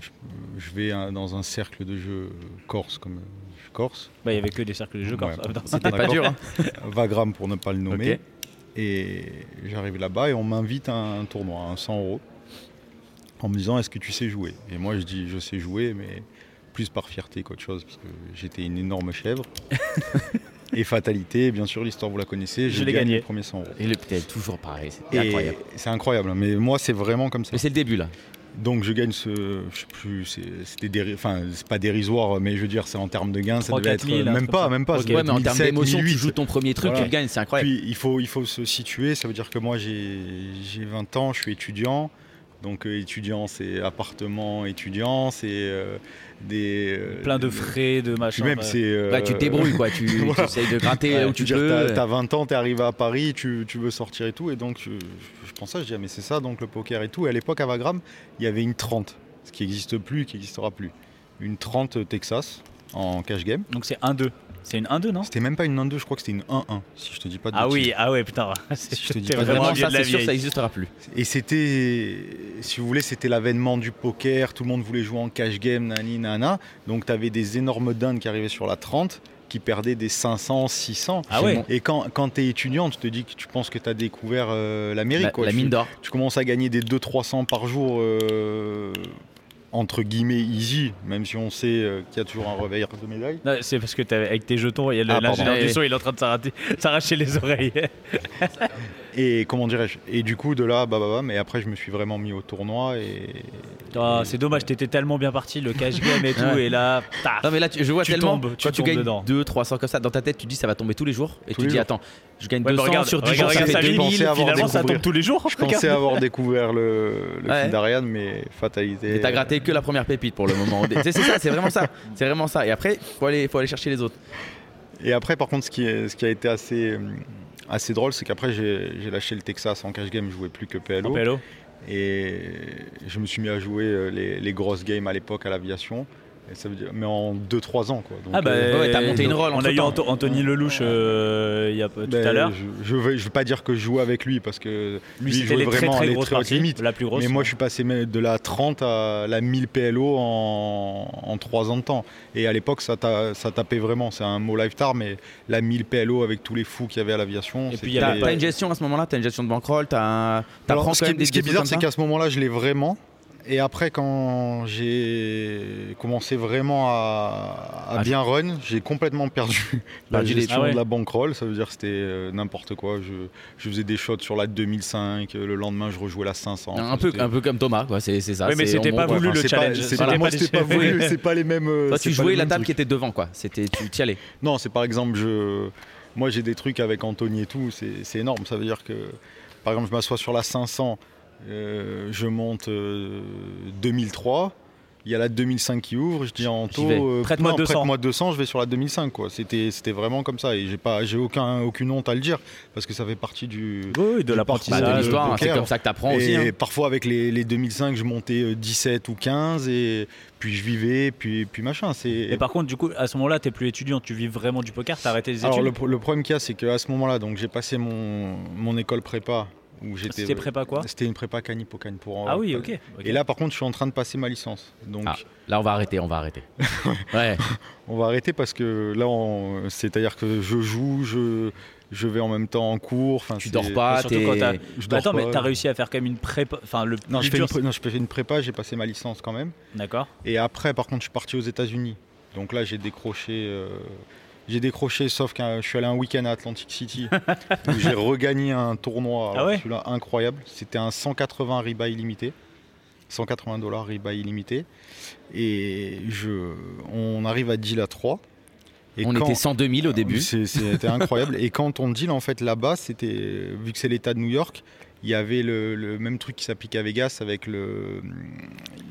Speaker 6: je, je vais euh, dans un cercle de jeux corse, comme euh, je suis corse,
Speaker 2: Bah, il y avait que des cercles de jeux corse.
Speaker 6: Ouais.
Speaker 2: Ah, putain.
Speaker 3: C'était pas
Speaker 6: D'accord.
Speaker 3: dur. hein.
Speaker 6: Vagram pour ne pas le nommer.
Speaker 3: Ok.
Speaker 6: Et j'arrive là-bas et on m'invite à un tournoi, à un 100 euros, en me disant est-ce que tu sais jouer Et moi je dis je sais jouer, mais plus par fierté qu'autre chose, parce que j'étais une énorme chèvre. et fatalité, bien sûr, l'histoire vous la connaissez,
Speaker 2: Je
Speaker 6: j'ai
Speaker 2: l'ai
Speaker 6: gagné
Speaker 2: gagné.
Speaker 6: le premier 100 euros.
Speaker 3: Et le putain, toujours pareil. C'est
Speaker 6: Et
Speaker 3: incroyable.
Speaker 6: C'est incroyable, hein. mais moi c'est vraiment comme ça.
Speaker 3: Mais c'est le début, là.
Speaker 6: Donc je gagne ce, je sais plus, c'est- c'était déri- enfin c'est pas dérisoire, mais je veux dire c'est en termes de gains, ça
Speaker 2: 3,
Speaker 6: devait être
Speaker 2: 4 000, un
Speaker 6: même
Speaker 2: truc
Speaker 6: pas,
Speaker 2: comme ça.
Speaker 6: même pas. ça
Speaker 3: Ok,
Speaker 6: devait
Speaker 3: ouais,
Speaker 6: être
Speaker 3: mais en termes
Speaker 6: 1700,
Speaker 3: d'émotion, tu
Speaker 6: 1800.
Speaker 3: joues ton premier truc,
Speaker 6: Voilà.
Speaker 3: tu le gagnes, c'est incroyable.
Speaker 6: Puis il faut, il faut se situer, ça veut dire que moi j'ai j'ai 20 ans, je suis étudiant. Donc euh, étudiant c'est appartement étudiant, c'est euh, des... euh,
Speaker 2: Plein de
Speaker 6: des-
Speaker 2: frais, de
Speaker 6: Puis
Speaker 2: machin.
Speaker 6: même
Speaker 2: bah.
Speaker 6: c'est... euh,
Speaker 3: Bah, tu te débrouilles, quoi. Tu tu
Speaker 6: Voilà.
Speaker 3: essayes de gratter
Speaker 6: Ouais,
Speaker 3: là où tu
Speaker 6: je veux dire, t'as-
Speaker 3: peux.
Speaker 6: T'as 20 ans, t'es arrivé à Paris, tu, tu veux sortir et tout. Et donc, je, je pense ça, je dis, ah, mais c'est ça, donc le poker et tout. Et à l'époque, à Vagram, il y avait une 30, ce qui n'existe plus, qui n'existera plus. Une 30 Texas en cash game.
Speaker 2: Donc c'est 1-2. C'est une 1-2, non
Speaker 6: C'était même pas une 1-2, je crois que c'était une 1-1, si je te dis pas de
Speaker 2: Ah
Speaker 6: bêtises.
Speaker 2: oui, ah ouais, putain. C'est
Speaker 6: Si je te dis
Speaker 2: t'es
Speaker 6: pas de
Speaker 2: vraiment un
Speaker 3: Vraiment,
Speaker 2: vieux
Speaker 3: ça,
Speaker 2: de la
Speaker 3: c'est sûr, ça
Speaker 2: vieille.
Speaker 3: n'existera plus.
Speaker 6: Et c'était, si vous voulez, c'était l'avènement du poker, tout le monde voulait jouer en cash game, nani, nana. Donc tu avais des énormes dindes qui arrivaient sur la 30, qui perdaient des 500, 600.
Speaker 2: Ah ouais.
Speaker 3: Bon,
Speaker 6: Et quand, quand tu es étudiant, tu te dis que tu penses que tu as découvert euh, l'Amérique.
Speaker 3: la-
Speaker 6: quoi.
Speaker 3: Bah, La
Speaker 6: Tu-
Speaker 3: mine d'or.
Speaker 6: tu commences à gagner des 200-300 par jour, euh, entre guillemets easy, même si on sait euh, qu'il y a toujours un revers de médaille.
Speaker 2: Non, C'est parce que t'avais- avec tes jetons, il y a le-
Speaker 6: Ah, pardon.
Speaker 2: l'ingénieur du
Speaker 3: Ouais.
Speaker 2: son, il est en train de s'arrater- s'arracher les oreilles.
Speaker 6: Et, Et comment dirais-je Et du coup, de là, bah, bah, bam, et après, je me suis vraiment mis au tournoi. Et...
Speaker 2: Ah, c'est dommage, t'étais tellement bien parti, le cash game et tout,
Speaker 3: Ouais.
Speaker 2: et là, paf.
Speaker 3: Non mais là tu- je vois
Speaker 2: Tu
Speaker 3: tellement
Speaker 2: tombes, tu
Speaker 3: quand tu
Speaker 2: tombes
Speaker 3: gagnes
Speaker 2: dedans.
Speaker 3: 2 300 comme ça dans ta tête tu dis ça va tomber tous les jours et tu
Speaker 6: Tous les
Speaker 3: dis
Speaker 6: jours.
Speaker 3: attends je gagne
Speaker 2: Ouais, mais
Speaker 3: 200
Speaker 2: regarde,
Speaker 3: sur 10
Speaker 2: regarde,
Speaker 3: jours
Speaker 2: regarde,
Speaker 3: ça fait
Speaker 2: ça
Speaker 6: deux.
Speaker 2: vit,
Speaker 3: 2000
Speaker 6: pensais avoir
Speaker 2: finalement, ça
Speaker 6: découvert.
Speaker 2: tombe tous les jours. hein,
Speaker 6: Je pensais avoir découvert le, le
Speaker 3: Ouais.
Speaker 6: film d'Ariane, mais fatalité.
Speaker 3: et t'as gratté que la première pépite pour le moment c'est c'est ça c'est vraiment ça c'est vraiment ça et après faut aller faut aller chercher les autres
Speaker 6: Et après, par contre, ce qui, est- ce qui a été assez, hum, assez drôle, c'est qu'après, j'ai j'ai lâché le Texas en cash game, je jouais plus que PLO.
Speaker 2: Hello.
Speaker 6: Et je me suis mis à jouer euh, les, les grosses games à l'époque à l'aviation. Et ça veut dire- mais en 2-3 ans, quoi. Donc,
Speaker 2: Ah bah,
Speaker 6: euh,
Speaker 3: ouais, t'as monté une roll
Speaker 2: On a eu
Speaker 3: entre-temps.
Speaker 2: Anto- Anthony Lelouch euh, il y a peu- tout
Speaker 6: ben,
Speaker 2: à l'heure.
Speaker 6: Je, je vais, je vais pas dire que je jouais avec lui parce que
Speaker 2: Lui,
Speaker 6: il
Speaker 2: c'était
Speaker 6: jouait
Speaker 2: les très
Speaker 6: vraiment
Speaker 2: très
Speaker 6: les
Speaker 2: grosses
Speaker 6: très hautes
Speaker 2: parties,
Speaker 6: limites.
Speaker 2: la plus grosse.
Speaker 6: Mais moi, je suis passé même de la 30 à la 1000 PLO en, en 3 ans de temps. Et à l'époque, ça, ta- ça tapait vraiment. C'est un mot lifetime, mais la 1000 PLO avec tous les fous qu'il y avait à l'aviation.
Speaker 2: Et puis,
Speaker 6: c'était-
Speaker 2: il y
Speaker 3: t'as
Speaker 2: avait-
Speaker 3: t'as une gestion à ce moment-là t'as une gestion de bankroll t'as
Speaker 6: Alors,
Speaker 3: t'apprends
Speaker 6: ce
Speaker 3: quand
Speaker 6: qui,
Speaker 3: même des
Speaker 6: ce qui est
Speaker 3: des
Speaker 6: bizarre,
Speaker 3: trucs
Speaker 6: c'est
Speaker 3: comme ça.
Speaker 6: qu'à ce moment-là, je l'ai vraiment. Et après, quand j'ai commencé vraiment à, à
Speaker 3: Ah,
Speaker 6: bien run, j'ai complètement perdu la
Speaker 3: Perdu les-
Speaker 6: gestion
Speaker 2: Ah ouais.
Speaker 6: de la bankroll. Ça veut dire que c'était euh, n'importe quoi. Je, je faisais des shots sur la 2005. euh, Le lendemain, je rejouais la 500.
Speaker 3: un peu un peu comme Thomas quoi c'est c'est ça
Speaker 2: Oui, mais
Speaker 3: c'est-
Speaker 2: c'était
Speaker 3: on-
Speaker 2: pas
Speaker 3: ouais.
Speaker 2: voulu. le
Speaker 6: c'est pas-
Speaker 2: challenge.
Speaker 6: c'est
Speaker 2: Voilà.
Speaker 6: pas- moi,
Speaker 2: C'était
Speaker 6: c'était
Speaker 2: pas
Speaker 6: pas
Speaker 2: des-
Speaker 6: voulu. C'est pas les mêmes. euh,
Speaker 3: toi
Speaker 6: c'est
Speaker 3: tu
Speaker 6: pas
Speaker 3: jouais
Speaker 6: les
Speaker 3: la
Speaker 6: mêmes
Speaker 3: table
Speaker 6: trucs.
Speaker 3: qui était devant quoi c'était tu t'y allais
Speaker 6: Non, c'est par exemple, je... moi j'ai des trucs avec Anthony et tout, c'est c'est énorme. Ça veut dire que, par exemple, je m'assois sur la 500, euh, je monte euh, 2003. Il y a la 2005 qui ouvre, je dis
Speaker 3: J'y
Speaker 6: à Anto,
Speaker 3: vais.
Speaker 6: euh,
Speaker 2: Prête-moi
Speaker 6: non,
Speaker 2: 200.
Speaker 6: prête-moi 200, je vais sur la 2005. quoi. C'était c'était vraiment comme ça et j'ai pas, j'ai aucun, aucune honte à le dire parce que ça fait partie du.
Speaker 2: Oui, de
Speaker 6: Bah,
Speaker 3: Bah,
Speaker 2: l'apprentissage.
Speaker 3: de
Speaker 6: le
Speaker 3: l'histoire hein, c'est
Speaker 6: poker.
Speaker 3: comme ça que t'apprends aussi
Speaker 6: Et
Speaker 3: hein.
Speaker 6: parfois avec les, les 2005, je montais euh, 17 ou 15 et puis je vivais, puis, puis machin.
Speaker 2: Et
Speaker 6: C'est
Speaker 2: par contre, du coup, à ce moment-là, t'es plus étudiant, tu vis vraiment du poker, t'as arrêté les
Speaker 6: Alors
Speaker 2: études.
Speaker 6: le, pro- le problème qu'il y a, c'est qu'à ce moment-là, donc j'ai passé mon, mon école prépa où j'étais.
Speaker 2: Ah, C'était prépa quoi
Speaker 6: C'était une prépa canipo Cannes pour.
Speaker 2: Ah oui, ok. ok.
Speaker 6: Et là, par contre, je suis en train de passer ma licence. Donc,
Speaker 3: Ah. là on va arrêter on va arrêter ouais
Speaker 6: on va arrêter parce que là, on- c'est-à-dire que je joue, je, je vais en même temps en cours. enfin,
Speaker 3: tu
Speaker 6: c'est-
Speaker 3: dors pas
Speaker 2: surtout
Speaker 3: t'es-
Speaker 2: quand t'as-
Speaker 6: Je dors
Speaker 2: Attends,
Speaker 6: pas.
Speaker 2: mais t'as réussi à faire quand même une prépa. Enfin, le
Speaker 6: Non,
Speaker 2: plus
Speaker 6: je fais,
Speaker 2: dur,
Speaker 6: une, pré- non, je fais une prépa, j'ai passé ma licence quand même.
Speaker 2: c'est- D'accord.
Speaker 6: Et après, par contre, je suis parti aux États-Unis. Donc là, j'ai décroché. euh, J'ai décroché, sauf que je suis allé un week-end à Atlantic City où j'ai regagné un tournoi.
Speaker 2: Ah
Speaker 6: Alors,
Speaker 2: ouais
Speaker 6: Celui-là, incroyable. C'était un 180 rebuy illimité. 180 dollars rebuy illimité. Et je, on arrive à deal à 3. Et
Speaker 3: on
Speaker 6: quand-
Speaker 3: était 102 000 au début
Speaker 6: c'est- C'était incroyable. Et quand on deal, en fait, là-bas, c'était vu que c'est l'État de New York, il y avait le, le même truc qui s'applique à Vegas avec le.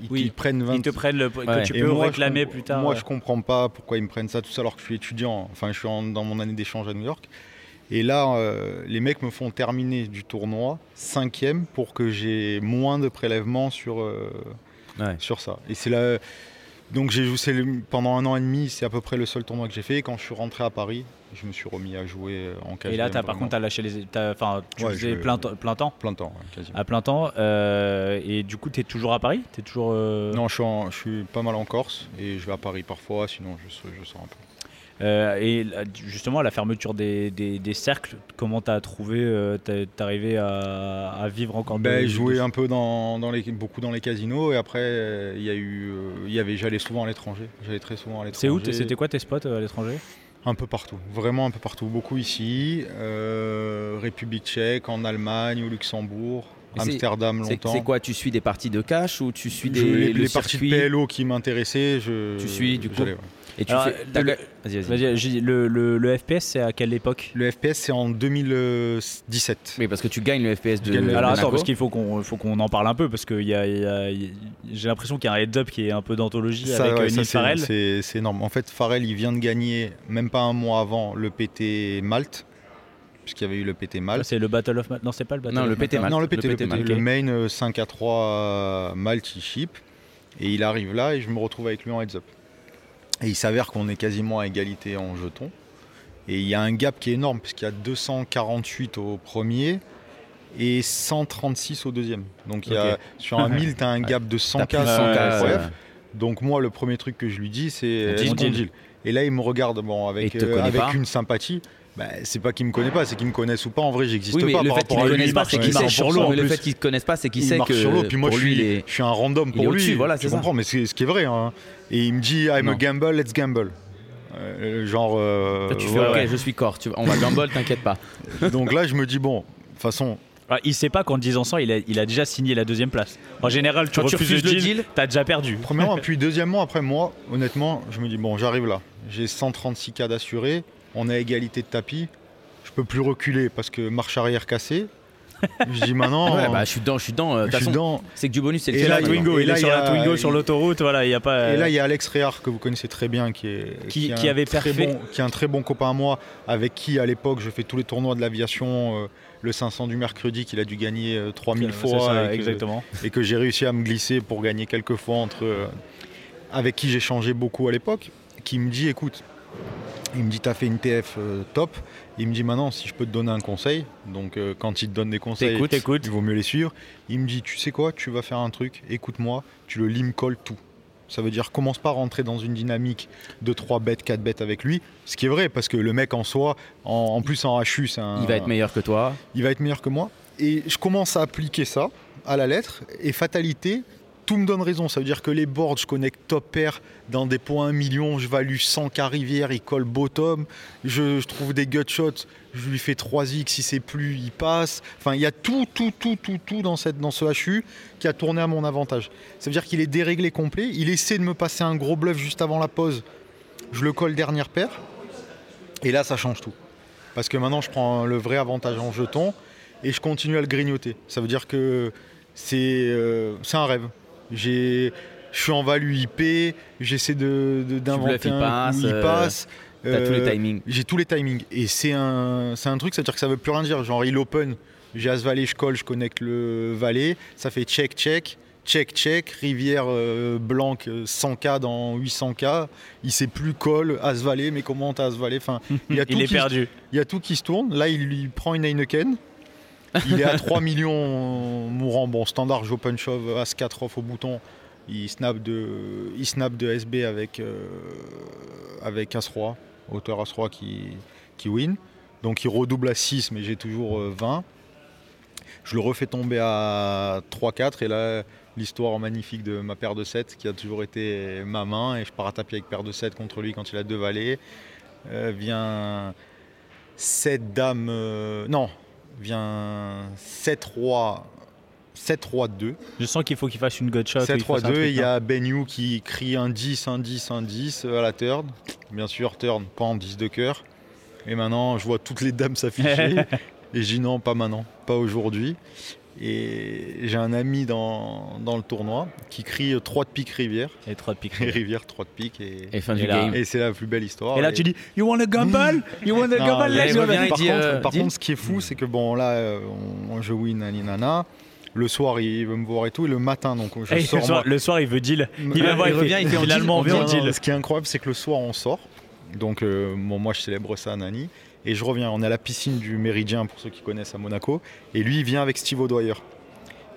Speaker 6: Ils,
Speaker 2: Oui,
Speaker 6: ils prennent 20,
Speaker 2: Ils te prennent le.
Speaker 3: Ouais.
Speaker 2: que tu
Speaker 6: et
Speaker 2: peux
Speaker 6: moi, je
Speaker 2: réclamer
Speaker 6: com-
Speaker 2: plus tard.
Speaker 6: Moi,
Speaker 2: ouais.
Speaker 6: je comprends pas pourquoi ils me prennent ça, tout ça, alors que je suis étudiant. Enfin, je suis en- dans mon année d'échange à New York. Et là, euh, les mecs me font terminer du tournoi cinquième pour que j'ai moins de prélèvements sur, euh,
Speaker 3: Ouais.
Speaker 6: sur ça. Et c'est là. Donc, j'ai joué c'est le- pendant un an et demi, c'est à peu près le seul tournoi que j'ai fait. Et quand je suis rentré à Paris, je me suis remis à jouer euh, en cash
Speaker 2: Et là,
Speaker 6: game,
Speaker 2: t'as- par
Speaker 6: vraiment,
Speaker 2: contre, t'as lâché les. t'as- Enfin, tu
Speaker 6: Ouais,
Speaker 2: faisais
Speaker 6: je-
Speaker 2: plein, temps- plein temps.
Speaker 6: plein temps, ouais, quasiment.
Speaker 2: À plein temps. euh, et du coup, t'es toujours à Paris T'es toujours. euh,
Speaker 6: Non, je suis, en- je suis pas mal en Corse et je vais à Paris parfois, sinon je, sors- je sors un peu.
Speaker 2: Euh, et là, justement, à la fermeture des, des, des cercles, comment t'as trouvé, euh, t'es t'es arrivé à, à vivre encore
Speaker 6: Ben,
Speaker 2: de-
Speaker 3: Euh,
Speaker 6: jouer
Speaker 2: de-
Speaker 6: un peu dans, dans les, beaucoup dans les casinos et après euh, il y a eu euh, il y avait j'allais souvent à l'étranger j'allais très souvent à l'étranger
Speaker 2: C'est où t'es- C'était quoi tes spots euh, à l'étranger
Speaker 6: un peu partout vraiment un peu partout beaucoup ici euh, République Tchèque en Allemagne au Luxembourg
Speaker 3: Et c'est-
Speaker 6: Amsterdam
Speaker 3: C'est
Speaker 6: longtemps
Speaker 3: c'est quoi Tu suis des parties de cash ou tu suis
Speaker 6: Je-
Speaker 3: des
Speaker 6: les,
Speaker 3: le
Speaker 6: les parties
Speaker 3: circuit
Speaker 6: de PLO qui m'intéressaient je
Speaker 3: Tu suis, du coup.
Speaker 6: j'allais, ouais.
Speaker 3: et tu
Speaker 2: Alors,
Speaker 3: fais- t'as-
Speaker 2: le-
Speaker 3: Vas-y, vas-y.
Speaker 2: Vas-y, j'ai dit, le, le- le FPS, c'est à quelle époque
Speaker 6: le FPS c'est en 2017
Speaker 3: Oui, parce que tu gagnes le FPS de.
Speaker 6: Je gagne le-
Speaker 2: alors attends,
Speaker 3: Monaco.
Speaker 2: parce qu'il faut qu'on faut qu'on en parle un peu parce que il y a- il y a- il y a- j'ai l'impression qu'il y a un heads-up qui est un peu d'anthologie
Speaker 6: Ça,
Speaker 2: avec
Speaker 6: ouais,
Speaker 2: euh,
Speaker 6: ça,
Speaker 2: Neil
Speaker 6: c'est-
Speaker 2: Farrell.
Speaker 6: C'est c'est énorme. En fait, Farrell, il vient de gagner, même pas un mois avant, le PT Malte, puisqu'il y avait eu le PT
Speaker 2: Ça,
Speaker 6: Malte.
Speaker 2: C'est le Battle of Ma- non, c'est pas le Battle
Speaker 3: Non,
Speaker 2: of
Speaker 3: le
Speaker 2: Malte.
Speaker 3: PT Malte.
Speaker 6: Non, le PT, le, PT,
Speaker 3: Malte.
Speaker 6: le main euh, 5 à 3 multi-ship. Et il arrive là et je me retrouve avec lui en heads-up. Et il s'avère qu'on est quasiment à égalité en jetons. Et il y a un gap qui est énorme, puisqu'il y a 248 au premier et 136 au deuxième. Donc il y a,
Speaker 3: Ok.
Speaker 6: sur un 1000, tu as un gap de
Speaker 3: T'as
Speaker 6: 100
Speaker 3: pris
Speaker 6: k 100
Speaker 3: 100K,
Speaker 2: ouais,
Speaker 3: euh,
Speaker 6: donc moi, le premier truc que je lui dis,
Speaker 3: deal,
Speaker 6: c'est est-ce qu'on
Speaker 3: deal.
Speaker 6: deal Et là, il me regarde
Speaker 3: Et
Speaker 6: bon,
Speaker 3: il
Speaker 6: avec,
Speaker 3: te
Speaker 6: euh,
Speaker 3: connaît
Speaker 6: avec
Speaker 3: pas.
Speaker 6: une sympathie. Bah, c'est pas qu'il me connaît pas, c'est qu'il me connaisse ou pas. En vrai, j'existe
Speaker 3: Oui, mais
Speaker 6: pas
Speaker 3: le
Speaker 6: par
Speaker 3: fait qu'ils
Speaker 6: rapport à
Speaker 3: ne
Speaker 6: lui.
Speaker 3: connaissent
Speaker 6: il
Speaker 3: pas,
Speaker 6: marche-
Speaker 3: c'est
Speaker 6: il
Speaker 3: qu'ils
Speaker 6: marche
Speaker 3: sait
Speaker 6: sur
Speaker 3: que-
Speaker 6: l'eau. en
Speaker 3: mais Le
Speaker 6: plus.
Speaker 3: fait qu'ils ne connaissent pas, c'est qu'ils
Speaker 6: Il
Speaker 3: sait
Speaker 6: marche
Speaker 3: que.
Speaker 6: sur l'eau. Puis moi,
Speaker 3: pour
Speaker 6: je
Speaker 3: lui,
Speaker 6: suis,
Speaker 3: il est-
Speaker 6: je suis un random
Speaker 3: il
Speaker 6: pour
Speaker 3: est
Speaker 6: lui.
Speaker 3: au-dessus, voilà,
Speaker 6: tu
Speaker 3: c'est ça.
Speaker 6: comprends Mais c'est ce qui est vrai. hein. Et il me dit, I'm
Speaker 3: Non.
Speaker 6: a gamble, let's gamble. Euh, genre. euh,
Speaker 3: Toi, tu fais
Speaker 6: ouais,
Speaker 3: ok,
Speaker 6: ouais.
Speaker 3: je suis corps, tu- on va gamble, t'inquiète pas.
Speaker 6: Donc là, je me dis, bon, toute façon,
Speaker 2: Ah, il sait pas qu'en disant ça, il a, il a déjà signé la deuxième place. En général, tu,
Speaker 3: Quand tu
Speaker 2: refuses,
Speaker 3: refuses
Speaker 2: le
Speaker 3: le
Speaker 2: deal,
Speaker 3: deal,
Speaker 2: t'as déjà perdu.
Speaker 6: Premièrement, puis deuxièmement, après moi, honnêtement, je me dis, bon, j'arrive là. J'ai 136 cas d'assurés, on est à égalité de tapis, je peux plus reculer parce que marche arrière cassée. Je dis maintenant,
Speaker 3: Ouais, bah, je suis dedans, je suis dedans. euh, De
Speaker 6: je
Speaker 3: toute
Speaker 6: suis
Speaker 3: façon,
Speaker 6: dedans.
Speaker 3: c'est que du bonus, c'est le
Speaker 6: Et
Speaker 3: fait
Speaker 6: là,
Speaker 2: La
Speaker 3: là,
Speaker 6: Twingo,
Speaker 2: Twingo,
Speaker 6: et
Speaker 2: il
Speaker 6: là,
Speaker 2: est sur
Speaker 6: il y
Speaker 2: la
Speaker 6: a-
Speaker 2: Twingo, sur
Speaker 6: il-
Speaker 2: l'autoroute, voilà, il n'y a pas.
Speaker 6: Et là, il y a Alex Réard que vous connaissez très bien, qui est,
Speaker 2: Euh, Qui-
Speaker 6: est
Speaker 2: qui
Speaker 6: un
Speaker 2: avait
Speaker 6: très
Speaker 2: parfait-
Speaker 6: bon, qui est un très bon copain à moi, avec qui à l'époque je fais tous les tournois de l'aviation, euh, le 500 du mercredi qu'il a dû gagner euh, 3000
Speaker 2: C'est
Speaker 6: fois,
Speaker 2: ça,
Speaker 6: et que-
Speaker 2: exactement.
Speaker 6: et que j'ai réussi à me glisser pour gagner quelques fois entre euh, avec qui j'ai changé beaucoup à l'époque, qui me dit écoute, il me dit t'as fait une TF euh, top, il me dit maintenant si je peux te donner un conseil, donc euh, quand il te donne des conseils,
Speaker 2: T'écoutes, t'écoutes.
Speaker 6: il vaut mieux les suivre. Il me dit tu sais quoi, tu vas faire un truc, écoute-moi, tu le lime colle tout. Ça veut dire commence pas à rentrer dans une dynamique de 3 bêtes, 4 bêtes avec lui, ce qui est vrai parce que le mec en soi, en, en plus en HU, c'est un
Speaker 3: il va être meilleur que toi.
Speaker 6: il va être meilleur que moi. Et je commence à appliquer ça à la lettre. Et fatalité, tout me donne raison. Ça veut dire que les boards, je connecte top pair dans des points 1 million, je value 100 k rivière, il colle bottom. Je, je trouve des gut shots, je lui fais 3x, si c'est plus, il passe. Enfin, il y a tout, tout, tout, tout, tout dans, cette, dans ce HU qui a tourné à mon avantage. Ça veut dire qu'il est déréglé complet. Il essaie de me passer un gros bluff juste avant la pause. Je le colle dernière paire. Et là, ça change tout. Parce que maintenant, je prends le vrai avantage en jeton et je continue à le grignoter. Ça veut dire que c'est euh, c'est un rêve. J'ai- Je suis en value IP, j'essaie d'inventer de,
Speaker 3: bluffes,
Speaker 6: d'inventer
Speaker 3: il
Speaker 6: un
Speaker 3: passe,
Speaker 6: coup, il
Speaker 3: euh,
Speaker 6: passe.
Speaker 3: T'as tous les
Speaker 6: Euh,
Speaker 3: timings.
Speaker 6: j'ai tous les timings. Et c'est un, c'est un truc, ça veut dire que ça veut plus rien dire. Genre, il open, j'ai As Valet, je colle, je connecte le Valet. Ça fait check, check, check, check. Rivière euh, blanc, euh, 100K dans 800K. Il sait plus colle, As Valet, mais comment t'as As Valet enfin, il, y a tout
Speaker 2: Il est
Speaker 6: qui-
Speaker 2: perdu.
Speaker 6: il y a tout qui se tourne. Là, il lui prend une Heineken. Il est à 3 millions euh, mourant. Bon, standard, j'open shove, As 4 off au bouton. Il snap de, il snap de SB avec, euh, avec As Roi, hauteur As Roi qui, qui win. Donc il redouble à 6, mais j'ai toujours euh, 20. Je le refais tomber à 3-4. Et là, l'histoire magnifique de ma paire de 7 qui a toujours été ma main. Et je pars à tapis avec paire de 7 contre lui quand il a deux valets. Euh, vient 7 dames. euh, non, vient 7 rois. 7 rois 2.
Speaker 2: Je sens qu'il faut qu'il fasse une gut shot.
Speaker 6: 7
Speaker 2: qu'il fasse
Speaker 6: rois
Speaker 2: un
Speaker 6: 2,
Speaker 2: truc, hein.
Speaker 6: il y a Benyu qui crie un 10, un 10, un 10 à la turn. Bien sûr, turn, pas en 10 de cœur. Et maintenant, je vois toutes les dames s'afficher. et je dis non, pas maintenant, pas aujourd'hui. Et j'ai un ami dans, dans le tournoi qui crie 3 de pique rivière.
Speaker 2: hein. Et trois de pique.
Speaker 6: Et rivière, 3 de pique. Et,
Speaker 3: Et fin
Speaker 2: Et
Speaker 3: du
Speaker 2: là-
Speaker 3: game.
Speaker 6: et c'est la plus belle histoire.
Speaker 2: Et là,
Speaker 6: Et-
Speaker 2: tu dis You want a gamble You want a
Speaker 6: Non,
Speaker 2: gamble
Speaker 6: il y a
Speaker 2: Let's
Speaker 3: les
Speaker 2: go,
Speaker 3: reviens,
Speaker 2: vas-y.
Speaker 3: il
Speaker 6: par
Speaker 3: dit,
Speaker 6: contre,
Speaker 3: euh,
Speaker 6: par
Speaker 3: dis-
Speaker 6: contre, ce qui est fou, c'est que bon, là, euh, on, je win à Ninana. Le soir, il veut me voir et tout. Et le matin, donc, je
Speaker 2: Et
Speaker 6: sors.
Speaker 2: le, soir,
Speaker 6: euh, moi- Euh,
Speaker 2: le soir, il veut deal. Il
Speaker 6: Ouais,
Speaker 2: va voir,
Speaker 3: il revient, il fait en deal,
Speaker 2: finalement,
Speaker 3: on vient
Speaker 2: on
Speaker 6: Non,
Speaker 2: deal.
Speaker 6: non, Ce qui est incroyable, c'est que le soir, on sort. Donc, euh, bon, moi, je célèbre ça à Nani. Et je reviens. On est à la piscine du Méridien, pour ceux qui connaissent à Monaco. Et lui, il vient avec Steve O'Dwyer.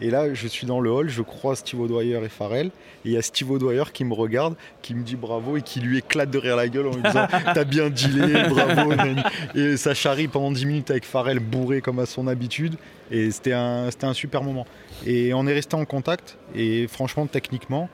Speaker 6: Et là, je suis dans le hall, je croise Steve O'Dwyer et Farrell. Et il y a Steve O'Dwyer qui me regarde, qui me dit bravo et qui lui éclate de rire la gueule en lui disant T'as bien dealé, bravo. Nani. Et ça charrie pendant 10 minutes avec Farrell bourré comme à son habitude. Et c'était un, c'était un super moment. Et on est resté en contact. Et franchement, techniquement,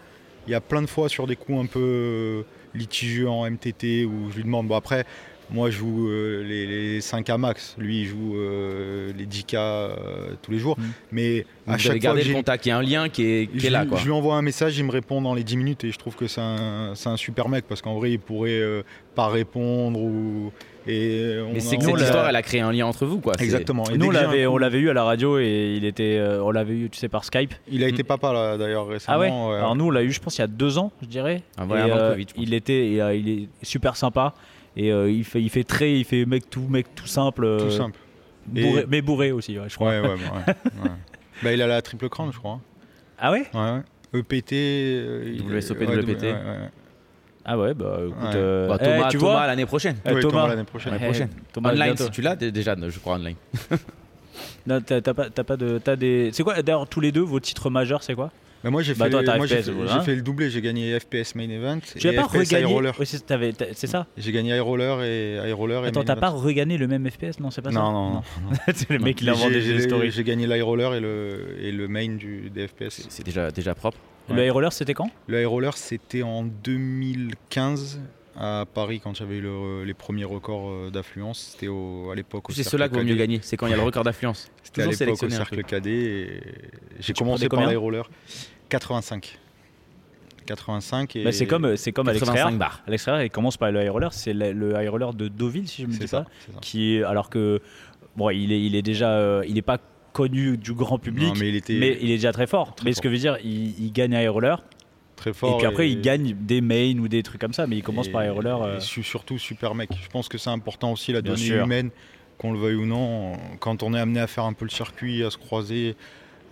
Speaker 6: il y a plein de fois sur des coups un peu euh, litigieux en MTT où je lui demande, bon après, moi je joue euh, les, les 5K max, lui il joue euh, les 10K euh, tous les jours,
Speaker 3: Mhm.
Speaker 6: mais
Speaker 3: Vous
Speaker 6: à
Speaker 3: devez
Speaker 6: chaque fois
Speaker 3: garder
Speaker 6: que
Speaker 3: le
Speaker 6: j'ai-
Speaker 3: contact. Il y a un lien qui est, qui
Speaker 6: je
Speaker 3: est là.
Speaker 6: lui-
Speaker 3: Quoi.
Speaker 6: Je lui envoie un message, il me répond dans les 10 minutes et je trouve que c'est un, c'est un super mec parce qu'en vrai il pourrait euh, pas répondre ou... Et on
Speaker 3: Mais
Speaker 6: a-
Speaker 3: c'est que
Speaker 6: on
Speaker 3: cette
Speaker 6: l'a-
Speaker 3: histoire, elle a créé un lien entre vous. Quoi. C'est-
Speaker 6: Exactement. Et dès
Speaker 2: Nous, on
Speaker 6: que j'ai un
Speaker 2: l'avait,
Speaker 6: coup-
Speaker 2: on l'avait eu à la radio et il était, euh, on l'avait eu, tu sais, par Skype.
Speaker 6: Il a été papa là d'ailleurs récemment. euh,
Speaker 2: Ah ouais,
Speaker 6: ouais.
Speaker 2: Alors nous, on l'a eu, je pense, il y a deux ans, je dirais.
Speaker 3: Ah, voilà,
Speaker 2: Et,
Speaker 3: avant le
Speaker 2: euh,
Speaker 3: Covid, je pense.
Speaker 2: il était, et, euh, il est super sympa. Et euh, il, fait, il fait très, il fait mec tout, mec tout simple. euh,
Speaker 6: Tout simple. Et-
Speaker 2: bourré- Mais bourré aussi, ouais, je crois.
Speaker 6: Ouais, ouais, ouais, ouais. Bah, il a la triple crâne, je crois. hein.
Speaker 2: Ah ouais
Speaker 6: Ouais, ouais. EPT. euh, il-
Speaker 3: WSOP,
Speaker 6: ouais,
Speaker 3: WPT.
Speaker 6: ouais, ouais.
Speaker 2: Ah ouais, bah écoute.
Speaker 6: Ouais.
Speaker 2: euh,
Speaker 3: Bah,
Speaker 2: eh,
Speaker 3: Thomas,
Speaker 2: tu
Speaker 3: Thomas,
Speaker 2: vois,
Speaker 3: l'année prochaine.
Speaker 2: eh,
Speaker 6: Ouais,
Speaker 2: Thomas,
Speaker 6: l'année prochaine.
Speaker 3: Ouais.
Speaker 2: eh,
Speaker 3: prochaine.
Speaker 2: Thomas,
Speaker 3: Online,
Speaker 2: bientôt.
Speaker 3: si tu l'as dé- déjà, je crois online.
Speaker 2: Non, t'as t'as pas, t'as pas de, t'as des. C'est quoi D'ailleurs, tous les deux, vos titres majeurs, c'est quoi
Speaker 6: Bah, moi j'ai
Speaker 2: Bah,
Speaker 6: fait,
Speaker 2: toi,
Speaker 6: les-
Speaker 2: t'as
Speaker 6: moi, j'ai
Speaker 2: FPS,
Speaker 6: fait,
Speaker 2: voilà.
Speaker 6: j'ai fait le doublé, j'ai gagné FPS Main Event
Speaker 2: Tu
Speaker 6: et
Speaker 2: n'as pas
Speaker 6: FPS High
Speaker 2: regagné.
Speaker 6: Roller.
Speaker 2: Oui, c'est t'avais- t'as- c'est ça.
Speaker 6: J'ai gagné High Roller et High Roller et
Speaker 2: Attends,
Speaker 6: Main
Speaker 2: t'as
Speaker 6: Event.
Speaker 2: pas regagné le même FPS Non, c'est pas ça.
Speaker 6: Non, non, non.
Speaker 2: c'est le mec, il a
Speaker 6: J'ai-
Speaker 2: inventé
Speaker 6: j'ai-
Speaker 2: des stories.
Speaker 6: J'ai gagné l'High Roller et le, et le main du, des FPS.
Speaker 3: C'est c'est déjà, déjà propre.
Speaker 2: Le high roller, c'était quand
Speaker 6: Le High Roller, c'était en 2015 à Paris quand j'avais le- les premiers records euh, d'affluence. C'était au- à l'époque. au
Speaker 3: C'est
Speaker 6: Cercle
Speaker 3: cela qu'il vaut mieux
Speaker 6: Cadet.
Speaker 3: gagner, c'est quand il y a le
Speaker 6: Ouais.
Speaker 3: record d'affluence.
Speaker 6: C'était
Speaker 3: Toujours
Speaker 6: à l'époque au
Speaker 3: sélectionner un
Speaker 6: Cercle
Speaker 3: truc.
Speaker 6: Cadet. et
Speaker 2: tu
Speaker 6: J'ai
Speaker 2: prenais
Speaker 6: commencé par
Speaker 2: combien
Speaker 6: les rollers. 85. 85 et
Speaker 2: Bah, c'est comme, c'est comme Alex
Speaker 3: 85
Speaker 2: Frère.
Speaker 3: bars.
Speaker 2: Alex Frère, il commence par le high roller, c'est le, le high roller de Deauville, si je me
Speaker 6: C'est
Speaker 2: dis
Speaker 6: ça.
Speaker 2: pas.
Speaker 6: c'est ça.
Speaker 2: Qui est, alors que, bon, il est, il est déjà, euh, il n'est pas connu du grand public,
Speaker 6: Non,
Speaker 2: mais,
Speaker 6: mais il était
Speaker 2: il est déjà très fort.
Speaker 6: Très
Speaker 2: mais ce que
Speaker 6: fort.
Speaker 2: veut dire, il, il gagne un high roller,
Speaker 6: très fort.
Speaker 2: et puis après, il gagne des mains ou des trucs comme ça, mais il commence
Speaker 6: et-
Speaker 2: par high roller. euh,
Speaker 6: et su- surtout super mec. Je pense que c'est important aussi la
Speaker 2: Bien
Speaker 6: donnée
Speaker 2: sûr.
Speaker 6: humaine, qu'on le veuille ou non. Quand on est amené à faire un peu le circuit, à se croiser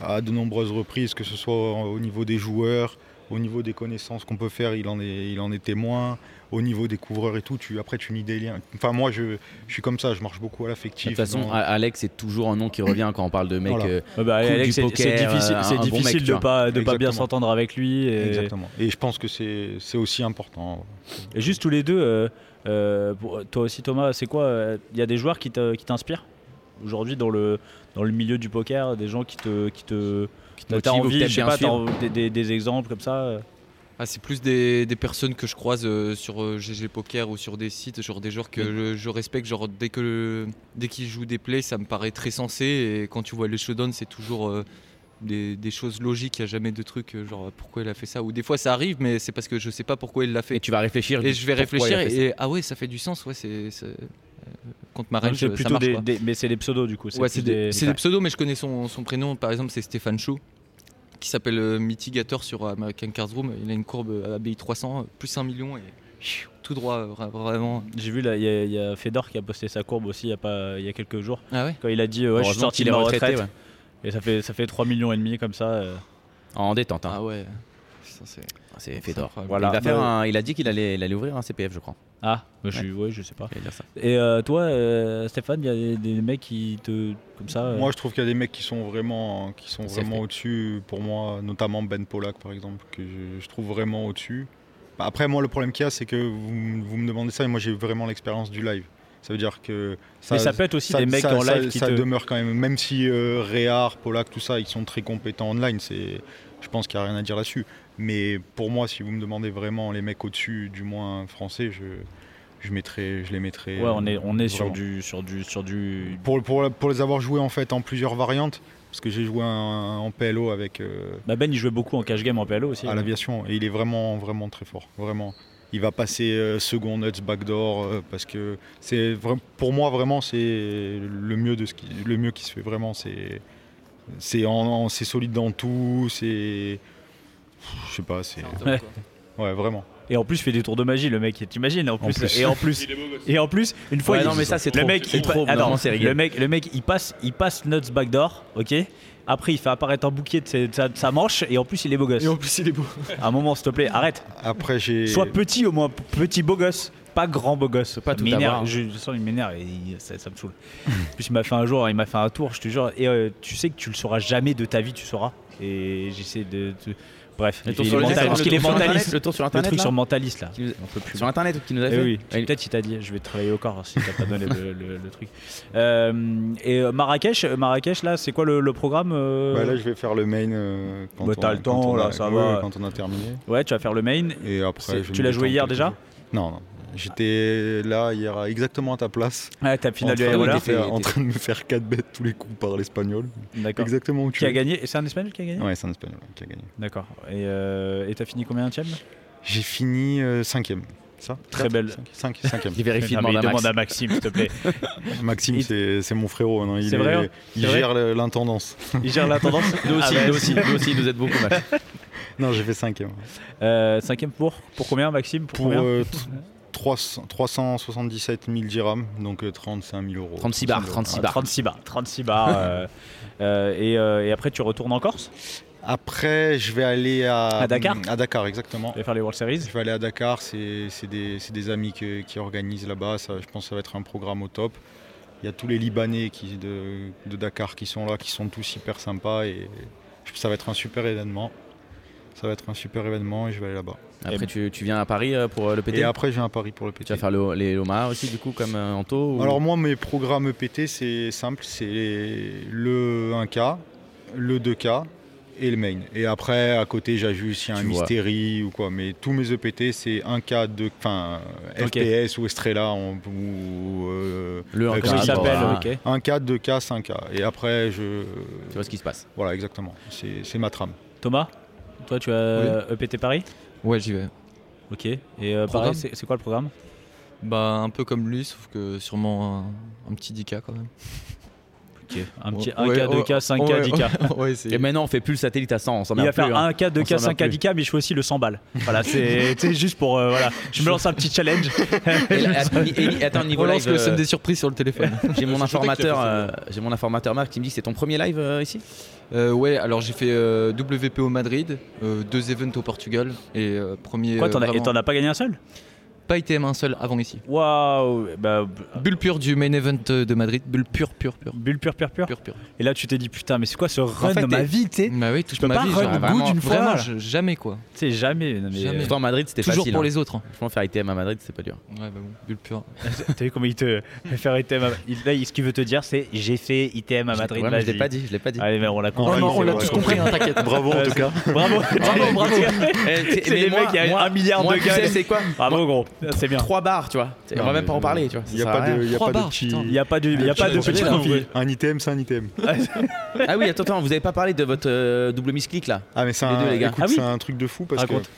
Speaker 6: à de nombreuses reprises, que ce soit au niveau des joueurs, au niveau des connaissances qu'on peut faire, il en est, il en est témoin. Au niveau des couvreurs et tout, tu, après tu mis des liens. Enfin moi je, je suis comme ça, je marche beaucoup à
Speaker 3: De
Speaker 6: l'affectif.
Speaker 3: toute façon,
Speaker 6: dans-
Speaker 2: ah,
Speaker 3: A- Alex est toujours un nom qui revient quand on parle de mec.
Speaker 6: Voilà.
Speaker 3: euh,
Speaker 2: ouais, bah,
Speaker 3: cool
Speaker 2: Alex,
Speaker 3: du
Speaker 2: c'est
Speaker 3: poker,
Speaker 2: c'est difficile,
Speaker 3: un-
Speaker 2: c'est
Speaker 3: un bon mec,
Speaker 2: difficile
Speaker 3: tu
Speaker 2: de
Speaker 3: vois.
Speaker 2: pas, de pas bien
Speaker 6: Exactement.
Speaker 2: s'entendre avec lui. Et,
Speaker 6: Exactement. Et je pense que c'est c'est aussi important.
Speaker 2: et juste tous les deux, euh, euh, pour- toi aussi Thomas, c'est quoi euh, Il y a des joueurs qui te- qui t'inspirent aujourd'hui dans le, dans le milieu du poker, des gens qui te, qui te,
Speaker 3: qui
Speaker 2: t'as
Speaker 3: te motive ou que
Speaker 2: envie,
Speaker 3: t'aimes
Speaker 2: je sais
Speaker 3: bien
Speaker 2: pas, t'as
Speaker 3: suivre.
Speaker 2: envie- des, des- des exemples comme ça euh.
Speaker 5: Ah, c'est plus des, des personnes que je croise euh, sur euh, GG Poker ou sur des sites, genre des joueurs que je, je respecte. Genre dès que dès qu'ils jouent des plays, ça me paraît très sensé. Et quand tu vois les showdowns, c'est toujours euh, des, des choses logiques. Il n'y a jamais de truc euh, genre pourquoi il a fait ça. Ou des fois ça arrive, mais c'est parce que je sais pas pourquoi il l'a
Speaker 3: Et
Speaker 5: fait.
Speaker 3: tu vas réfléchir.
Speaker 5: Et je vais
Speaker 3: Ah, pourquoi il a
Speaker 5: réfléchir
Speaker 3: fait ça.
Speaker 5: et ah ouais, ça fait du sens. Ouais, c'est c'est- euh, contre ma
Speaker 2: Non,
Speaker 5: range,
Speaker 2: Ah, c'est
Speaker 5: ça
Speaker 2: plutôt
Speaker 5: marche.
Speaker 2: des,
Speaker 5: quoi.
Speaker 2: des- mais c'est des pseudos du coup.
Speaker 5: Ouais, c'est
Speaker 2: plus
Speaker 5: des, c'est des
Speaker 2: ouais.
Speaker 5: pseudos, mais je connais son, son prénom. Par exemple, c'est Stéphane Chou, qui s'appelle euh, Mitigator sur American Card Room. Il a une courbe euh, ABI 300, euh, plus 1 million, et pfiou, tout droit, euh, vra- vraiment.
Speaker 2: J'ai vu là, il y, a- il y a Fedor qui a posté sa courbe aussi il y a pas, il y a quelques jours
Speaker 5: Ah ouais
Speaker 2: quand il a dit euh, ouais, je suis
Speaker 3: Heureusement
Speaker 2: sorti
Speaker 3: qu'il
Speaker 2: de
Speaker 3: est
Speaker 2: ma
Speaker 3: retraité,
Speaker 2: retraite et ça fait ça fait 3 millions et demi comme ça. euh.
Speaker 3: En détente. hein.
Speaker 5: Ah ouais. Putain, c'est-
Speaker 3: C'est
Speaker 5: c'est
Speaker 3: Fedor.
Speaker 5: incroyable.
Speaker 2: Voilà.
Speaker 3: Il, va faire
Speaker 2: Mais-
Speaker 3: un- il a dit qu'il allait, il allait ouvrir un CPF, je crois.
Speaker 2: Ah, bah, je suis- ouais, je sais pas.
Speaker 3: Il allait dire ça.
Speaker 2: Et euh, toi, euh, Stéphane, il y a des, des mecs qui te comme ça. euh,
Speaker 6: Moi, je trouve qu'il y a des mecs qui sont vraiment, qui sont
Speaker 3: C'est
Speaker 6: vraiment
Speaker 3: fait.
Speaker 6: au-dessus. Pour moi, notamment Ben Pollack, par exemple, que je, je trouve vraiment au-dessus. Bah, Après, moi, le problème qu'il y a, c'est que vous, m- vous me demandez ça, et moi, j'ai vraiment l'expérience du live. Ça veut dire que
Speaker 2: mais ça peut être aussi
Speaker 6: ça-
Speaker 2: des mecs
Speaker 6: ça-
Speaker 2: en
Speaker 6: ça-
Speaker 2: live qui
Speaker 6: ça
Speaker 2: te.
Speaker 6: demeure quand même. Même si euh, Réard, Pollack, tout ça, ils sont très compétents online. C'est, je pense qu'il n'y a rien à dire là-dessus. Mais pour moi, si vous me demandez vraiment les mecs au-dessus, du moins français, je, je mettrais, je les mettrais. euh,
Speaker 2: Ouais, on est on est sur
Speaker 6: Vraiment.
Speaker 2: du sur du sur du.
Speaker 6: Pour, pour, pour les avoir joués en fait en plusieurs variantes, parce que j'ai joué un- en PLO avec euh,
Speaker 2: Bah ben, il jouait beaucoup en cash game en PLO aussi.
Speaker 6: à l'aviation et il est vraiment vraiment très fort, vraiment. Il va passer euh, second nuts backdoor euh, parce que c'est vra- pour moi vraiment c'est le mieux de ce qui le mieux qui se fait vraiment c'est c'est en, en- c'est solide dans tout, c'est je sais pas, c'est
Speaker 2: Ouais.
Speaker 6: ouais vraiment.
Speaker 2: Et en plus, il fait des tours de magie, le mec. T'imagines en, plus,
Speaker 6: plus.
Speaker 2: Et en plus, et en plus, une fois,
Speaker 3: Ouais,
Speaker 2: il-
Speaker 3: non, mais ça, c'est
Speaker 2: le
Speaker 3: trop.
Speaker 2: mec,
Speaker 3: C'est
Speaker 2: il
Speaker 3: trop.
Speaker 2: ah, non,
Speaker 3: Normalement, c'est
Speaker 2: le
Speaker 3: réglé.
Speaker 2: mec, le mec, il passe, il passe nuts backdoor, ok. Après, il fait apparaître un bouquet de, ses- de sa, de sa manche, et en plus, il est beau gosse.
Speaker 5: Et en plus, il est beau.
Speaker 2: À un moment, s'il te plaît, arrête.
Speaker 6: Après j'ai
Speaker 2: Sois petit au moins, p- petit beau gosse, pas grand beau gosse.
Speaker 3: Pas tout
Speaker 2: M'énerve,
Speaker 3: avoir.
Speaker 2: Je, je sens il m'énerve et il- ça, ça me saoule. en plus, il m'a fait un jour, il m'a fait un tour, je te jure. Et euh, tu sais que tu le sauras jamais de ta vie, tu sauras. Et j'essaie de, de- bref.
Speaker 3: Le tour
Speaker 2: Il
Speaker 3: sur
Speaker 2: est
Speaker 3: le net,
Speaker 2: mental-
Speaker 3: le
Speaker 2: parce qu'il
Speaker 3: tour
Speaker 2: est
Speaker 3: sur Internet,
Speaker 2: mentaliste.
Speaker 3: Le tour sur
Speaker 2: Le
Speaker 3: internet.
Speaker 2: truc
Speaker 3: là
Speaker 2: sur mentaliste là.
Speaker 3: Qui nous-
Speaker 2: On peut plus.
Speaker 3: Sur internet qui nous a
Speaker 2: Eh
Speaker 3: fait.
Speaker 2: oui,
Speaker 3: Ah, il-
Speaker 2: peut-être il t'a dit, je vais travailler au corps si t'as pas donné le, le- le truc. Euh, et euh, Marrakech, Marrakech là, c'est quoi le, le programme euh
Speaker 6: Bah, là je vais faire le main euh, quand
Speaker 2: Bah,
Speaker 6: on-
Speaker 2: t'as le
Speaker 6: quand
Speaker 2: temps,
Speaker 6: on a-
Speaker 2: là, ça
Speaker 6: ouais,
Speaker 2: va.
Speaker 6: quand on a terminé.
Speaker 2: Ouais, tu vas faire le main.
Speaker 6: Et
Speaker 2: C'est-
Speaker 6: après, je vais
Speaker 2: tu
Speaker 6: me
Speaker 2: l'as joué
Speaker 6: détendre
Speaker 2: hier
Speaker 6: quelques
Speaker 2: déjà
Speaker 6: jours. Non, non. J'étais là hier à- exactement à ta place.
Speaker 2: Ah, t'as
Speaker 6: en,
Speaker 2: finale du
Speaker 6: train de
Speaker 2: High
Speaker 6: me
Speaker 2: Roller.
Speaker 6: faire-
Speaker 3: T'étais-
Speaker 6: en train de me faire 4 bêtes tous les coups par l'espagnol.
Speaker 2: D'accord.
Speaker 6: Exactement où tu
Speaker 2: Qui a
Speaker 6: es.
Speaker 2: gagné Et c'est un espagnol qui a gagné
Speaker 6: Ouais, c'est un espagnol qui a gagné.
Speaker 2: D'accord. Et euh, et t'as fini combien tième
Speaker 6: J'ai fini 5ème. Ça
Speaker 2: Très belle.
Speaker 6: 5 5
Speaker 3: Il vérifie,
Speaker 2: Non, mais
Speaker 3: demande à Max.
Speaker 2: demande à Maxime, s'il te plaît.
Speaker 6: Maxime,
Speaker 2: Il-
Speaker 6: c'est c'est mon frérot. non, il
Speaker 2: C'est vrai, hein
Speaker 6: il
Speaker 2: C'est vrai
Speaker 6: gère le- l'intendance.
Speaker 2: Il gère la tendance.
Speaker 3: Nous aussi,
Speaker 2: Ah, bah,
Speaker 3: nous aussi, nous aussi, nous aide beaucoup. Max.
Speaker 6: Non, j'ai fait 5ème.
Speaker 2: Euh, Cinquième pour Pour combien, Maxime Pour,
Speaker 6: Pour
Speaker 2: combien
Speaker 6: euh, tr- 300 377 000 dirhams, donc euh, 35 000 euros.
Speaker 3: 36 bars, 36 bars.
Speaker 2: 36 bars. 36 bars. euh, euh, et, euh, et après, tu retournes en Corse
Speaker 6: Après, je vais aller à,
Speaker 2: À Dakar
Speaker 6: À Dakar, exactement.
Speaker 2: Tu vas faire les World Series
Speaker 6: Je vais aller à Dakar, c'est c'est des, c'est des amis que- qui organisent là-bas, ça, je pense que ça va être un programme au top. Il y a tous les Libanais qui, de, de Dakar qui sont là, qui sont tous hyper sympas et je- ça va être un super événement. Ça va être un super événement et je vais aller là-bas.
Speaker 3: Après, tu, tu viens à Paris euh, pour euh, le
Speaker 6: Et
Speaker 3: PT.
Speaker 6: après, je viens à Paris pour le E. PT.
Speaker 3: Tu vas faire le- les Omaha aussi, du coup, comme euh,
Speaker 2: Oh.
Speaker 3: Anto. ou-
Speaker 6: Alors moi, mes E programmes PT, c'est simple, c'est le 1K, le 2K, et le main. Et après, à côté, j'ajoute s'il y a un
Speaker 3: Tu vois.
Speaker 6: mystérie ou quoi. Mais tous mes EPT, c'est 1K, 2 enfin,
Speaker 2: Ok.
Speaker 6: FPS ou Estrella en- ou. euh,
Speaker 3: Le
Speaker 6: Ouais,
Speaker 3: un
Speaker 6: comme
Speaker 2: Comment
Speaker 6: ça
Speaker 2: il
Speaker 3: cadre,
Speaker 2: s'appelle
Speaker 3: voilà.
Speaker 2: ok.
Speaker 6: 1K, 2K, 5K. Et après, je.
Speaker 3: Tu vois ce qui se passe.
Speaker 6: Voilà, exactement. C'est c'est ma trame.
Speaker 2: Thomas, toi tu as EPT Paris
Speaker 5: Ouais, j'y vais.
Speaker 2: Ok. Et euh,
Speaker 5: Programme.
Speaker 2: pareil, c'est c'est quoi le programme
Speaker 5: Bah, un peu comme lui, sauf que sûrement un, un petit 10K quand même.
Speaker 2: Ok. Un petit
Speaker 5: Ouais,
Speaker 2: 1K,
Speaker 5: ouais,
Speaker 2: 2K, 5K,
Speaker 5: ouais,
Speaker 2: 10K.
Speaker 5: ouais, c'est.
Speaker 3: Et maintenant, on fait plus le satellite à 100, on s'en
Speaker 2: Il
Speaker 3: met
Speaker 2: va
Speaker 3: plus.
Speaker 2: faire
Speaker 3: hein.
Speaker 2: 1K, 2K,
Speaker 3: On s'en
Speaker 2: 5K,
Speaker 3: va plus.
Speaker 2: 10K, mais je fais aussi le 100 balles. Voilà, c'est c'est juste pour. euh, voilà. Je me lance un petit challenge.
Speaker 3: Et là, att- et- et- attends,
Speaker 5: On
Speaker 3: niveau
Speaker 5: lance
Speaker 3: live,
Speaker 5: le
Speaker 3: euh,
Speaker 5: somme des surprises sur le téléphone.
Speaker 3: j'ai mon
Speaker 4: Je sais pas qui a fait
Speaker 3: informateur,
Speaker 4: ça.
Speaker 3: euh, j'ai mon informateur Marc qui me dit que c'est ton premier live euh, ici.
Speaker 5: Euh, ouais, alors j'ai fait euh, WPO Madrid, euh, deux events au Portugal et euh, premier.
Speaker 2: Quoi,
Speaker 5: euh,
Speaker 2: t'en as- et
Speaker 5: vraiment-
Speaker 2: t'en as pas gagné un seul
Speaker 5: pas été un seul avant ici.
Speaker 2: Waouh bah, b-
Speaker 5: Bulle pure du main event euh, de Madrid, bulle pure, pure, pure.
Speaker 2: Bulle pure, pure, pure.
Speaker 5: Pure, pure.
Speaker 2: Et là, tu t'es dit, putain, mais c'est quoi ce run
Speaker 3: fait,
Speaker 2: de ma
Speaker 3: t'es-
Speaker 2: vie, tu sais
Speaker 5: Bah oui, toute
Speaker 2: peux
Speaker 5: ma
Speaker 2: pas
Speaker 5: vie,
Speaker 2: run
Speaker 5: genre,
Speaker 2: au bout
Speaker 5: vraiment,
Speaker 2: d'une fois,
Speaker 5: vraiment,
Speaker 2: là.
Speaker 5: je- jamais quoi.
Speaker 2: Tu sais, jamais. non, mais,
Speaker 5: Jamais.
Speaker 2: euh,
Speaker 3: Pourtant, à Madrid, c'était
Speaker 5: Toujours
Speaker 3: facile.
Speaker 5: pour
Speaker 3: hein.
Speaker 5: les autres. hein.
Speaker 3: Franchement, faire ITM à Madrid, c'est pas dur.
Speaker 5: Ouais, bah bon, bulle pure.
Speaker 2: T'as vu comment il te fait faire ITM à... il- Là, il- ce qu'il veut te dire, c'est j'ai fait ITM à Madrid.
Speaker 3: Ouais, mais je
Speaker 2: vas-y.
Speaker 3: l'ai pas dit, je l'ai pas dit.
Speaker 2: Allez, mais on l'a
Speaker 6: Oh
Speaker 2: compris.
Speaker 6: non, on l'a tous compris,
Speaker 2: hein,
Speaker 6: t'inquiète. Bravo
Speaker 2: en tout
Speaker 6: cas.
Speaker 2: Bravo, bravo, bravo.
Speaker 3: Eh, tu sais,
Speaker 2: C'est
Speaker 3: mais
Speaker 2: les
Speaker 3: moi-
Speaker 2: mecs, il y a
Speaker 3: moi-
Speaker 2: un milliard
Speaker 3: moi,
Speaker 2: de
Speaker 3: tu
Speaker 2: gars.
Speaker 3: sais, c'est quoi
Speaker 2: Bravo, gros. Ah, C'est bien.
Speaker 3: Trois bars, tu vois. Tu sais, On
Speaker 6: Non,
Speaker 3: va même
Speaker 6: mais,
Speaker 3: pas en parler, tu vois.
Speaker 6: Il
Speaker 3: Ça
Speaker 6: n'y a
Speaker 3: sert à
Speaker 6: pas de,
Speaker 3: rien.
Speaker 6: il y a
Speaker 5: Trois
Speaker 6: pas
Speaker 5: barres,
Speaker 6: de petit.
Speaker 5: putain.
Speaker 2: Il n'y a pas de, il y a pas de
Speaker 5: J'ai
Speaker 2: petit
Speaker 5: la
Speaker 2: conflit.
Speaker 6: Un item, c'est un item.
Speaker 3: Ah oui, attends, attends, vous avez pas parlé de votre euh, double misclick là.
Speaker 6: Ah mais c'est
Speaker 3: Les
Speaker 6: un,
Speaker 3: deux, les gars.
Speaker 6: écoute,
Speaker 2: Ah oui.
Speaker 6: c'est un truc de fou parce
Speaker 2: Raconte.
Speaker 6: que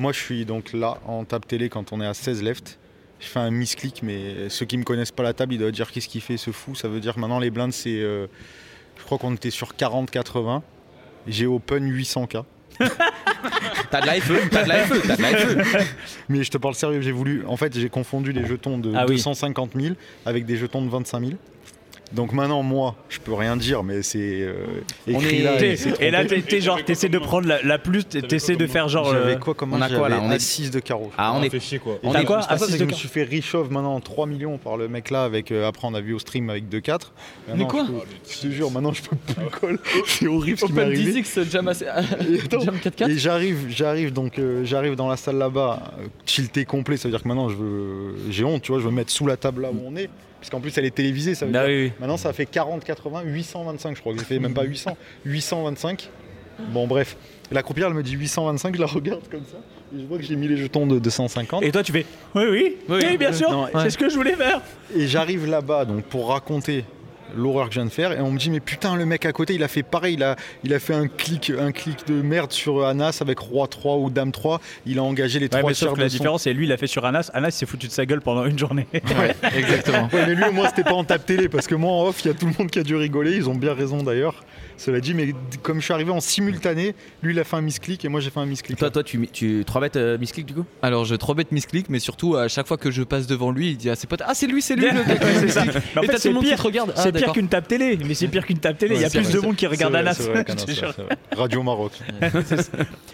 Speaker 6: moi je suis donc là en table télé quand on est à 16 left. Je fais un misclick mais ceux qui me connaissent pas la table ils doivent dire qu'est-ce qu'il fait ce fou. Ça veut dire maintenant les blindes c'est euh, je crois qu'on était sur 40-80. J'ai open 800k.
Speaker 3: T'as de la FE, t'as de la FE, t'as de la E. FE.
Speaker 6: Mais je te parle sérieux, j'ai voulu. En fait, j'ai confondu les jetons de
Speaker 2: Ah oui.
Speaker 6: 250 000 avec des jetons de 25 000. Donc maintenant, moi, je peux rien dire, mais c'est euh,
Speaker 3: On
Speaker 6: écrit
Speaker 3: est-
Speaker 6: là.
Speaker 2: T'es-
Speaker 6: et c'est
Speaker 2: Et là,
Speaker 6: trompé.
Speaker 2: t'es- t'es genre, t'essaies de prendre la, la plus, t'es- t'essaies de faire genre. euh,
Speaker 6: J'avais quoi comme
Speaker 3: on a
Speaker 6: âge
Speaker 3: quoi, là
Speaker 6: J'avais
Speaker 3: On est-
Speaker 6: un 6 de carreau.
Speaker 3: Ah, on est.
Speaker 4: fait chier quoi.
Speaker 6: Et
Speaker 2: T'as
Speaker 6: donc,
Speaker 2: quoi
Speaker 6: ce qui se passe,
Speaker 2: Assise
Speaker 6: Ah, c'est que
Speaker 2: de
Speaker 6: Je me
Speaker 2: quatre.
Speaker 6: suis fait reshove maintenant en 3 millions par le mec là avec euh, après on a vu au stream avec 2-4.
Speaker 5: Mais quoi
Speaker 6: Je te jure maintenant je peux plus call. C'est horrible ce qui m'est
Speaker 5: Open
Speaker 6: arrivé.
Speaker 5: 10x, Jam, assez-
Speaker 6: Et attends,
Speaker 5: Jam 4-4
Speaker 6: Et j'arrive, j'arrive donc euh, j'arrive dans la salle là-bas, euh, tilté complet, ça veut dire que maintenant je veux j'ai honte, tu vois, je veux me mettre sous la table là où on est parce qu'en plus elle est télévisée, ça veut
Speaker 2: Bah
Speaker 6: dire.
Speaker 2: oui, oui.
Speaker 6: Maintenant ça fait 40 80 825 je crois que j'ai fait même pas 800, 825. Bon bref, la croupière elle me dit 825, je la regarde comme ça et je vois que j'ai mis les jetons de 250.
Speaker 2: Et toi, tu fais oui, oui, oui, bien sûr,
Speaker 6: Non,
Speaker 2: c'est
Speaker 5: ouais.
Speaker 2: ce que je voulais faire.
Speaker 6: Et j'arrive là-bas donc pour raconter l'horreur que je viens de faire et on me dit mais putain le mec à côté il a fait pareil il a, il a fait un clic un clic de merde sur Anas avec roi 3 ou dame 3 il a engagé les
Speaker 2: Ouais,
Speaker 6: trois
Speaker 2: mais sauf
Speaker 6: tiers
Speaker 2: que la
Speaker 6: de son-
Speaker 2: différence, c'est lui, il l'a fait sur Anas. Anas, il s'est foutu de sa gueule pendant une journée.
Speaker 5: Exactement.
Speaker 6: Ouais, mais lui au moins c'était pas en tape télé parce que moi en off il y a tout le monde qui a dû rigoler ils ont bien raison d'ailleurs cela dit mais d- comme je suis arrivé en simultané lui il a fait un misclick et moi j'ai fait un misclick
Speaker 3: Toi, toi, tu, tu 3 bêtes euh, misclick du coup
Speaker 5: Alors je 3 bête misclick, mais surtout à chaque fois que je passe devant lui, il dit à ses potes Ah, c'est lui, c'est lui le gars qui a
Speaker 2: C'est ça.
Speaker 5: misclick.
Speaker 2: Mais en fait,
Speaker 5: Et t'as tout
Speaker 2: c'est
Speaker 5: le monde qui
Speaker 2: pire.
Speaker 5: te regarde. Ah,
Speaker 2: C'est pire
Speaker 5: d'accord.
Speaker 2: qu'une tape télé, mais c'est pire qu'une tape télé. Il y a
Speaker 5: Ouais, c'est
Speaker 2: plus
Speaker 5: vrai,
Speaker 2: de
Speaker 5: c'est
Speaker 2: monde qui regarde Anas. Je te jure.
Speaker 6: Radio Maroc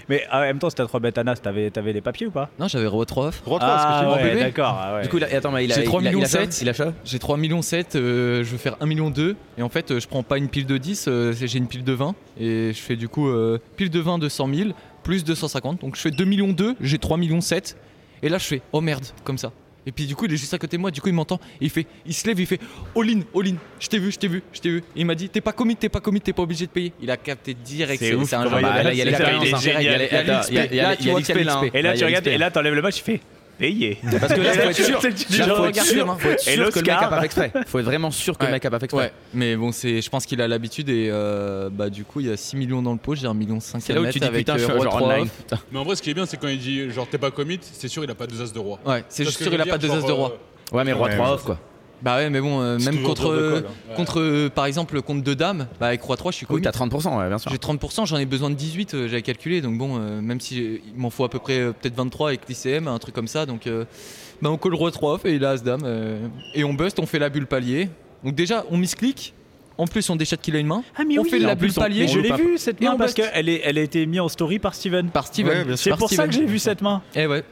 Speaker 2: Mais en même temps, si t'as trois bêtes Anas, t'avais t'avais les papiers ou pas
Speaker 5: Non, j'avais Roi 3
Speaker 6: Roi 3
Speaker 2: Ah
Speaker 5: mon
Speaker 2: ouais,
Speaker 5: bébé.
Speaker 2: d'accord. ah ouais.
Speaker 3: Du coup, il a- attends, mais il a.
Speaker 5: J'ai
Speaker 3: il a-
Speaker 5: 3
Speaker 3: il a- il a
Speaker 5: millions
Speaker 3: fait-
Speaker 5: sept.
Speaker 3: Il a fait
Speaker 5: J'ai 3 millions 7, euh, je veux faire 1 million 2 et en fait euh, je prends pas une pile de 10, euh, c'est- j'ai une pile de 20 et je fais du coup euh, pile de 20 de 100 000 plus 250 donc je fais 2 millions 2, j'ai 3 millions 7 et là je fais oh merde comme ça. Et puis du coup il est juste à côté de moi, du coup il m'entend, et il fait il se lève, il fait all in, all in, je t'ai vu, je t'ai vu, je t'ai vu. Et il m'a dit t'es pas commis, t'es pas commis, t'es pas obligé de payer. Il a capté direct,
Speaker 2: C'est ouf,
Speaker 5: un
Speaker 2: comment
Speaker 5: genre-
Speaker 2: il a-
Speaker 5: bah, là, il y a
Speaker 2: c'est ça,
Speaker 5: l'expérience,
Speaker 2: il est
Speaker 5: hein.
Speaker 2: génial.
Speaker 5: Il y a
Speaker 3: Il y a l'XP,
Speaker 5: l'XP. Là,
Speaker 3: là,
Speaker 5: tu
Speaker 3: il y a
Speaker 5: vois qu'il
Speaker 3: l'XP, là, hein.
Speaker 5: l'XP.
Speaker 2: Et là,
Speaker 3: Là, il y
Speaker 2: tu
Speaker 3: a
Speaker 2: regardes,
Speaker 3: l'XP.
Speaker 2: et là, t'enlèves le match, tu fais payé.
Speaker 3: Parce que là, faut être sûr.
Speaker 2: C'est le petit
Speaker 3: Là,
Speaker 2: genre,
Speaker 3: faut être sûr, hein, faut être
Speaker 2: Et
Speaker 3: sûr que le mec
Speaker 2: l'Oscar.
Speaker 3: a pas fait exprès. Faut être vraiment sûr que le
Speaker 5: Ouais.
Speaker 3: mec a pas fait exprès.
Speaker 5: Ouais, mais bon, c'est, je pense qu'il a l'habitude et euh, bah du coup il y a 6 millions dans le pot, j'ai 1 million 5
Speaker 3: C'est là où tu dis
Speaker 5: avec
Speaker 3: putain,
Speaker 5: euh,
Speaker 3: je suis
Speaker 5: roi
Speaker 3: genre
Speaker 5: 3
Speaker 3: online.
Speaker 5: off.
Speaker 4: Mais en vrai, ce qui est bien, c'est quand il dit genre t'es pas commit, c'est sûr il a pas deux as de roi.
Speaker 5: Ouais, c'est
Speaker 4: Parce
Speaker 5: juste
Speaker 4: que
Speaker 5: sûr
Speaker 4: je
Speaker 5: il a
Speaker 4: veux
Speaker 5: pas
Speaker 4: dire,
Speaker 5: deux as
Speaker 4: genre,
Speaker 5: de roi.
Speaker 4: euh,
Speaker 3: Ouais, mais roi 3 off quoi.
Speaker 5: Bah ouais, mais bon, euh,
Speaker 6: C'est
Speaker 5: même
Speaker 6: toujours
Speaker 5: contre
Speaker 6: dur de
Speaker 5: euh,
Speaker 6: coller, hein.
Speaker 5: contre euh, par exemple contre deux dames, bah avec roi 3 je suis
Speaker 3: Oui,
Speaker 5: commit.
Speaker 3: t'as 30%, ouais, bien sûr.
Speaker 5: j'ai 30%, j'en ai besoin de 18, euh, j'avais calculé, donc bon, euh, même si j'ai- il m'en faut à peu près euh, peut-être 23 avec l'ICM, un truc comme ça, donc euh, bah on colle roi 3 off et il a as dame euh, et on bust, on fait la bulle palier. Donc déjà on misclick, en plus on déchate qu'il a une main
Speaker 2: Ah, mais
Speaker 5: On
Speaker 2: oui,
Speaker 5: fait de la
Speaker 2: en plus,
Speaker 5: bulle
Speaker 2: on-
Speaker 5: palier,
Speaker 2: Je
Speaker 5: on
Speaker 2: l'ai
Speaker 5: loupe
Speaker 2: vu cette
Speaker 5: Et
Speaker 2: main
Speaker 5: on
Speaker 2: parce
Speaker 5: bust.
Speaker 2: qu'elle est- elle a été mise en story par Steven.
Speaker 5: par Steven.
Speaker 6: Ouais, bien sûr.
Speaker 2: C'est
Speaker 5: Par
Speaker 2: pour ça
Speaker 5: Steven.
Speaker 2: que j'ai vu cette main.
Speaker 5: Eh ouais.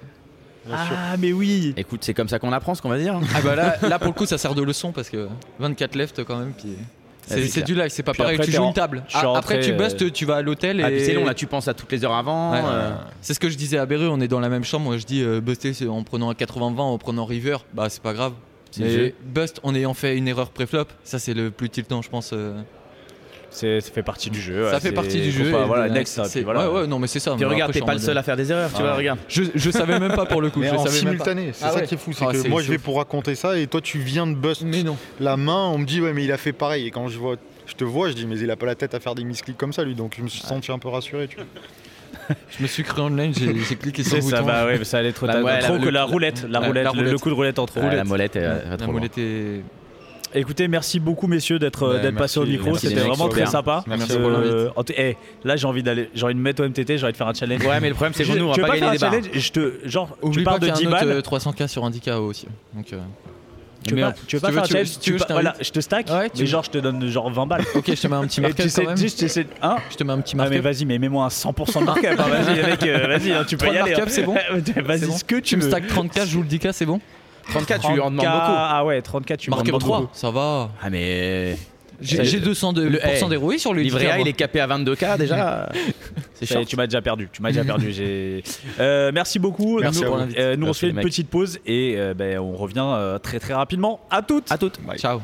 Speaker 2: Ah, mais oui.
Speaker 3: Écoute, c'est comme ça qu'on apprend ce qu'on va dire. hein.
Speaker 5: Ah bah là, là pour le coup ça sert de leçon parce que 24 left quand même puis
Speaker 3: Ah,
Speaker 5: c'est,
Speaker 3: c'est
Speaker 5: c'est du live, c'est pas
Speaker 2: Puis
Speaker 5: pareil,
Speaker 2: après,
Speaker 5: tu
Speaker 2: t'es
Speaker 5: joues
Speaker 2: en-
Speaker 5: une table.
Speaker 2: je suis
Speaker 5: Ah,
Speaker 2: rentré,
Speaker 5: après tu
Speaker 2: euh,
Speaker 5: bustes, tu vas à l'hôtel et
Speaker 3: Ah, puis c'est long, là, tu penses à toutes les heures avant.
Speaker 5: Ouais.
Speaker 3: euh,
Speaker 5: C'est ce que je disais à Berru, on est dans la même chambre, moi je dis euh, buster c'est en prenant un 80-20, en prenant river, bah c'est pas grave.
Speaker 3: C'est le
Speaker 5: Mais
Speaker 3: jeu.
Speaker 5: bust en ayant fait une erreur préflop, ça c'est le plus tiltant je pense. euh.
Speaker 2: C'est- Ça fait partie du jeu.
Speaker 5: ça
Speaker 2: ouais,
Speaker 5: fait
Speaker 2: c'est-
Speaker 5: partie du
Speaker 2: faut
Speaker 5: jeu.
Speaker 2: pas-
Speaker 5: et
Speaker 2: voilà,
Speaker 5: de-
Speaker 2: next. hein,
Speaker 5: c'est-
Speaker 2: puis voilà.
Speaker 5: Ouais, ouais, non, mais c'est ça.
Speaker 3: Puis
Speaker 5: mais
Speaker 3: regarde,
Speaker 5: après,
Speaker 3: t'es pas le
Speaker 5: j'en-
Speaker 3: seul à faire des erreurs, tu
Speaker 5: Ah
Speaker 3: vois,
Speaker 5: ouais.
Speaker 3: regarde.
Speaker 5: Je, je savais même pas pour le coup.
Speaker 6: Mais
Speaker 5: je
Speaker 6: en
Speaker 5: savais même pas.
Speaker 6: simultané, c'est
Speaker 5: Ah
Speaker 6: ça
Speaker 5: ouais.
Speaker 6: qui est fou, c'est
Speaker 5: Ah,
Speaker 6: que
Speaker 5: c'est-
Speaker 6: moi je
Speaker 5: c'est
Speaker 6: vais
Speaker 5: ouf.
Speaker 6: pour raconter ça et toi tu viens de bust
Speaker 5: Mais non.
Speaker 6: la main, on me dit ouais mais il a fait pareil et quand je vois je te vois, je dis mais il a pas la tête à faire des misclics comme ça lui donc je me suis senti un peu rassuré tu vois.
Speaker 5: Je me suis créé online, j'ai j'ai cliqué sur
Speaker 2: C'est
Speaker 5: le
Speaker 2: ça,
Speaker 5: bouton.
Speaker 2: bah ouais, ça allait trop
Speaker 3: La-
Speaker 2: tard.
Speaker 3: ouais, la-
Speaker 2: trop que
Speaker 3: le-
Speaker 2: la roulette, la
Speaker 5: la-
Speaker 2: roulette,
Speaker 5: la
Speaker 2: le- le
Speaker 5: roulette.
Speaker 2: coup de roulette entre
Speaker 3: Ah,
Speaker 2: roulette.
Speaker 3: la molette est euh, va
Speaker 5: La
Speaker 3: trop loin.
Speaker 5: moulette est.
Speaker 2: Écoutez, merci beaucoup messieurs d'être
Speaker 6: Ouais,
Speaker 2: d'être passés au
Speaker 6: merci.
Speaker 2: micro,
Speaker 3: Merci,
Speaker 2: c'était
Speaker 3: les mecs,
Speaker 2: vraiment très
Speaker 3: super.
Speaker 2: sympa.
Speaker 6: Merci
Speaker 2: Euh,
Speaker 5: pour l'invite.
Speaker 2: en tout- eh, là j'ai envie d'aller, j'ai envie de me mettre au MTT, j'ai envie de faire un challenge.
Speaker 3: Ouais, mais le problème, c'est
Speaker 2: Je-
Speaker 3: que nous, on
Speaker 2: tu
Speaker 3: va
Speaker 2: veux
Speaker 3: pas
Speaker 2: faire
Speaker 3: gagner des
Speaker 2: un
Speaker 3: barres.
Speaker 2: challenge Je te, genre,
Speaker 5: Oublie
Speaker 2: tu
Speaker 5: pas
Speaker 2: pars
Speaker 5: qu'il
Speaker 2: de
Speaker 5: y a
Speaker 2: 10
Speaker 5: un autre
Speaker 2: balles.
Speaker 5: euh, 300K sur Indica aussi. Donc, euh,
Speaker 2: Tu veux
Speaker 5: mais
Speaker 2: pas,
Speaker 5: en-
Speaker 2: tu veux
Speaker 5: si
Speaker 2: pas
Speaker 5: veux,
Speaker 2: faire un
Speaker 5: tu veux-
Speaker 2: challenge
Speaker 5: si tu veux,
Speaker 2: tu
Speaker 5: je
Speaker 2: pars- Voilà,
Speaker 5: t'invite.
Speaker 2: je te stack,
Speaker 5: Ouais, tu
Speaker 2: mais
Speaker 5: veux-
Speaker 2: genre je te donne genre 20 balles.
Speaker 5: Ok, je te mets un petit
Speaker 2: Et tu
Speaker 5: marqueur
Speaker 2: sais,
Speaker 5: quand même.
Speaker 2: juste, tu sais, hein
Speaker 5: Je te mets un petit
Speaker 2: ah mais
Speaker 5: marqueur.
Speaker 2: vas-y mais mets-moi un 100% de markup hein, vas-y mec euh, vas-y hein, tu peux
Speaker 5: Trois
Speaker 2: y aller
Speaker 5: markup,
Speaker 2: hein.
Speaker 5: c'est bon
Speaker 2: vas-y
Speaker 5: C'est bon
Speaker 2: ce que tu
Speaker 5: Tu me
Speaker 2: veux
Speaker 5: stack 34, je joue le 10K, c'est bon
Speaker 3: 34, tu lui en
Speaker 2: 30K,
Speaker 3: demandes
Speaker 2: ah ouais 34 tu
Speaker 5: Tu
Speaker 2: m'en
Speaker 5: marques
Speaker 2: demandes
Speaker 5: 3,
Speaker 2: beaucoup
Speaker 5: ça va.
Speaker 3: beaucoup. Ah, mais. Ça
Speaker 5: J'ai
Speaker 3: y est.
Speaker 5: j'ai 200 de,
Speaker 3: Le- eh,
Speaker 5: dérouillé sur le
Speaker 3: Livret
Speaker 5: 10K,
Speaker 3: A,
Speaker 5: moi.
Speaker 3: il est capé à 22K déjà. C'est
Speaker 2: Ça y est,
Speaker 3: chiant.
Speaker 2: tu m'as déjà perdu tu m'as déjà perdu j'ai Euh, merci beaucoup
Speaker 5: Merci
Speaker 2: nous,
Speaker 5: à vous.
Speaker 2: euh, nous on se
Speaker 3: Merci,
Speaker 2: fait
Speaker 3: les
Speaker 2: une
Speaker 3: mecs.
Speaker 2: petite pause et euh, ben, on revient euh, très très rapidement à toutes
Speaker 3: À toutes.
Speaker 5: Ciao.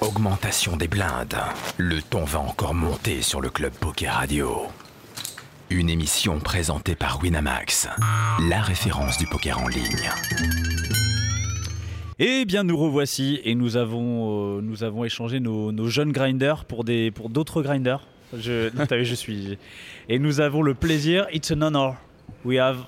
Speaker 7: Augmentation des blindes. Le ton va encore monter sur le Club Poker Radio. Une émission présentée par Winamax, la référence du poker en ligne.
Speaker 2: Eh bien, nous revoici et nous avons, euh, nous avons échangé nos, nos jeunes grinders pour des pour d'autres grinders. Je, non, t'as vu, je suis. Et nous avons le plaisir. It's an honor. We have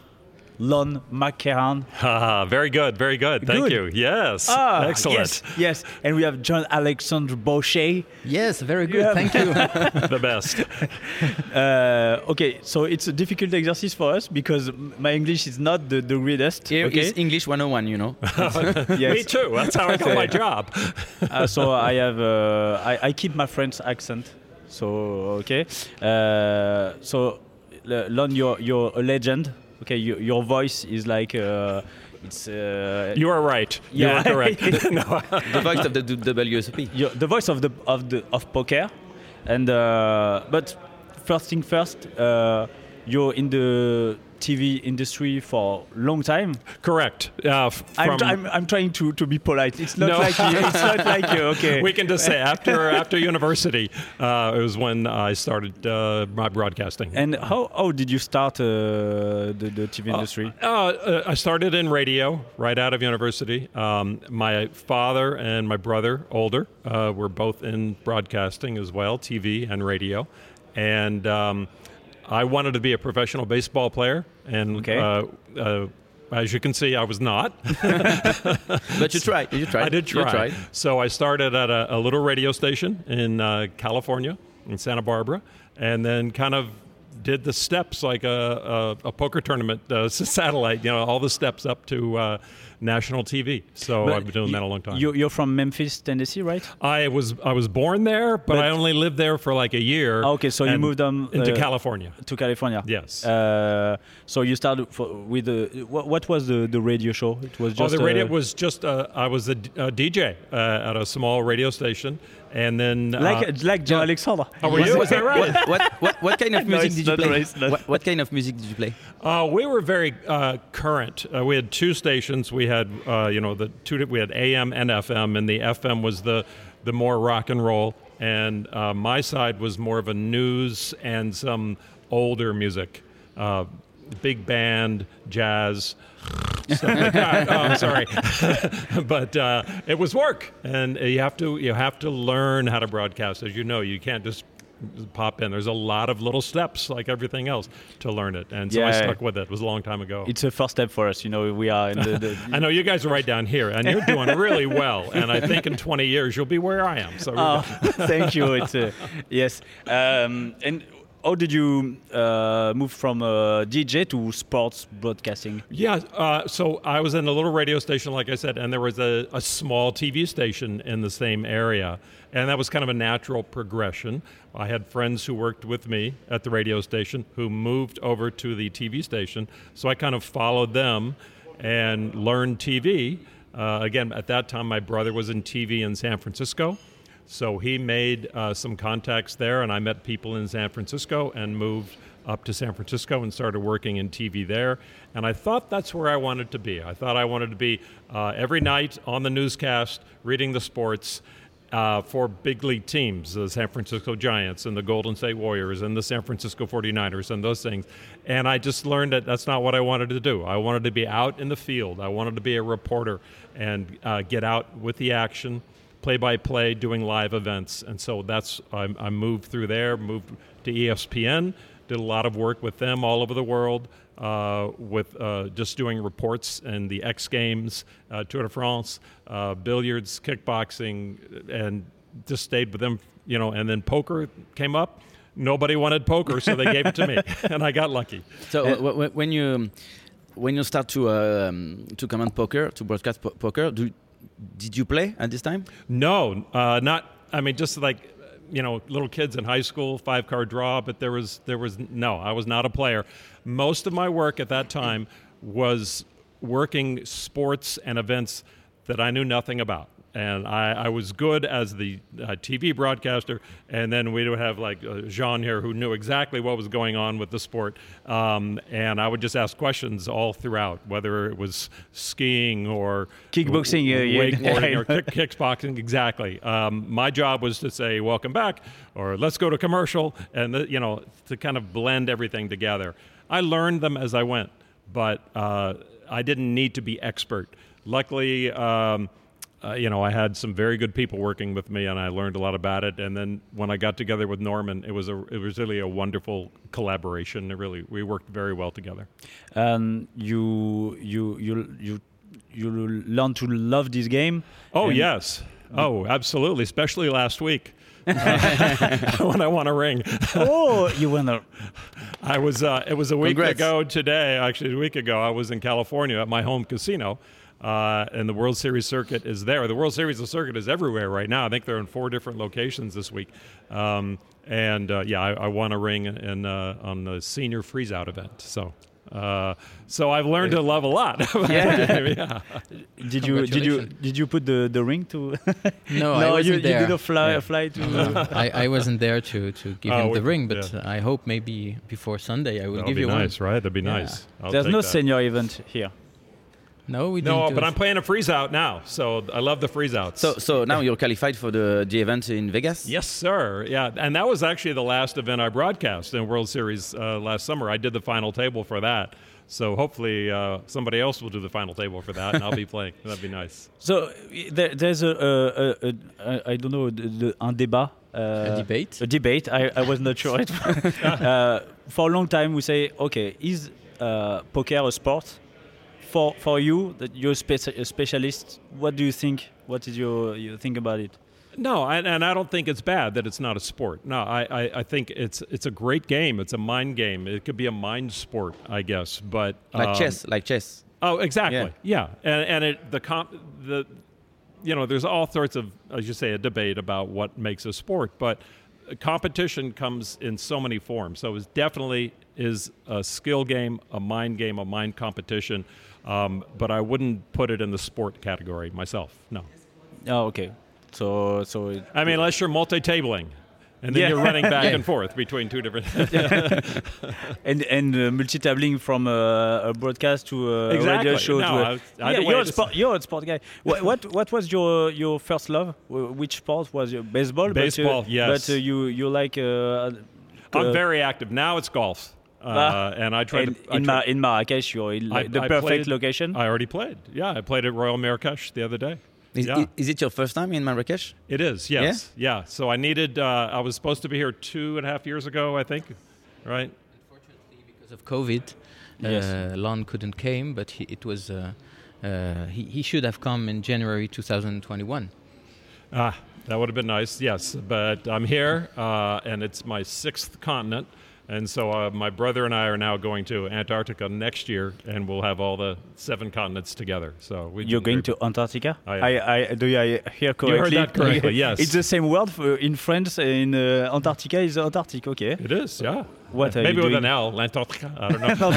Speaker 2: Lon McCarran.
Speaker 8: Ah, very good, very good. Thank
Speaker 2: Good. Ah,
Speaker 8: you. Yes. Excellent.
Speaker 2: Yes, yes. And we have John Alexandre Boucher.
Speaker 3: Yes, very
Speaker 2: good, thank
Speaker 3: you.
Speaker 8: The best.
Speaker 2: Uh, okay, so it's a difficult exercise for us because my English is not the, the greatest.
Speaker 3: Here
Speaker 2: okay.
Speaker 3: is English 101, you know.
Speaker 8: Me
Speaker 2: yes.
Speaker 8: too. That's how I got my job.
Speaker 2: Uh, so I have uh, I, I keep my French accent. So okay. Uh, so L- Lon, you're you're a legend. Okay, you, your voice is like uh, it's uh,
Speaker 8: You are right.
Speaker 2: Yeah.
Speaker 8: You are correct. no.
Speaker 3: The voice of the WSOP.
Speaker 2: your- the voice of the of the of poker, and uh, but first thing first, uh, you're in the TV industry for long time.
Speaker 8: Correct. Uh, f-
Speaker 2: I'm,
Speaker 8: from-
Speaker 2: try- I'm, I'm trying to, to be polite. It's not
Speaker 8: No.
Speaker 2: like you, it's not like you. Okay.
Speaker 8: we can just say after after university, uh, it was when I started uh, my broadcasting.
Speaker 2: And how, how did you start uh, the, the TV industry?
Speaker 8: Uh, uh, I started in radio right out of university. Um, my father and my brother, older, uh, were both in broadcasting as well, TV and radio. And um, I wanted to be a professional baseball player. And
Speaker 2: Okay.
Speaker 8: uh, uh, as you can see, I was not.
Speaker 3: But you tried. You tried.
Speaker 8: I did
Speaker 3: You
Speaker 8: try.
Speaker 3: tried.
Speaker 8: So I started at a, a little radio station in uh, California, in Santa Barbara, and then kind of did the steps like a, a, a poker tournament uh, s- satellite, you know, all the steps up to uh, national TV. So
Speaker 2: But
Speaker 8: oh, I've been doing
Speaker 2: you-
Speaker 8: that a long time.
Speaker 2: You, you're from Memphis, Tennessee, right?
Speaker 8: I was I was born there, but,
Speaker 2: But-
Speaker 8: I only lived there for like a year.
Speaker 2: Ah, okay, so you
Speaker 8: and
Speaker 2: moved, um,
Speaker 8: into
Speaker 2: uh,
Speaker 8: California.
Speaker 2: To California.
Speaker 8: Yes.
Speaker 2: Uh, so you started for, with the what, what was the, the radio show? It was just
Speaker 8: oh, the radio
Speaker 2: uh,
Speaker 8: was just uh, I was a, d- a DJ uh, at a small radio station, and then uh,
Speaker 2: like like John Alexander.
Speaker 8: Oh, were you? Was that right?
Speaker 3: What, what, what, what kind of
Speaker 2: No,
Speaker 3: music
Speaker 2: it's
Speaker 3: did you
Speaker 2: not
Speaker 3: play?
Speaker 2: race, no.
Speaker 3: What, what kind of music did you play?
Speaker 8: Uh, we were very uh, current. Uh, we had two stations. We had uh, you know the two. We had AM and FM, and the FM was the the more rock and roll, and uh, my side was more of a news and some older music, uh, big band, jazz. stuff like that. oh, sorry, but uh, it was work, and you have to you have to learn how to broadcast. As you know, you can't just pop in. There's a lot of little steps, like everything else, to learn it, and so I
Speaker 2: Yeah.
Speaker 8: stuck with it. It was a long time ago.
Speaker 2: It's a first step for us. You know, we are in the, the
Speaker 8: I know you guys are right down here, and you're doing really well. And I think in 20 years you'll be where I am. So
Speaker 2: Oh, thank you. It's uh, yes. Um, and how did you uh, move from uh, DJ to sports broadcasting?
Speaker 8: Yeah, uh, so I was in a little radio station, like I said, and there was a, a small TV station in the same area. And that was kind of a natural progression. I had friends who worked with me at the radio station who moved over to the TV station. So I kind of followed them and learned TV. Uh, again, at that time, my brother was in TV in San Francisco. So he made uh, some contacts there, and I met people in San Francisco and moved up to San Francisco and started working in TV there. And I thought that's where I wanted to be. I thought I wanted to be uh, every night on the newscast, reading the sports. uh, for big league teams, the San Francisco Giants and the Golden State Warriors and the San Francisco 49ers and those things. And I just learned that that's not what I wanted to do. I wanted to be out in the field, I wanted to be a reporter and uh, get out with the action. Play by play, doing live events. And so that's, I, I moved through there, moved to E ESPN, did a lot of work with them all over the world uh, with uh, just doing reports and the X Games, uh, Tour de France, uh, billiards, kickboxing, and just stayed with them, you know. And then poker came up. Nobody wanted poker, so they gave it to me, and I got lucky.
Speaker 3: So w- w- when you um, when you start to uh, um, to comment poker to broadcast po- poker, do, did you play at this time?
Speaker 8: No, uh, not. I mean, just like you know, little kids in high school, five card draw. But there was there was no. I was not a player. Most of my work at that time was working sports and events that I knew nothing about. And I, I was good as the uh, TV broadcaster, and then we would have like uh, Jean here who knew exactly what was going on with the sport. Um, and I would just ask questions all throughout, whether it was skiing or
Speaker 2: Kickboxing, uh, you-
Speaker 8: wakeboarding, or kick, kickboxing. Exactly. Um, my job was to say "Welcome back" or "Let's go to commercial," and the, you know to kind of blend everything together. I learned them as I went, but uh, I didn't need to be expert. Luckily. Um, uh, you know, I had some very good people working with me, and I learned a lot about it. And then when I got together with Norman, it was a it was really a wonderful collaboration. It really, we worked very well together.
Speaker 2: um, you you you you you learn to love this game.
Speaker 8: Oh
Speaker 2: And-
Speaker 8: yes. Oh, absolutely. Especially last week uh, when I won a ring.
Speaker 2: Oh, you win the
Speaker 8: I was. Uh, it was a week
Speaker 3: Congrats.
Speaker 8: ago today. Actually, a week ago, I was in California at my home casino, uh, and the World Series circuit is there. The World Series of circuit is everywhere right now. I think they're in four different locations this week. Um, and uh, yeah, I, I won a ring in, uh, on the senior freeze-out event. So. Uh, so I've learned to love a lot. yeah.
Speaker 2: Did you did you
Speaker 9: Congratulations.
Speaker 2: did you put the, the ring to?
Speaker 9: No, I wasn't
Speaker 2: you, you
Speaker 9: there.
Speaker 2: did a fly
Speaker 9: Yeah.
Speaker 2: fly to.
Speaker 9: I, I wasn't there to, to give
Speaker 8: Oh,
Speaker 9: him the
Speaker 8: we-
Speaker 9: ring, but
Speaker 8: yeah.
Speaker 9: uh, I hope maybe before Sunday I will
Speaker 8: That'd
Speaker 9: give
Speaker 8: be
Speaker 9: you
Speaker 8: nice, right? That'd be
Speaker 9: Yeah.
Speaker 8: nice. I'll
Speaker 2: There's
Speaker 8: take
Speaker 2: no
Speaker 8: that.
Speaker 2: senior event here.
Speaker 9: one. No, we
Speaker 8: No,
Speaker 9: didn't. do
Speaker 8: but
Speaker 9: it.
Speaker 8: I'm playing a freeze out now, so I love the freeze outs.
Speaker 3: So so now you're qualified for the the event in Vegas.
Speaker 8: yes, sir. Yeah, and that was actually the last event I broadcast in World Series uh, last summer. I did the final table for that, so hopefully uh, somebody else will do the final table for that, and I'll be playing. That'd be nice.
Speaker 2: So i- there, there's a, a, a, a I don't know the, the, un débat. uh,
Speaker 9: A debate?
Speaker 2: A debate. I, I was not sure. It, uh, for a long time, we say, okay, is uh, poker a sport? For for you, that you're a, speci- a specialist. What do you think? What is your you think about it?
Speaker 8: No, and, and I don't think it's bad that it's not a sport. No, I, I, I think it's it's a great game. It's a mind game. It could be a mind sport, I guess. But
Speaker 3: Like
Speaker 8: um,
Speaker 3: chess, like chess.
Speaker 8: Oh, exactly. Yeah, and and it the comp the you know there's all sorts of as you say a debate about what makes a sport, but competition comes in so many forms. So it definitely is a skill game, a mind game, a mind competition. Um, but I wouldn't put it in the sport category myself. No,
Speaker 2: Oh, okay. So so it,
Speaker 8: I mean unless you're multi-tabling, and then
Speaker 2: Yeah.
Speaker 8: you're running back
Speaker 9: Yeah.
Speaker 8: and forth between two different.
Speaker 2: and and uh, multi-tabling from uh, a broadcast to a
Speaker 8: Exactly.
Speaker 2: radio show.
Speaker 8: No,
Speaker 2: to a-
Speaker 8: I was- either
Speaker 2: yeah,
Speaker 8: way,
Speaker 2: you're a
Speaker 8: this-
Speaker 2: sport. You're a sport guy. what, what what was your your first love? Wh- Which sport was your baseball?
Speaker 8: Baseball,
Speaker 2: But, uh,
Speaker 8: yes.
Speaker 2: But uh, you you like. Uh,
Speaker 8: I'm
Speaker 2: uh,
Speaker 8: very active now. It's golf, uh,
Speaker 2: Ah.
Speaker 8: and I try
Speaker 2: and
Speaker 8: to I
Speaker 2: in,
Speaker 8: try-
Speaker 2: Mar- in Marrakesh, you're in like, the perfect
Speaker 8: played-
Speaker 2: location.
Speaker 8: I already played. Yeah, I played at Royal Marrakesh the other day.
Speaker 3: Is,
Speaker 8: yeah,
Speaker 3: is it your first time in Marrakesh?
Speaker 8: it is. Yes. Yeah. So I needed. Uh, I was supposed to be here two and a half years ago, I think. Right.
Speaker 9: Unfortunately, because of COVID, uh, Lon couldn't came, but he, it was uh, uh, he, he should have come in January 2021.
Speaker 8: Ah, that would have been nice. Yes, but I'm here, uh, and it's my sixth continent. And so uh, my brother and I are now going to Antarctica next year, and we'll have all the seven continents together. So we
Speaker 2: You're going to Antarctica?
Speaker 8: I am.
Speaker 2: I, I do I hear correctly?
Speaker 8: that correctly, yes.
Speaker 2: It's the same word for, in France. In uh, Antarctica is Antarctic. Okay.
Speaker 8: It is. Yeah.
Speaker 2: What are
Speaker 8: Maybe
Speaker 2: you
Speaker 8: with
Speaker 2: doing?
Speaker 8: an L, Antarctica. Uh, I don't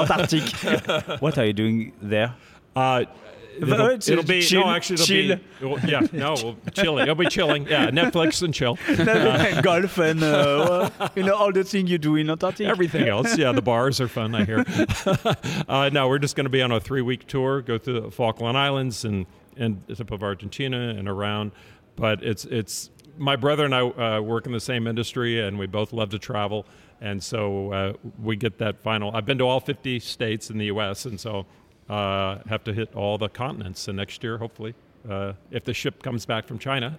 Speaker 2: L'Antarctique. L'Antarctique. what are you doing there?
Speaker 8: Uh,
Speaker 2: But
Speaker 8: it'll,
Speaker 2: it's
Speaker 8: it'll be
Speaker 2: chill-
Speaker 8: no, actually, it'll
Speaker 2: chill.
Speaker 8: be it will- yeah, no, we'll, chilling. It'll be chilling. Yeah, Netflix and chill.
Speaker 2: golf and uh, well, you know all the things you do in Antarctica.
Speaker 8: Everything else, yeah, the bars are fun. I hear. uh, no, we're just going to be on a three-week tour, go through the Falkland Islands and and the tip of Argentina and around. But it's it's my brother and I uh, work in the same industry, and we both love to travel, and so uh, we get that final. I've been to all 50 states in the U.S., and so uh, have to hit all the continents. And next year, hopefully, uh, if the ship comes back from China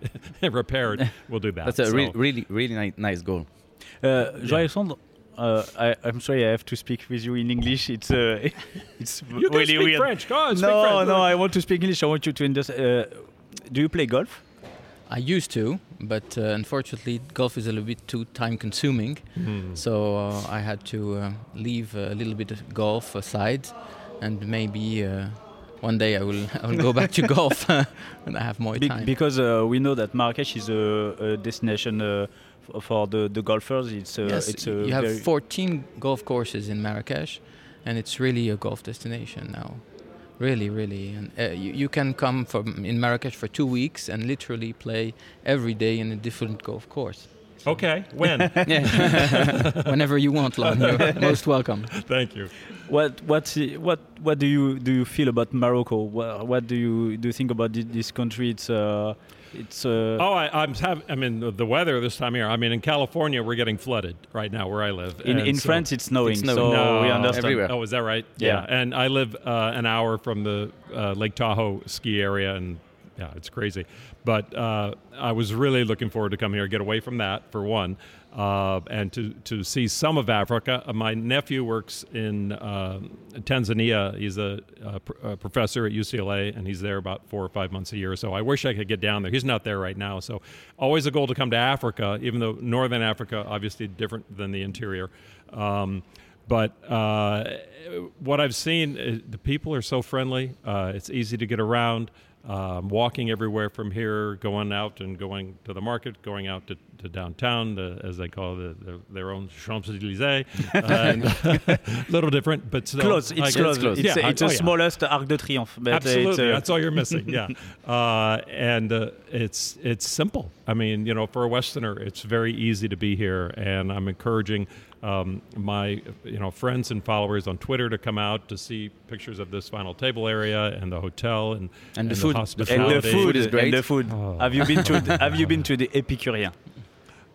Speaker 8: repaired, we'll do that.
Speaker 10: That's a
Speaker 8: So-
Speaker 10: really, really, really ni- nice goal.
Speaker 2: Uh, Jean-Alexandre, uh, I, I'm sorry, I have to speak with you in English. It's uh, it's
Speaker 8: you can
Speaker 2: really
Speaker 8: speak
Speaker 2: weird.
Speaker 8: French. Go on, speak
Speaker 2: No,
Speaker 8: French.
Speaker 2: no, I want to speak English. I want you to understand. Uh, do you play golf?
Speaker 3: I used to, but uh, unfortunately, golf is a little bit too time consuming.
Speaker 8: Hmm.
Speaker 3: So uh, I had to uh, leave a little bit of golf aside, and maybe uh, one day I will, I will go back to golf when I have more
Speaker 2: Be-
Speaker 3: time.
Speaker 2: because uh, we know that Marrakesh is a, a destination uh, f- for the, the golfers. It's uh,
Speaker 3: yes,
Speaker 2: it's a
Speaker 3: you have
Speaker 2: very-
Speaker 3: 14 golf courses in Marrakesh, and it's really a golf destination now. Really, really, and uh, you, you can come from in Marrakesh for two weeks and literally play every day in a different golf course.
Speaker 8: Okay, when?
Speaker 3: Whenever you want, Lon, you're most welcome.
Speaker 8: Thank you.
Speaker 2: What what what what do you do you feel about Morocco? What, what do you do you think about thi- this country? It's uh, it's uh,
Speaker 8: Oh, I, I'm. Have, I mean, the- the weather this time of year. I mean, in California, we're getting flooded right now where I live.
Speaker 2: in,
Speaker 8: and
Speaker 2: in
Speaker 8: Euh, so-
Speaker 2: France it's snowing,
Speaker 10: snowing.
Speaker 2: so
Speaker 8: No.
Speaker 2: we understand.
Speaker 10: Everywhere.
Speaker 8: Oh, is that right?
Speaker 2: Yeah.
Speaker 8: And I live uh, an hour from the uh, Lake Tahoe ski area, and yeah, it's crazy. But uh, I was really looking forward to coming here, get away from that for one, uh, and to to see some of Africa. Uh, My nephew works in uh, Tanzania. He's a, uh pr- a professor at UCLA, and he's there about four or five months a year. So I wish I could get down there. He's not there right now. So always a goal to come to Africa, even though northern Africa obviously different than the interior. Um, but uh, what I've seen, uh, the people are so friendly. Uh, it's easy to get around. Um, walking everywhere from here, going out and going to the market, going out to, to downtown, the, as they call the, the, their own Champs Elysees. A little different, but still.
Speaker 2: Close, it's
Speaker 8: like-
Speaker 2: close. It's,
Speaker 8: Yeah,
Speaker 2: it's
Speaker 8: oh,
Speaker 2: the
Speaker 8: yeah.
Speaker 2: smallest Arc de Triomphe. But
Speaker 8: Absolutely,
Speaker 2: It's, uh,
Speaker 8: that's all you're missing. Yeah, uh, and uh, it's it's simple. I mean, you know, for a Westerner, it's very easy to be here, and I'm encouraging um, my you know friends and followers on Twitter to come out to see pictures of this final table area and the hotel and
Speaker 10: And the food.
Speaker 2: and the
Speaker 8: hospitality.
Speaker 2: food
Speaker 10: is great.
Speaker 2: And the food.
Speaker 8: Oh.
Speaker 2: Have you been to the, Have you been to the Epicurien,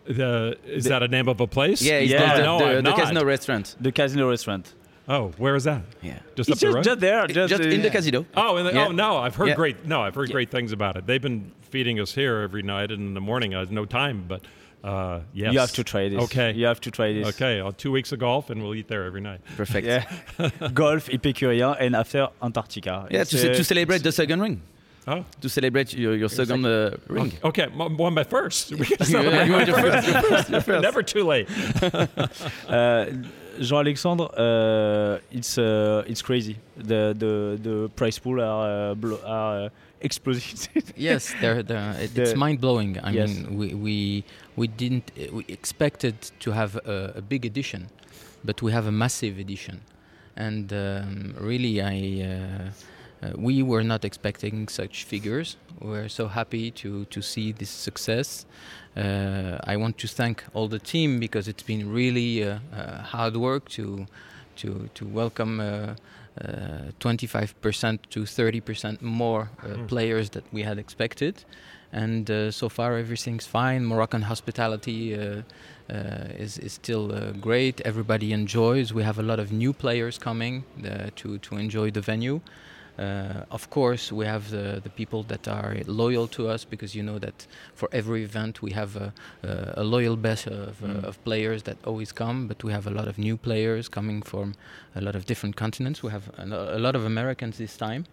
Speaker 8: The- is that a name of a place?
Speaker 10: Yeah, it's
Speaker 2: Yeah.
Speaker 10: the,
Speaker 8: No,
Speaker 10: the,
Speaker 8: I'm
Speaker 10: the
Speaker 8: not.
Speaker 10: casino restaurant.
Speaker 2: the casino restaurant?
Speaker 8: Oh, where is that?
Speaker 10: Yeah.
Speaker 8: Just up
Speaker 2: It's
Speaker 8: the
Speaker 2: just,
Speaker 8: road.
Speaker 2: just there, just,
Speaker 10: Just
Speaker 2: uh,
Speaker 10: in the casino.
Speaker 8: Oh, and the,
Speaker 10: Yeah.
Speaker 8: oh no! I've heard
Speaker 10: Yeah.
Speaker 8: great. No, I've heard great things about it. They've been feeding us here every night and in the morning. I have no time, but uh, yes,
Speaker 2: You have to try this.
Speaker 8: Okay,
Speaker 2: You have to try this.
Speaker 8: Okay, uh, two weeks of golf, and we'll eat there every night.
Speaker 10: Perfect. Yeah,
Speaker 2: Yeah. Golf, Epicurien, and after Antarctica. It's,
Speaker 10: to, ce-
Speaker 2: uh,
Speaker 10: to celebrate the second ring.
Speaker 8: Oh,
Speaker 10: To celebrate your, your second uh, ring.
Speaker 8: okay. m- Won my first.
Speaker 10: you were the first.
Speaker 8: Never too late.
Speaker 2: Uh, Jean-Alexandre, uh, it's uh, it's crazy. The the the price pool are uh, blo- are uh, explosive.
Speaker 3: yes, they're, they're, it-
Speaker 2: The-
Speaker 3: it's mind blowing. I
Speaker 2: Yes.
Speaker 3: mean, we, we we didn't uh, we expected to have a, a big edition, but we have a massive edition, and um, really, I uh, uh, we were not expecting such figures. We're so happy to to see this success. Uh, I want to thank all the team because it's been really uh, uh, hard work to to to welcome. Uh, uh, 25% to 30% more uh, players that we had expected. And uh, so far, everything's fine. Moroccan hospitality uh, uh, is, is still uh, great. Everybody enjoys. We have a lot of new players coming uh, to, to enjoy the venue. Uh, of course, we have the, the people that are loyal to us because you know that for every event we have a, a a loyal base of, uh, of players that always come, but we have a lot of new players coming from a lot of different continents. We have a, lo- a lot of Americans this time.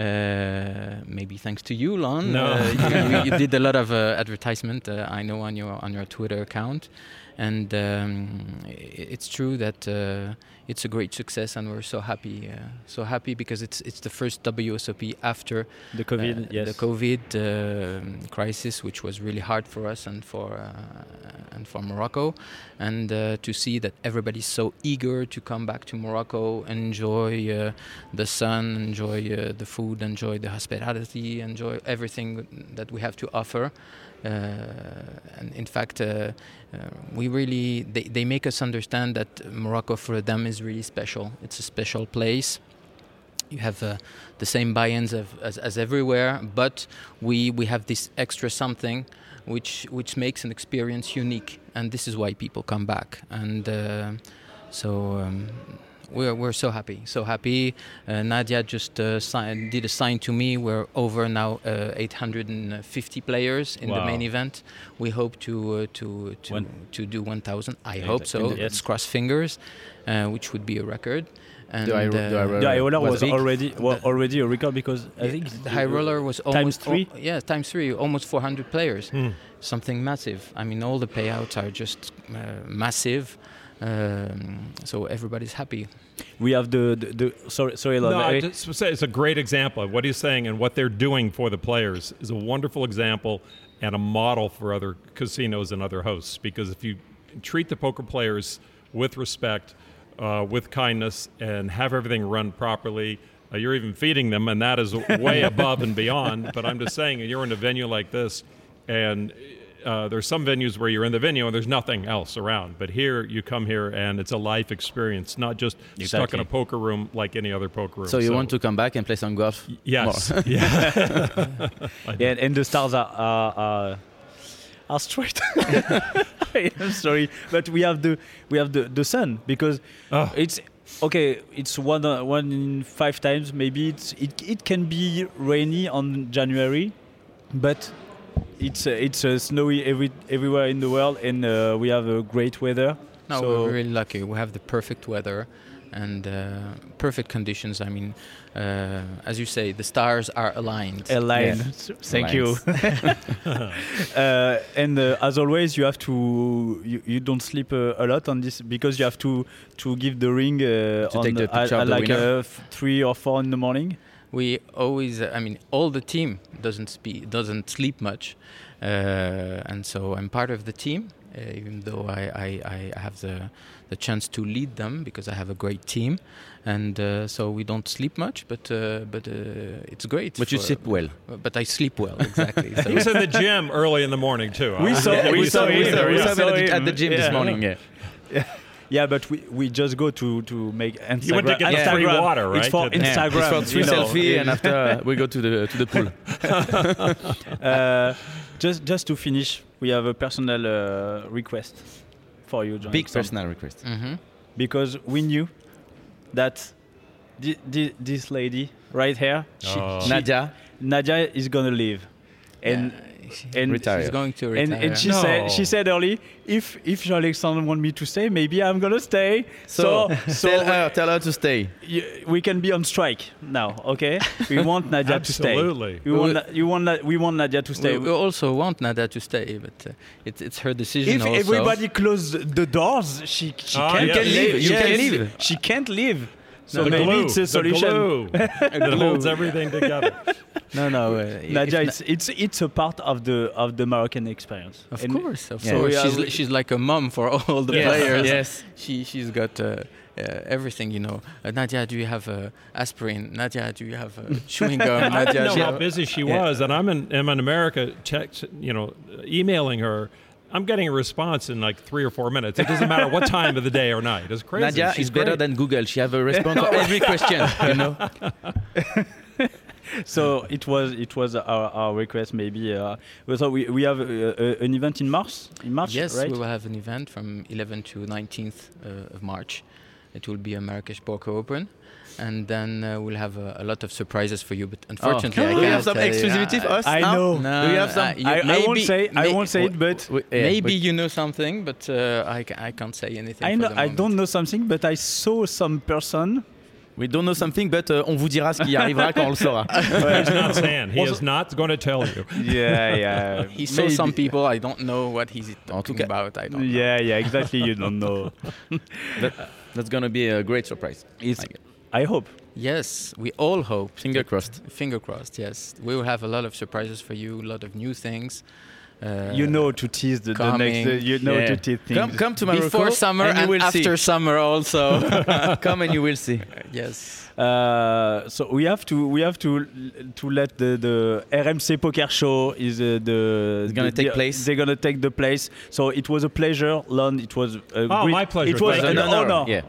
Speaker 3: Uh, maybe thanks to you, Lon.
Speaker 8: No.
Speaker 3: Uh, you, you- you did a lot of uh, advertisement. Uh, I know on your on your Twitter account, and um, i- it's true that uh, it's a great success, and we're so happy, uh, so happy because it's it's the first WSOP after
Speaker 2: the
Speaker 3: uh,
Speaker 2: COVID, yes.
Speaker 3: the COVID uh, crisis, which was really hard for us and for uh, and for Morocco, and uh, to see that everybody's so eager to come back to Morocco, enjoy uh, the sun, enjoy uh, the food, enjoy the hospitality, enjoy everything that we have to offer. Uh, and in fact, uh, uh, we really they, they make us understand that Morocco for them is really special. It's a special place you have uh, the same buy-ins of, as, as everywhere, but we we have this extra something, which which makes an experience unique, and this is why people come back. And uh, so um, we're we're so happy, so happy. Uh, Nadia just uh, sign, did a sign to me. We're over now uh, 850 players in the
Speaker 2: Wow.
Speaker 3: main event. We hope to uh, to to,
Speaker 2: One-
Speaker 3: to do 1,000. I hope so.
Speaker 2: Indeed.
Speaker 3: Let's cross fingers, uh, which would be a record. And,
Speaker 5: I- do I
Speaker 3: uh,
Speaker 5: remember
Speaker 2: Yeah, Iola
Speaker 3: was
Speaker 2: was
Speaker 3: big.
Speaker 2: already well, already a record because I think
Speaker 3: the high roller was
Speaker 2: times
Speaker 3: almost Hmm. al-
Speaker 2: three?
Speaker 3: yeah, times three, almost 400 players. Something massive. I mean, all the payouts are just uh, massive. Um, so everybody's happy.
Speaker 2: we have the the, the sorry sorry
Speaker 8: No,
Speaker 2: Iola,
Speaker 8: I
Speaker 2: very-
Speaker 8: just would say it's a great example of what he's saying and what they're doing for the players is a wonderful example and a model for other casinos and other hosts. Because if you treat the poker players with respect, uh, with kindness, and have everything run properly, uh, you're even feeding them, and that is way above and beyond. But I'm just saying, you're in a venue like this, and uh, there's some venues where you're in the venue and there's nothing else around. But here, you come here and it's a life experience, not just stuck in
Speaker 5: Exactly.
Speaker 8: a poker room like any other poker room.
Speaker 5: So you want to come back and play some golf?
Speaker 8: Yes.
Speaker 5: more?
Speaker 8: yeah.
Speaker 2: Yeah, and, and the stars are are, are, are straight. I'm sorry, but we have the we have the, the sun because
Speaker 8: Oh.
Speaker 2: it's okay. It's one uh, one in five times maybe. It's it it can be rainy on January, but it's uh, it's uh, snowy every everywhere in the world, and uh, we have uh, great weather.
Speaker 3: No,
Speaker 2: So-
Speaker 3: we're really lucky. We have the perfect weather and uh, perfect conditions. I mean, uh, as you say, the stars are aligned.
Speaker 2: A line. Thank you. uh, and uh, as always, you have to you, you don't sleep uh, a lot on this because you have to to give the ring uh,
Speaker 5: To
Speaker 2: on
Speaker 5: take the
Speaker 2: at-
Speaker 5: picture of
Speaker 2: at
Speaker 5: the
Speaker 2: like
Speaker 5: winner.
Speaker 2: uh, f- three or four in the morning.
Speaker 3: we always i mean all the team doesn't speak doesn't sleep much uh, and so i'm part of the team uh, even though I, I, I have the, the chance to lead them because i have a great team and uh, so we don't sleep much but uh, but uh, it's great
Speaker 5: But you
Speaker 3: for-
Speaker 5: sit well.
Speaker 3: but i sleep well exactly so
Speaker 8: He was in the gym early in the morning too.
Speaker 2: We
Speaker 8: I-
Speaker 2: saw- Uh, Yeah, we saw-
Speaker 5: we
Speaker 2: him,
Speaker 5: saw,
Speaker 2: we
Speaker 5: we saw
Speaker 2: saw
Speaker 5: him at the-
Speaker 2: him.
Speaker 5: at the gym
Speaker 2: Yeah.
Speaker 5: this morning. Yeah.
Speaker 2: Yeah, but we, we just go to to make Instagram.
Speaker 8: You went to get the free
Speaker 2: Instagram.
Speaker 8: water, right?
Speaker 2: It's for
Speaker 8: Yeah.
Speaker 5: Yeah,
Speaker 2: Instagram.
Speaker 5: just for three
Speaker 2: you know.
Speaker 5: selfie, and after uh, we go to the to the pool.
Speaker 2: Uh, just just to finish, we have a personal uh, request for you, John.
Speaker 5: Big
Speaker 2: Alexander.
Speaker 5: personal request.
Speaker 3: Mhm.
Speaker 2: because we knew that thi- thi- this lady right here, she,
Speaker 8: Oh.
Speaker 2: she-
Speaker 5: Nadia,
Speaker 2: Nadia is gonna leave, and and
Speaker 5: Retire.
Speaker 3: she's going to
Speaker 2: and,
Speaker 3: retire
Speaker 2: and she
Speaker 8: No.
Speaker 2: said she said early, if if Jean Alexandre want me to stay, maybe I'm gonna stay. So
Speaker 5: So,
Speaker 2: so,
Speaker 5: tell her, tell her to stay.
Speaker 2: y- we can be on strike now. Okay, we want Nadia to stay.
Speaker 8: Absolutely.
Speaker 2: We want Na- you want Na- we want Nadia to stay.
Speaker 3: we, we also want Nada to stay, but uh, it's it's her decision
Speaker 2: if
Speaker 3: also.
Speaker 2: everybody close the doors, she, she
Speaker 8: Ah,
Speaker 2: can't
Speaker 8: You can
Speaker 2: leave.
Speaker 5: leave, you can
Speaker 2: Yes.
Speaker 5: leave.
Speaker 2: She can't leave. So
Speaker 8: The
Speaker 2: maybe
Speaker 8: glue,
Speaker 2: it's a
Speaker 8: the
Speaker 2: solution.
Speaker 8: glue that holds everything together.
Speaker 3: no, no, uh, if
Speaker 2: Nadia,
Speaker 3: Na-
Speaker 2: it's, it's it's a part of the of the Moroccan experience.
Speaker 3: Of
Speaker 2: And
Speaker 3: course, of
Speaker 5: Yeah.
Speaker 3: course.
Speaker 2: So, yeah,
Speaker 3: she's,
Speaker 2: we-
Speaker 3: she's like a mom for all the
Speaker 8: Yes.
Speaker 3: players.
Speaker 5: Yes.
Speaker 3: She, she's got uh, uh, everything, you know. Uh, Nadia, do you have uh, aspirin? Nadia, do you have uh, chewing gum?
Speaker 8: I
Speaker 3: Nadia,
Speaker 8: didn't
Speaker 3: do you
Speaker 8: know how
Speaker 3: have-
Speaker 8: busy she
Speaker 3: Yeah.
Speaker 8: was, and I'm in, I'm in America, text, you know, emailing her. I'm getting a response in like three or four minutes. It doesn't matter what time of the day or night. It's crazy.
Speaker 5: Nadia
Speaker 8: She's
Speaker 5: is better
Speaker 8: great.
Speaker 5: than Google. She have a response to every question. You know.
Speaker 2: So it was it was our, our request maybe. Uh, so we, we have uh, uh, an event in March in March,
Speaker 3: Yes,
Speaker 2: right?
Speaker 3: we will have an event from 11 to 19th uh, of March. It will be a Marrakesh Poker Open. And then uh, we'll have a, a lot of surprises for you, but unfortunately,
Speaker 2: Oh.
Speaker 3: I
Speaker 5: do
Speaker 3: can't
Speaker 5: you Oh, have some
Speaker 3: tell you.
Speaker 5: exclusivity for
Speaker 3: I-
Speaker 5: us
Speaker 2: I
Speaker 5: now?
Speaker 2: know.
Speaker 3: No,
Speaker 5: do you have some?
Speaker 3: uh, you-
Speaker 2: I, I won't
Speaker 3: maybe-
Speaker 2: say I
Speaker 3: may-
Speaker 2: won't say it, but
Speaker 5: W- yeah,
Speaker 3: Maybe you know something, but uh, I, ca- I can't say anything.
Speaker 2: I
Speaker 3: for
Speaker 2: know
Speaker 3: the
Speaker 2: I
Speaker 3: moment.
Speaker 2: don't know something, but I saw some person.
Speaker 5: but we don't know something, but uh, on vous dira ce qui arrivera quand on le saura.
Speaker 8: He's not saying. He is not going to tell you.
Speaker 2: Yeah, yeah.
Speaker 3: He saw some people. I don't know what he's talking
Speaker 5: cas-
Speaker 3: about. I don't. know.
Speaker 2: Yeah, yeah, exactly. You don't know.
Speaker 5: That's gonna be a great surprise.
Speaker 2: It's,
Speaker 5: Okay.
Speaker 2: I hope.
Speaker 3: Yes, we all hope.
Speaker 5: Finger crossed.
Speaker 3: Finger crossed. Yes, we will have a lot of surprises for you. A lot of new things. Uh,
Speaker 2: you know to tease the, the next.
Speaker 3: coming.
Speaker 2: Uh, you know
Speaker 5: Yeah.
Speaker 2: to tease things.
Speaker 5: Come, come to Morocco
Speaker 3: before summer
Speaker 5: and
Speaker 3: and,
Speaker 5: you will
Speaker 3: after summer also.
Speaker 5: see. come and you will see.
Speaker 3: yes.
Speaker 2: Uh, so we have to we have to to let the, the RMC Poker Show is uh, the
Speaker 5: It's gonna
Speaker 2: the-
Speaker 5: take
Speaker 2: the-
Speaker 5: place.
Speaker 2: They're gonna take the place. So it was a pleasure, Lon. It was a
Speaker 8: Oh,
Speaker 2: great-
Speaker 8: my pleasure.
Speaker 2: It was
Speaker 8: Thank
Speaker 2: an
Speaker 5: you. An
Speaker 2: honor.
Speaker 5: honor, yeah.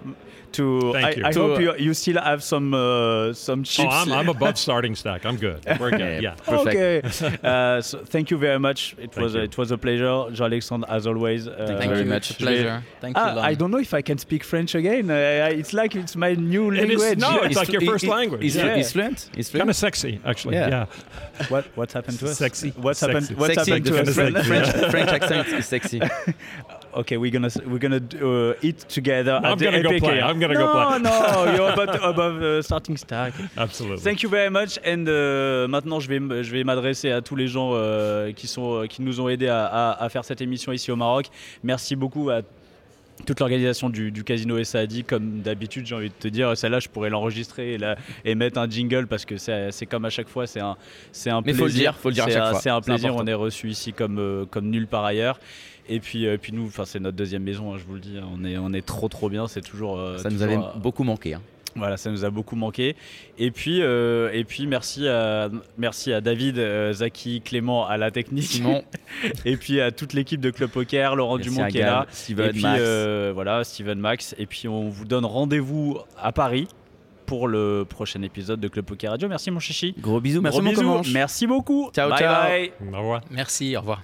Speaker 2: to.
Speaker 8: Thank
Speaker 2: I,
Speaker 8: you.
Speaker 2: I
Speaker 8: To,
Speaker 2: hope
Speaker 3: uh,
Speaker 2: you, you still have some uh, some
Speaker 8: Oh,
Speaker 2: chips.
Speaker 8: I'm, I'm above starting stack. I'm good. We're good. Yeah.
Speaker 2: Okay. uh, so thank you very much. It was
Speaker 8: you.
Speaker 2: it was a pleasure, Jean Alexandre, as always. Uh,
Speaker 3: you very
Speaker 9: you.
Speaker 3: much.
Speaker 9: It's a pleasure. Thank you.
Speaker 2: Ah, I
Speaker 9: Lon.
Speaker 2: don't know if I can speak French again. Uh, it's like it's my new
Speaker 8: It is-
Speaker 2: language.
Speaker 8: no,
Speaker 3: He's
Speaker 8: it's like your
Speaker 3: flu-
Speaker 8: first
Speaker 3: he- he-
Speaker 8: language.
Speaker 3: He's,
Speaker 2: Yeah.
Speaker 3: he's fluent. He's
Speaker 8: Kind
Speaker 3: fluent.
Speaker 8: of sexy, actually.
Speaker 3: Yeah.
Speaker 8: Yeah.
Speaker 2: What what's happened to us?
Speaker 8: Sexy.
Speaker 2: What's
Speaker 8: Sexy.
Speaker 2: happened? What's
Speaker 3: sexy.
Speaker 2: happened to
Speaker 8: Kinda
Speaker 2: us?
Speaker 8: sexy.
Speaker 3: French, French, French accent is sexy.
Speaker 2: Okay, we're gonna s- we're gonna d- uh, eat together.
Speaker 8: I'm
Speaker 2: at the
Speaker 8: gonna go
Speaker 2: APK.
Speaker 8: play. I'm gonna
Speaker 2: no,
Speaker 8: go play.
Speaker 2: No, you're about above uh, starting stack.
Speaker 8: Absolutely.
Speaker 2: Thank you very much. And euh, maintenant, je vais, m- je vais m'adresser à tous les gens euh, qui, sont, euh, qui nous ont aidés à, à- à faire cette émission ici au Maroc. Merci beaucoup à toute l'organisation du, du Casino SAD. Comme d'habitude, j'ai envie de te dire, celle-là, je pourrais l'enregistrer et, la- et mettre un jingle parce que c'est c'est comme à chaque fois, c'est un, c'est un
Speaker 3: Mais
Speaker 2: plaisir.
Speaker 3: faut le dire, faut le dire à
Speaker 2: C'est
Speaker 3: chaque
Speaker 2: un-
Speaker 3: fois.
Speaker 2: C'est un
Speaker 3: C'est
Speaker 2: plaisir,
Speaker 3: important.
Speaker 2: on est reçu ici comme, euh, comme nulle part ailleurs. Et puis, euh, puis nous, enfin, c'est notre deuxième maison, hein, je vous le dis, hein. on est, on est trop trop bien, c'est toujours... euh,
Speaker 3: Ça nous
Speaker 2: toujours,
Speaker 3: avait
Speaker 2: euh,
Speaker 3: beaucoup manqué. hein.
Speaker 2: voilà, ça nous a beaucoup manqué. Et puis, euh, et puis merci, à, merci à David, euh, Zaki, Clément à la technique.
Speaker 3: Simon,
Speaker 2: Et puis à toute l'équipe de Club Poker, Laurent
Speaker 3: merci
Speaker 2: Dumont
Speaker 3: à
Speaker 2: qui est
Speaker 3: Gab,
Speaker 2: là.
Speaker 3: Steven,
Speaker 2: et puis
Speaker 3: Max.
Speaker 2: euh, voilà, Steven Max. Et puis on vous donne rendez-vous à Paris pour le prochain épisode de Club Poker Radio. Merci mon chichi.
Speaker 3: Gros bisous, merci
Speaker 2: Gros
Speaker 3: mon
Speaker 2: bisous.
Speaker 3: Comanche.
Speaker 2: Merci beaucoup.
Speaker 3: Ciao,
Speaker 2: Bye
Speaker 3: ciao.
Speaker 2: bye.
Speaker 8: Au revoir.
Speaker 9: Merci, au revoir.